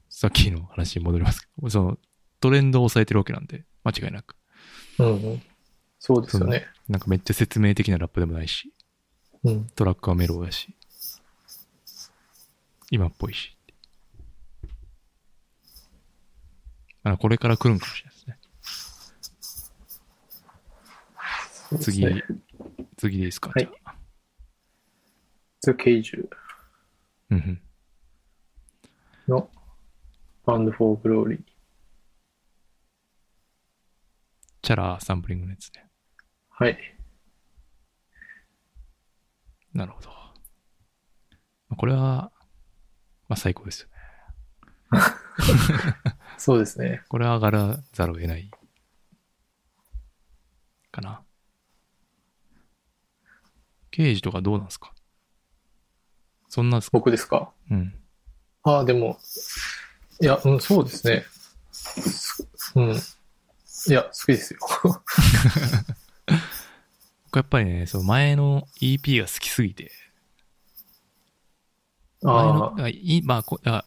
B: さっきの話に戻りますけど、その、トレンドを抑えてるわけなんで、間違いなく。
C: うんうん。そうですよね。
B: なんかめっちゃ説明的なラップでもないし。
C: うん。
B: トラックはメロウやし、今っぽいし。あこれから来るんかもしれないですね。
C: そうです
B: 次、
C: ね。
B: 次でいいですか、
C: はい
B: じゃあ。
C: 次、ケイジュ
B: うんうん。
C: のバンドフォーグローリー。
B: チャラーサンプリングのやつね。
C: はい。
B: なるほど。まあこれは、まあ最高ですよね。
C: そうですね。
B: これは上がらざるを得ない。かな。刑事とかどうなんですかそんなんですか
C: 僕ですか。
B: うん。
C: ああ、でも、いや、うん、そうですね。すうん。いや、好きですよ。 [LAUGHS]
B: 僕やっぱりね、その前の EP が好きすぎて、前の
C: ああ、
B: あいまあこあ、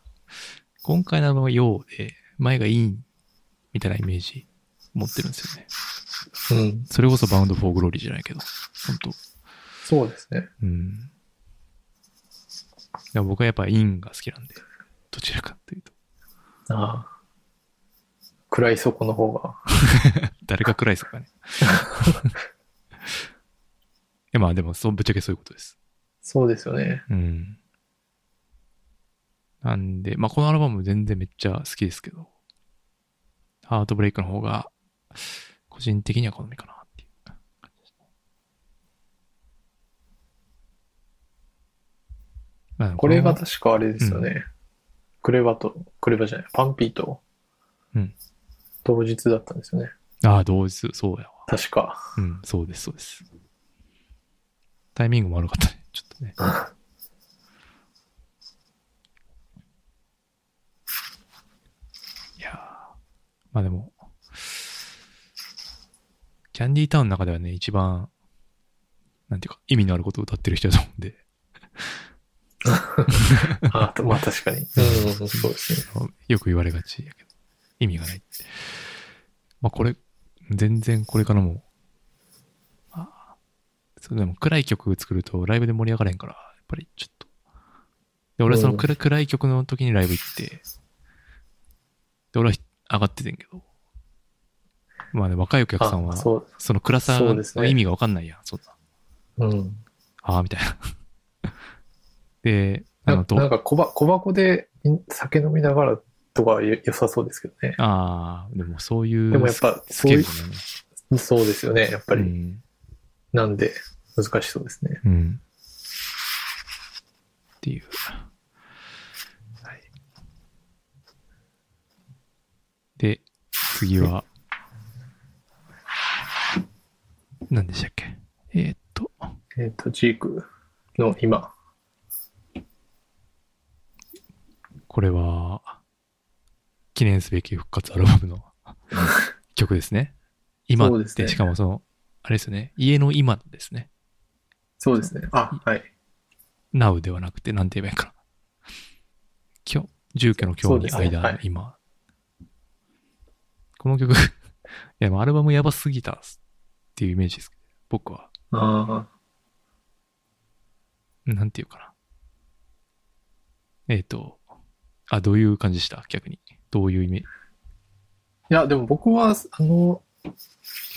B: 今回のあのようで、前がいいみたいなイメージ持ってるんですよね。
C: うん。
B: それこそバウンドフォーグローリーじゃないけど、本当
C: そうですね。
B: うん。でも僕はやっぱインが好きなんで、どちらかというと。
C: ああ。暗い底の方が。
B: 誰が暗いですかね。 [LAUGHS] いやまあでも、そうぶっちゃけそういうことです。
C: そうですよね。
B: うん。なんで、まあ、このアルバム全然めっちゃ好きですけど、ハートブレイクの方が、個人的には好みかなっていう感じですね。まあ
C: これが
B: の
C: 確かあれですよね。クレバと、クレバじゃない、パンピーと、
B: うん
C: 同日だったんですよね。
B: ああ、同日、そうやわ。
C: 確
B: [LAUGHS]
C: か。
B: うん、そうです、そうです。タイミングも悪かったね、ちょっとね。いやーまあでも、キャンディータウンの中ではね、一番、なんていうか、意味のあることを歌ってる人だと思うんで、
C: ああ、まあ確かに。うんうん、そうですね。
B: あのよく言われがちやけど、意味がないって。まあこれ、全然これからも、あそうでも暗い曲作るとライブで盛り上がれんから、やっぱりちょっと。で、俺はその暗,、暗い曲の時にライブ行って、で、俺はひ上がっててんけど、まあね、若いお客さんは、
C: あ
B: そ
C: そう、
B: の暗さ
C: そうです
B: の
C: ね
B: 意味がわかんないやん、そんな。
C: うん。
B: ああ、みたいな。 [LAUGHS] で、あ
C: な
B: の、
C: ん
B: ど
C: かなんか小ば小箱で酒飲みながらとかよ良さそうですけどね。
B: ああ、でもそういう、
C: でもやっぱ、
B: ス
C: そう
B: ケ
C: い
B: ール
C: う
B: だ、ね。
C: そうですよね。やっぱ
B: う
C: り、
B: ん
C: なんで、難しそうですね。
B: うん。っていう。はい。で、次は、何でしたっけえーっと、
C: えっ、と、ジークの今。
B: これは、記念すべき復活アルバ
C: [LAUGHS]
B: ムの曲ですね。今
C: そう
B: っ
C: ですね
B: て、しかもその、あれですよね、家の今ですね。
C: そうですね。あ、はい。
B: Now ではなくて、なんて言えばいいかな。今日、住居の今日に
C: そうですね
B: 間、
C: はい
B: 今。この曲 [LAUGHS] 、いや、もうアルバムやばすぎたっていうイメージです。僕は。
C: ああ、
B: なんて言うかな。えっ、と、あ、どういう感じでした逆に。どういうイメージ
C: いや、でも僕は、あの、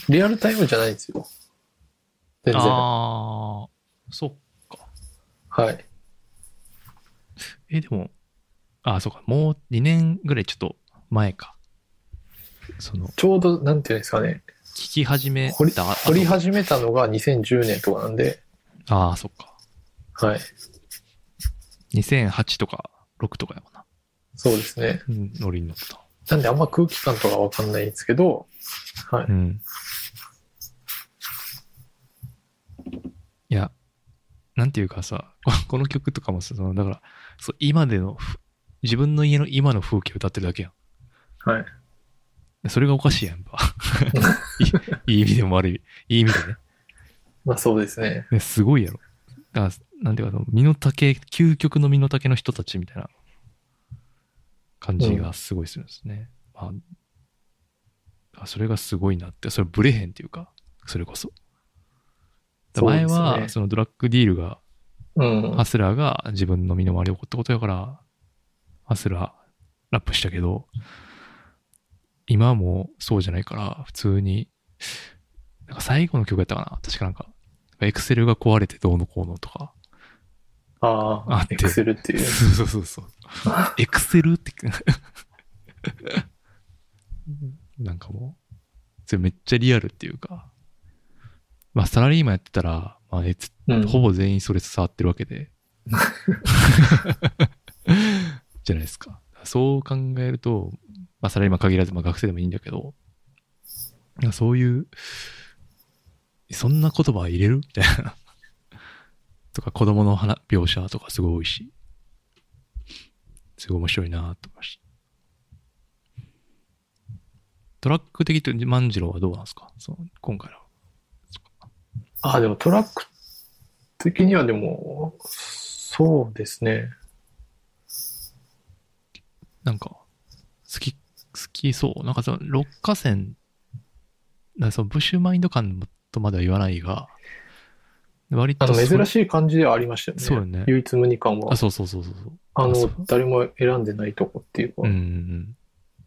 C: リアルタイムじゃないんですよ。全然。は
B: ああ、そっ
C: い。
B: え、でも、ああ、そうか、もう2年ぐらいちょっと前か。その、
C: ちょうど、なんていうんですかね、
B: 聞き始め
C: 掘り
B: た
C: 掘り始めたのが2010年とかなんで、
B: ああ、そっか。
C: はい。
B: 2008とか6とかやもんな。
C: そうですね。
B: うん、乗りに乗ってた。
C: なんであんま空気感とかわかんないんですけど、はい。
B: うん。いや、なんていうかさ、ここの曲とかもさ、そのだから、そう今でのふ、自分の家の今の風景を歌ってるだけやん。
C: はい。
B: それがおかしいやんか。 [LAUGHS] いいい意味でも悪い。いい意味でね。
C: まあそうですね。
B: ねすごいやろ。だからなんていうか、その身の丈、究極の身の丈の人たちみたいな感じがすごいするんですね。まあ、あそれがすごいなって、それブレへんっていうか、それこそ。だから前
C: そう
B: は、
C: ですね
B: そのドラッグディールが、
C: うん
B: ハ。スラーが自分の身の回りで起こったことやから、ハスラーラップしたけど、今はもうそうじゃないから、普通に、なんか最後の曲やったかな確かなんか、エクセルが壊れてどうのこうのとか。
C: あ
B: あっ
C: あ、
B: て
C: エクセルっていう。
B: そうそう
C: [LAUGHS]
B: そうそう。エクセルって。なんかもう、それめっちゃリアルっていうか、まあサラリーマンやってたら、まあ、えつ
C: うん。
B: ほぼ全員それ伝わってるわけ
C: [LAUGHS]
B: で。じゃないですか。そう考えると、まあ、サラリーマン限らず、まあ、学生でもいいんだけど、なんかそういう、そんな言葉入れるみたいな。とか、子供の話描写とかすごい多いし、すごい面白いなと思いました。トラック的と万次郎はどうなんですかその今回の。
C: ああ、でもトラック的にはでも、そうですね。
B: なんか、好き、好きそう。なんかその、六花線、なんかその、ブッシュマインド感とまでは言わないが、割
C: あ
B: と
C: の、
B: それ
C: 珍しい感じではありましたよね。
B: そうよね
C: 唯一無二感は
B: あ、。そうそうそうそうそう。
C: あ
B: そ
C: の
B: う、
C: 誰も選んでないとこっていうか。
B: うん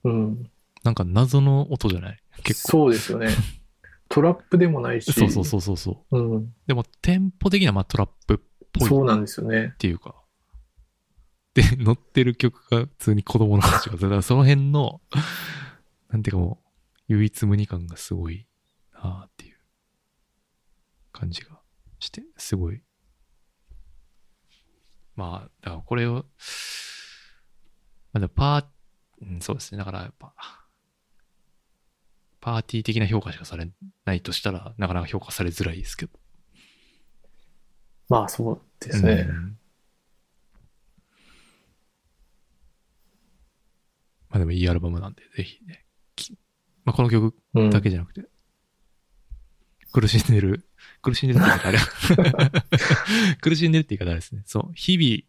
B: うんうん。
C: うん。
B: なんか謎の音じゃない結構。
C: そうですよね。トラップでもない
B: [LAUGHS]
C: し。
B: そうそうそうそうそう。
C: う。うん。
B: でも、テンポ的にはまあトラップっぽい
C: そう
B: っ
C: なんですよね。
B: ていうか。で、 [LAUGHS] 乗ってる曲が普通に子供の話が、だからその辺の、なんていうかもう、唯一無二感がすごいなあっていう感じがして、すごい。まあ、だからこれを、まあ、でもパー、うん、そうですね。だからやっぱ、パーティー的な評価しかされないとしたら、なかなか評価されづらいですけど。
C: まあそうですね。
B: うんまあでもいいアルバムなんで、ぜひね。きまあ、この曲
C: うん。
B: だけじゃなくて、苦しんでる、苦しんでるって言い方あれ [LAUGHS] 苦しんでるって言い方あれですね。そう、日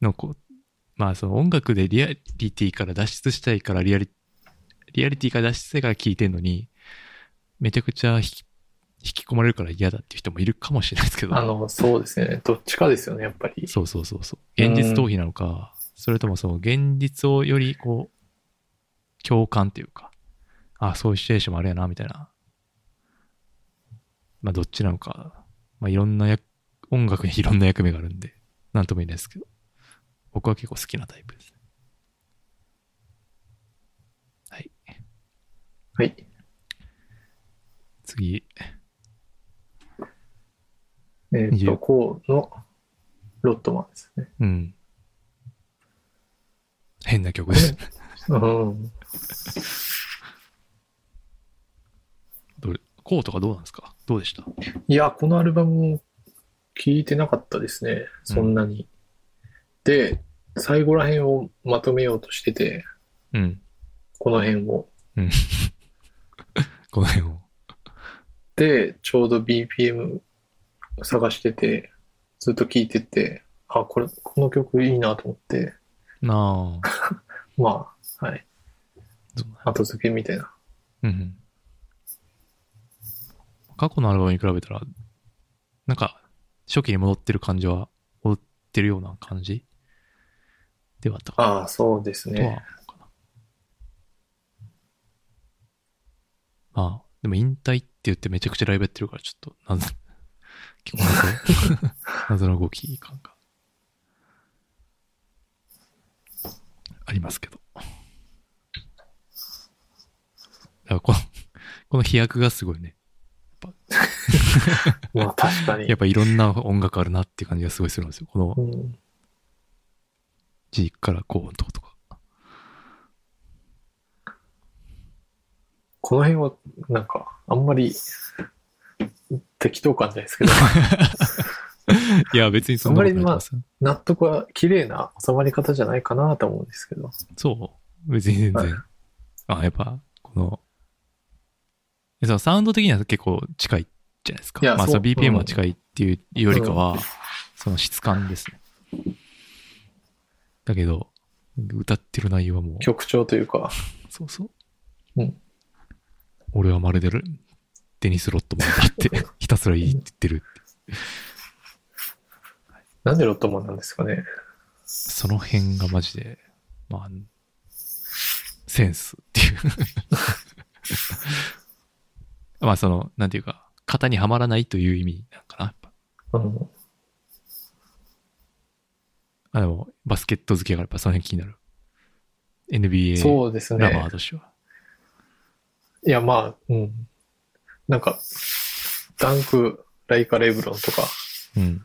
B: 々のこう、まあその音楽でリアリティから脱出したいからリアリ、リアリティから脱出したいから聴いてんのに、めちゃくちゃ引き引き込まれるから嫌だっていう人もいるかもしれないですけど。
C: あの、そうですね。どっちかですよね、やっぱり。
B: そうそうそうそう。現実逃避なのか、それともその現実をよりこう、共感というか、あ、そういうシチュエーションもあれやな、みたいな。まあ、どっちなのか。まあ、いろんな役、音楽にい [LAUGHS] ろんな役目があるんで、なんとも言えないですけど。僕は結構好きなタイプですね。はい。
C: はい。
B: 次。
C: えっ、
B: 20
C: と、こうのロットマンですね。
B: うん。変な曲です。
C: うん。
B: どれこうとかどうなんですかどうでした
C: いや、このアルバムも聞いてなかったですね。そんなに。で、最後ら辺をまとめようとしてて、
B: うん。
C: この辺を。
B: この辺を。
C: で、ちょうど BPM 探してて、ずっと聞いてて、あ、これ、この曲いいなと思って、
B: な [LAUGHS] あ。
C: まあ、はい。
B: そうね
C: 後付けみたいな。
B: うんうん。過去のアルバムに比べたら、なんか、初期に戻ってる感じは、戻ってるような感じではあったか
C: ああ、そうです
B: なとは思
C: ね。
B: うかな。ああ、でも引退って言ってめちゃくちゃライブやってるから、ちょっと謎、 [LAUGHS] 結構 [LAUGHS] 謎、謎の動き感が。ありますけど。だからこの、この飛躍がすごいね。
C: まあ確かに
B: やっ。ぱいろんな音楽あるなっていう感じがすごいするんですよ。この
C: うん、
B: G から高音とかとか。
C: この辺は、なんか、あんまり、適当感じゃないですけ [LAUGHS] ど、
B: いや、別にそんなことないと思いますよ。
C: 納得は綺麗な収まり方じゃないかなと思うんですけど。
B: そう。別に全
C: はい
B: 然。あ、やっぱ、この、えそのサウンド的には結構近いじゃないですか。
C: いや
B: まあ、
C: そう
B: その BPM
C: うん
B: は近いっていうよりかは、その質感ですね。だけど、歌ってる内容はもう、
C: 曲調というか、
B: そうそう。
C: うん
B: 俺はまるでデニス・ロットマンだってひたすら言いって言ってる。
C: なんでロットマンなんですかね。
B: その辺がマジで、まあ、センスっていう。 [LAUGHS] まあその、なんていうか、型にはまらないという意味なんかな。やっぱ
C: うん。
B: あでも、バスケット好きやからやっぱその辺気になる。NBA
C: そうです
B: ラバ
C: ね
B: ー。としては。
C: いや、まあ、うん。なんか、ダンク、ライカ・レブロンとか、
B: うん。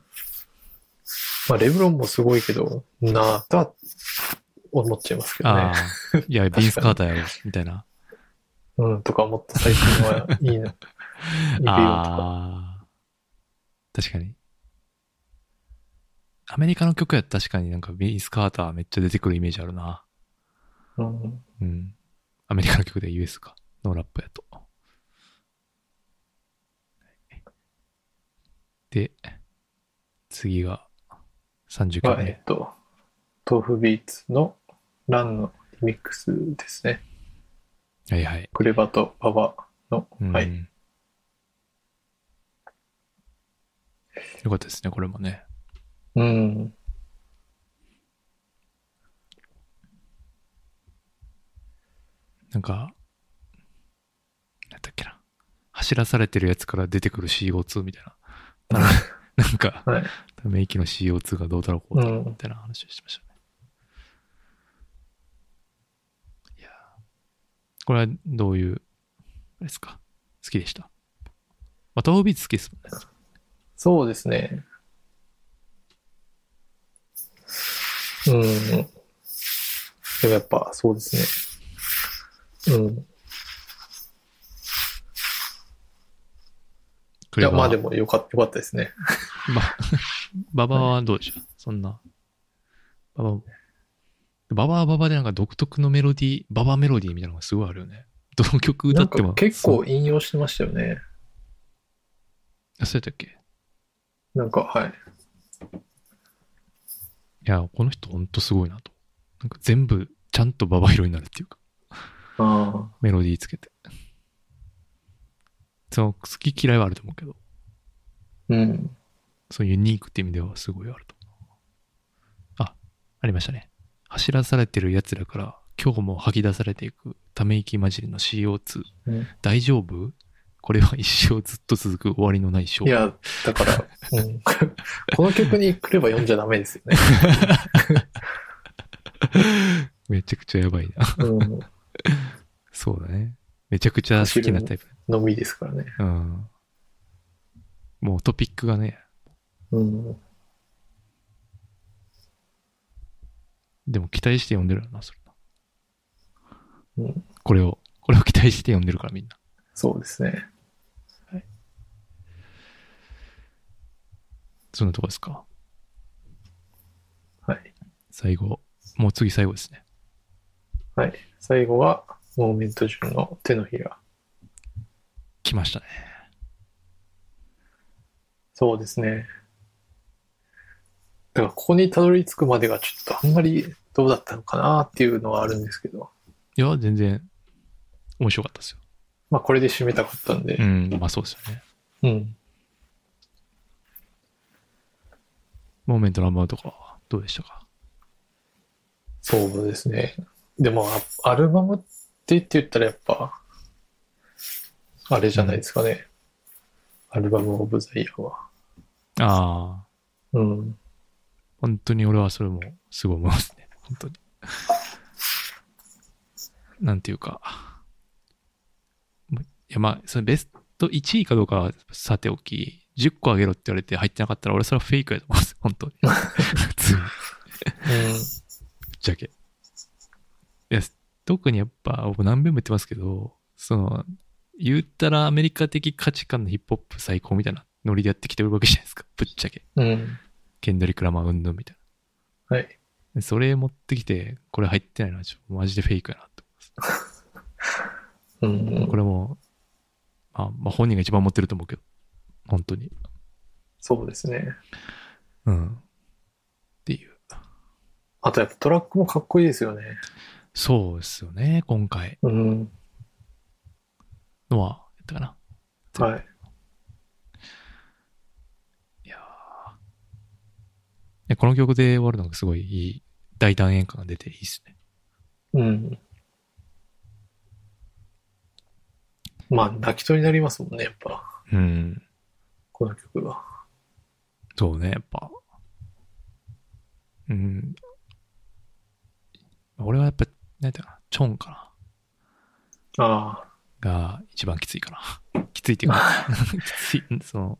C: まあ、レブロンもすごいけど、なぁとは思っちゃいますけど
B: あ
C: ね。
B: あ、いや、ビンス・カーターやろ、みたいな。
C: うん、とか思った最近はい
B: [LAUGHS]
C: いな。いるよとか。
B: ああ。確かに。アメリカの曲やったら確かになんかビース・カーターめっちゃ出てくるイメージあるな。
C: うん、
B: うん。アメリカの曲で US か。のラップやと。で、次が30曲
C: は、
B: 目。
C: えっと、豆腐ビーツのランのリミックスですね。
B: はいはい。
C: クレバとパワの、
B: うん
C: はい。
B: よかったですね、これもね。
C: うん。
B: なんか、なんだっけな。走らされてるやつから出てくる CO2 みたい
C: [LAUGHS]
B: な。なんか、
C: はい
B: ため息の CO2 がどうだろうこうだろうみたいな話をしてましたね。いやーこれはどういう、あれですか。好きでした。まあ、トービーツ好きですもんね。
C: そうですね。うん。でもやっぱそうですね。うん。い
B: クレ
C: や、
B: バー
C: まあでもよかった、よかったですね。
B: まあ、ババアはどうでしたそんな。ババアも。ババアはババアでなんか独特のメロディー、ババアメロディーみたいなのがすごいあるよね。どの曲歌
C: なん
B: って
C: か
B: も。
C: 結
B: そ
C: 構
B: う。
C: 引用してましたよね。
B: あそうやったっけい
C: なんか、はい。
B: や、この人ほんとすごいなと。なんか全部ちゃんとババア色になるっていうか、
C: あ
B: メロディーつけて。その、好き嫌いはあると思うけど、
C: ーうん。
B: そのユニークって意味ではすごいあると思う。あ、ありましたね。走らされてる奴らから今日も吐き出されていくため息混じりの CO2。
C: うん
B: 大丈夫これは一生ずっと続く終わりのない勝負。
C: いや、だから、うん、 [LAUGHS] この曲に来れば読んじゃダメですよね。
B: [LAUGHS] めちゃくちゃやばいな。
C: うん。
B: そうだね。めちゃくちゃ好きなタイプ。
C: のみですからね。
B: うん。もうトピックがね、
C: うん。
B: でも期待して読んでるよな、それな。
C: うん、
B: これを、これを期待して読んでるからみんな。
C: そうですね。
B: そんなとこですか。
C: はい。
B: 最後。もう次最後ですね。
C: はい。最後は、モーメント中の手のひら。
B: 来ましたね。
C: そうですね。だから、ここにたどり着くまでがちょっとあんまりどうだったのかなっていうのはあるんですけど、
B: いや、全然、面白かったですよ。
C: まあ、これで締めたかったんで
B: う、ん、まあそうですよね。
C: うん。
B: モーメントナンバーとかはどうでしたか
C: そうですね。でも、あアルバムって言って言ったらやっぱ、あれじゃないですかね。アルバムオブザイヤーは。
B: ああ、
C: うん。
B: 本当に俺はそれもすごい思いますね。本当に。なんていうか。いや、まあ、そのベスト1位かどうかはさておき、10個あげろって言われて入ってなかったら、俺それはフェイクやと思います。本当に。普通にぶっちゃけ。いや、特にやっぱ、僕何遍も言ってますけど、その、言ったらアメリカ的価値観のヒップホップ最高みたいなノリでやってきてるわけじゃないですか。ぶっちゃけ。
C: うん。うん。
B: ケンドリック・ラマーうんぬんみたい
C: はい。
B: な。それ持ってきて、これ入ってないのはちょっとマジでフェイクやなと
C: う
B: 思います。
C: ん
B: こ。れも、あまあ、本人が一番持ってると思うけど、本当に。
C: そうですね。
B: うん。っていう。
C: あとやっぱトラックもかっこいいですよね。
B: そうですよね、今回
C: うん。
B: のは、やったかな。
C: はい。
B: いやーねこの曲で終わるのがすごいいい、大断円感が出ていいですね。
C: うん。まあ、泣きそうになりますもんね、やっぱ。
B: うん。
C: この曲は。
B: そうね、やっぱ。うん。俺はやっぱ、なんていうかな、チョンか
C: あ
B: な。が一番きついかな。 [LAUGHS] きついっていうか、きつい、その、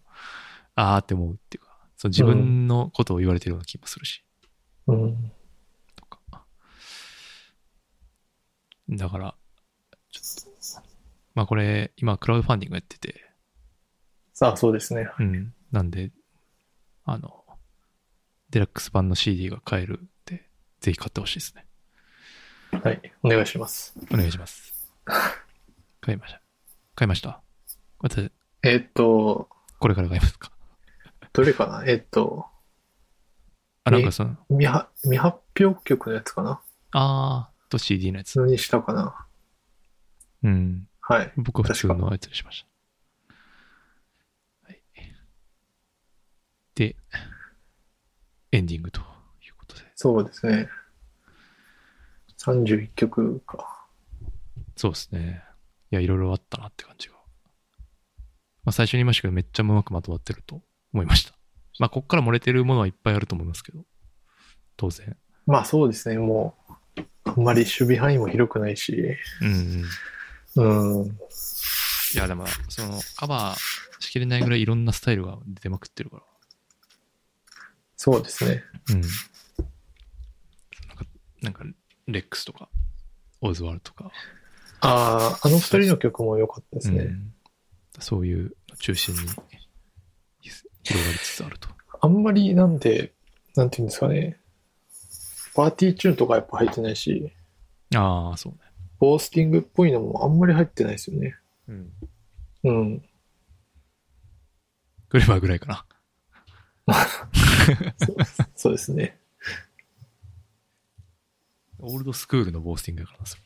B: あーって思うっていうか、その自分のことを言われてるような気もするし、
C: あ。うん。
B: とか。だから、ちょっと、まあこれ、今クラウドファンディングやってて、
C: さあ、そうですね。
B: うん。なんで、あの、デラックス版の CD が買えるんで、ぜひ買ってほしいですね。
C: はい。お願いします。
B: お願いします。買いました。買いました。私、
C: えっと、
B: これから買いますか。
C: どれかなえっと、
B: あ、なんかその、
C: 未は未発表曲のやつかな
B: あーと CD のやつ。
C: 普通にしたかな
B: うん。
C: はい。
B: 僕は普通のやつにしました。はい。で、エンディングということで。
C: そうですね。31曲か。
B: そうですね。いや、いろいろあったなって感じが。まあ、最初に言いましたけど、めっちゃうまくまとまってると思いました。まあ、こっから漏れてるものはいっぱいあると思いますけど、当然。
C: まあそうですね。もう、あんまり守備範囲も広くないし。
B: うん、うん。い
C: うん。
B: や、でも、その、カバーしきれないぐらいいろんなスタイルが出まくってるから。
C: そうですね。
B: うん。なんか、なんかレックスとか、オズワルドとか。
C: ああ、あの二人の曲も良かったですね。
B: うんそういうの中心に広がりつつあると。
C: あんまりなんで、なんていうんですかね。パーティーチューンとかやっぱ入ってないし、
B: ああ、そうね。
C: ボースティングっぽいのもあんまり入ってないですよね。
B: うん。
C: うん。
B: クレバーぐらいかな。
C: そうそうですね。
B: オールドスクールのボースティングだからなそれ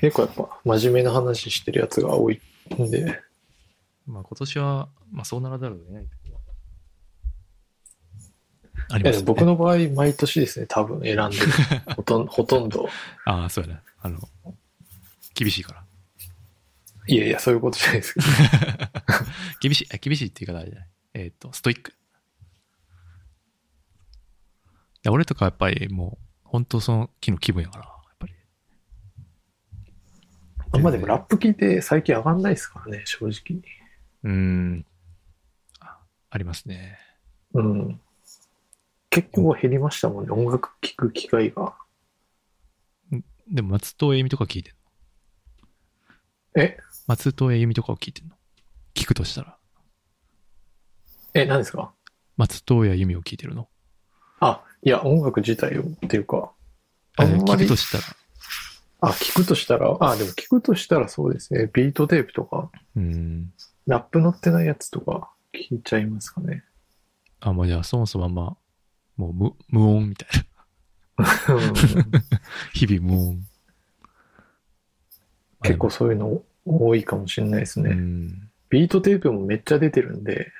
C: 結構やっぱ真面目な話してるやつが多いんで、
B: まあ今年は、まあそうならざるを得ないところはあり
C: い
B: ま、
C: やです
B: ね。
C: も僕の場合、毎年ですね、多分選んでるほとん、ほとんど。
B: ああ、そうやね。あの、厳しいから。
C: いやいや、そういうことじゃないですけど。
B: [LAUGHS] 厳しい、あ厳しいっていう方あれじゃない。えっ、と、ストイック。いや俺とかやっぱりもう、本当その日の気分やから、やっぱり。
C: あんまでもラップ聞いて最近上がんないですからね、正直。
B: うーん。あありますね。
C: うん。結構減りましたもんね、音楽聴く機会が。
B: でも松任谷由実とか聞いてんの
C: え
B: 松任谷由実とかを聞いてんの聞くとしたら、
C: え、何ですか
B: 松任谷由実を聞いてるの
C: あ、いや、音楽自体をっていうか、
B: あ
C: あんま
B: 聞
C: り
B: くとしたら。
C: あ、聞くとしたら、あ、でも聞くとしたらそうですね、ビートテープとか、
B: うん。
C: ラップ乗ってないやつとか聞いちゃいます
B: [LAUGHS]
C: かね。
B: あ、まあじゃあそもそもあんま、もう無無音みたいな。
C: うん
B: [LAUGHS] 日々無音。
C: 結構そういうの多いかもしれないです
B: う
C: ね。
B: ん。
C: ビートテープもめっちゃ出てるんで、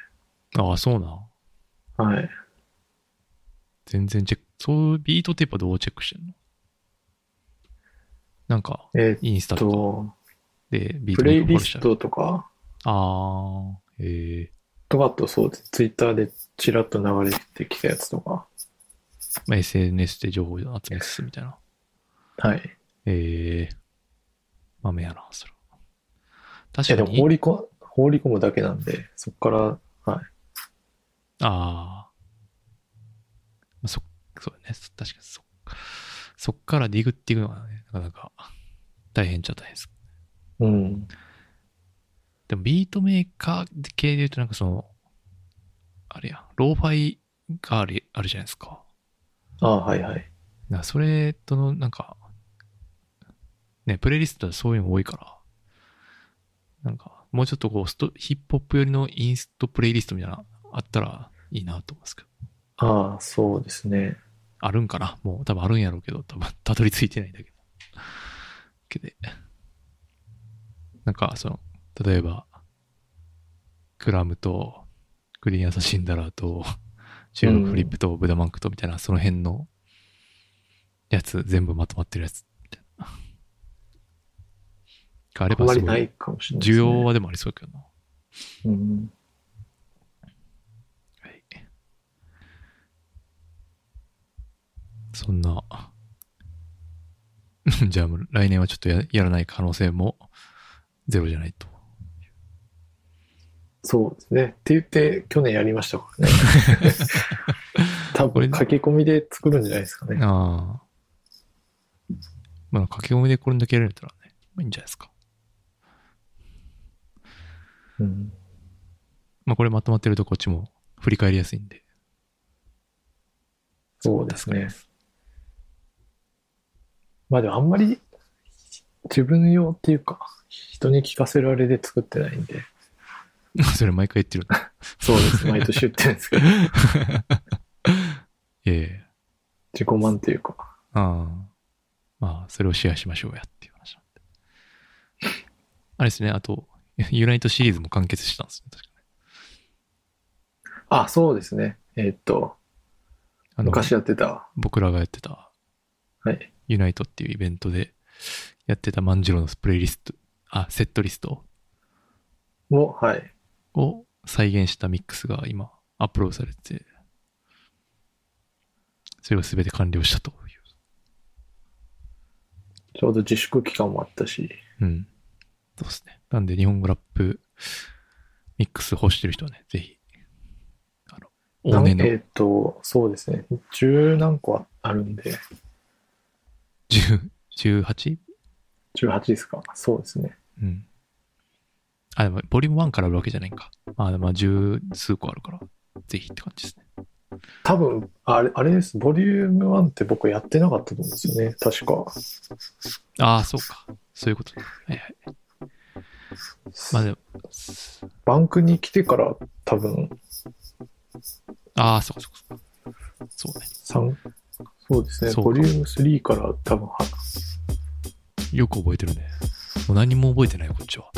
B: ああ、そうなん。
C: はい。
B: 全然チェック。そう、ビートテープはどうチェックしてんのなんか、
C: え
B: インスタ
C: っ
B: とか
C: と、
B: でビー
C: プ
B: トメ
C: レ
B: イク
C: イ
B: フォロ
C: リ
B: ーしちゃ
C: ス
B: う
C: トとか、
B: あー、え
C: とかあとそう、ツイッターでちらっと流れてきたやつとか。
B: ー、まあ、SNS で情報を集めつつみたいな。
C: はい。
B: えー、豆やな、それは。
C: いや
B: 確
C: で
B: か
C: も放
B: に。
C: りこ、放り込むだけなんで、そこから、はい。
B: ああ。まあ、そ、そうだね。そ確かにそ、そっからディグっていくのはね、なかなか大変っちゃ大変です。
C: うん。
B: でもビートメーカー系で言うとなんかその、あれや、ローファイがあるあるじゃないですか。
C: ああ、はいはい。
B: なそれとの、なんか、ね、プレイリストはそういうの多いから、なんか、もうちょっとこうスト、ヒップホップ寄りのインストプレイリストみたいなのあったらいいなと思いますけど。
C: ああ、そうですね。
B: あるんかなもう多分あるんやろうけど、多分たどり着いてないんだけど。けで。なんか、その、例えば、クラムと、グリーンアサシンダラーと、中国フリップと、ブダマンクと、みたいな、その辺の、やつ、全部まとまってるやつ、みたいな。があれ
C: あん
B: ば
C: ますり
B: ご
C: ない
B: い、
C: かもしれないで
B: 需
C: すね。
B: 要はでもありそうだけどな。
C: うん。
B: はい。そんな、 [LAUGHS] じゃあもう来年はちょっとややらない可能性もゼロじゃないと。
C: そうですね。って言って、去年やりましたから
B: [LAUGHS]
C: ね。多
B: これ
C: 分、駆け込みで作るんじゃないですかね。
B: ああ。まあ、駆け込みでこれだけやれたらね、まあいいんじゃないですか。
C: うん、
B: まあ、これまとまってるとこっちも振り返りやすいんで。 [LAUGHS]
C: そうです
B: 助かり
C: ね
B: ま。す。
C: まあでも、あんまり自分用っていうか、人に聞かせられで作ってないんで。
B: それ毎回言ってるな。
C: そうです。毎年言ってる
B: [LAUGHS]
C: んですけど、
B: ええ
C: 自己満というか。
B: ああ。まあ、それをシェアしましょうやっていう話なんで。あれですね、あと、ユナイトシリーズも完結したんですね、確かね。
C: あ、そうですね。えーっと、
B: あの、
C: 昔やってた。
B: 僕らがやってた
C: はい。
B: ユナイトっていうイベントでやってた万次郎のプレイリスト、あ、セットリスト
C: も、はい。
B: を再現したミックスが今アップロードされて、それが全て完了したとい
C: ちょうど自粛期間もあったし。
B: う。うん。そうですね。なんで日本語ラップミックス欲してる人はね、ぜひ、あの、往年の
C: なんえーっと、そうですね。十何個ああるんで、
B: 10 18?
C: 18ですか。そうですね。
B: うん。あ、でも、ボリューム1からあるわけじゃないんか。あ、でも、十数個あるから、ぜひって感じですね。
C: 多分あれ、あれです。ボリューム1って僕やってなかったと思うんですよね。確か。
B: ああ、そうか。そういうことね。はいはい。まあでも、
C: バンクに来てから多分
B: ああ、そうかそうかそうか。そうね。
C: 三そうですね。
B: そうか
C: ボリューム3から多分は、
B: よく覚えてるね。もう何も覚えてないよ、こっ
C: [LAUGHS]
B: ちは。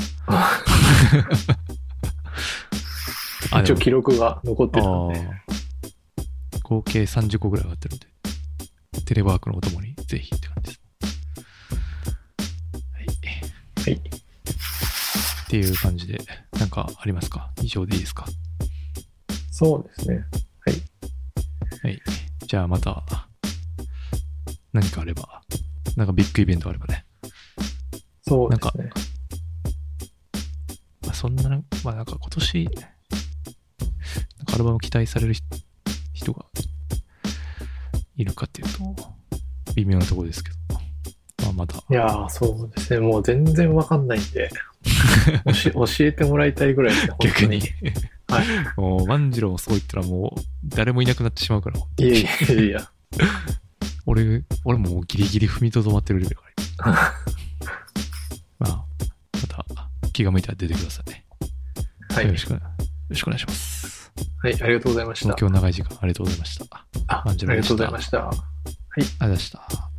B: あ、
C: 一
B: で
C: 応
B: も
C: 記録が残ってるので、
B: あー合計30個ぐらい上がってるんで、テレワークのお供にぜひって感じです。はい。
C: はい
B: っていう感じで、なんかありますか以上でいいですか
C: そうですね。
B: はい。じゃあまた、何かあれば、なんかビッグイベントがあればね。
C: そうですね。
B: まあ、そんなな、まあなんか今年、なんかアルバム期待される人人がいるかっていうと、微妙なところですけど。まあまた、
C: いやー、そうですね。もう全然わかんない
B: [LAUGHS]
C: んで、教え教えてもらいたいぐらいですね。本当
B: 逆に。
C: はい
B: [LAUGHS] もう万次郎もそう言ったらもう誰もいなくなってしまうから、
C: いやいやいやいや。
B: 俺、俺もうギリギリ踏みとどまってるレベル
C: [LAUGHS]
B: から。まあ、また気が向いたら出てください。
C: はい。
B: よろしく、よろしくお願いします。
C: はい、ありがとうございました
B: 今。日長い時間ありがとうございました。
C: あ
B: 万
C: あ
B: 次
C: り
B: 郎
C: が
B: で
C: とう
B: した
C: ございました。
B: ありがとうございました。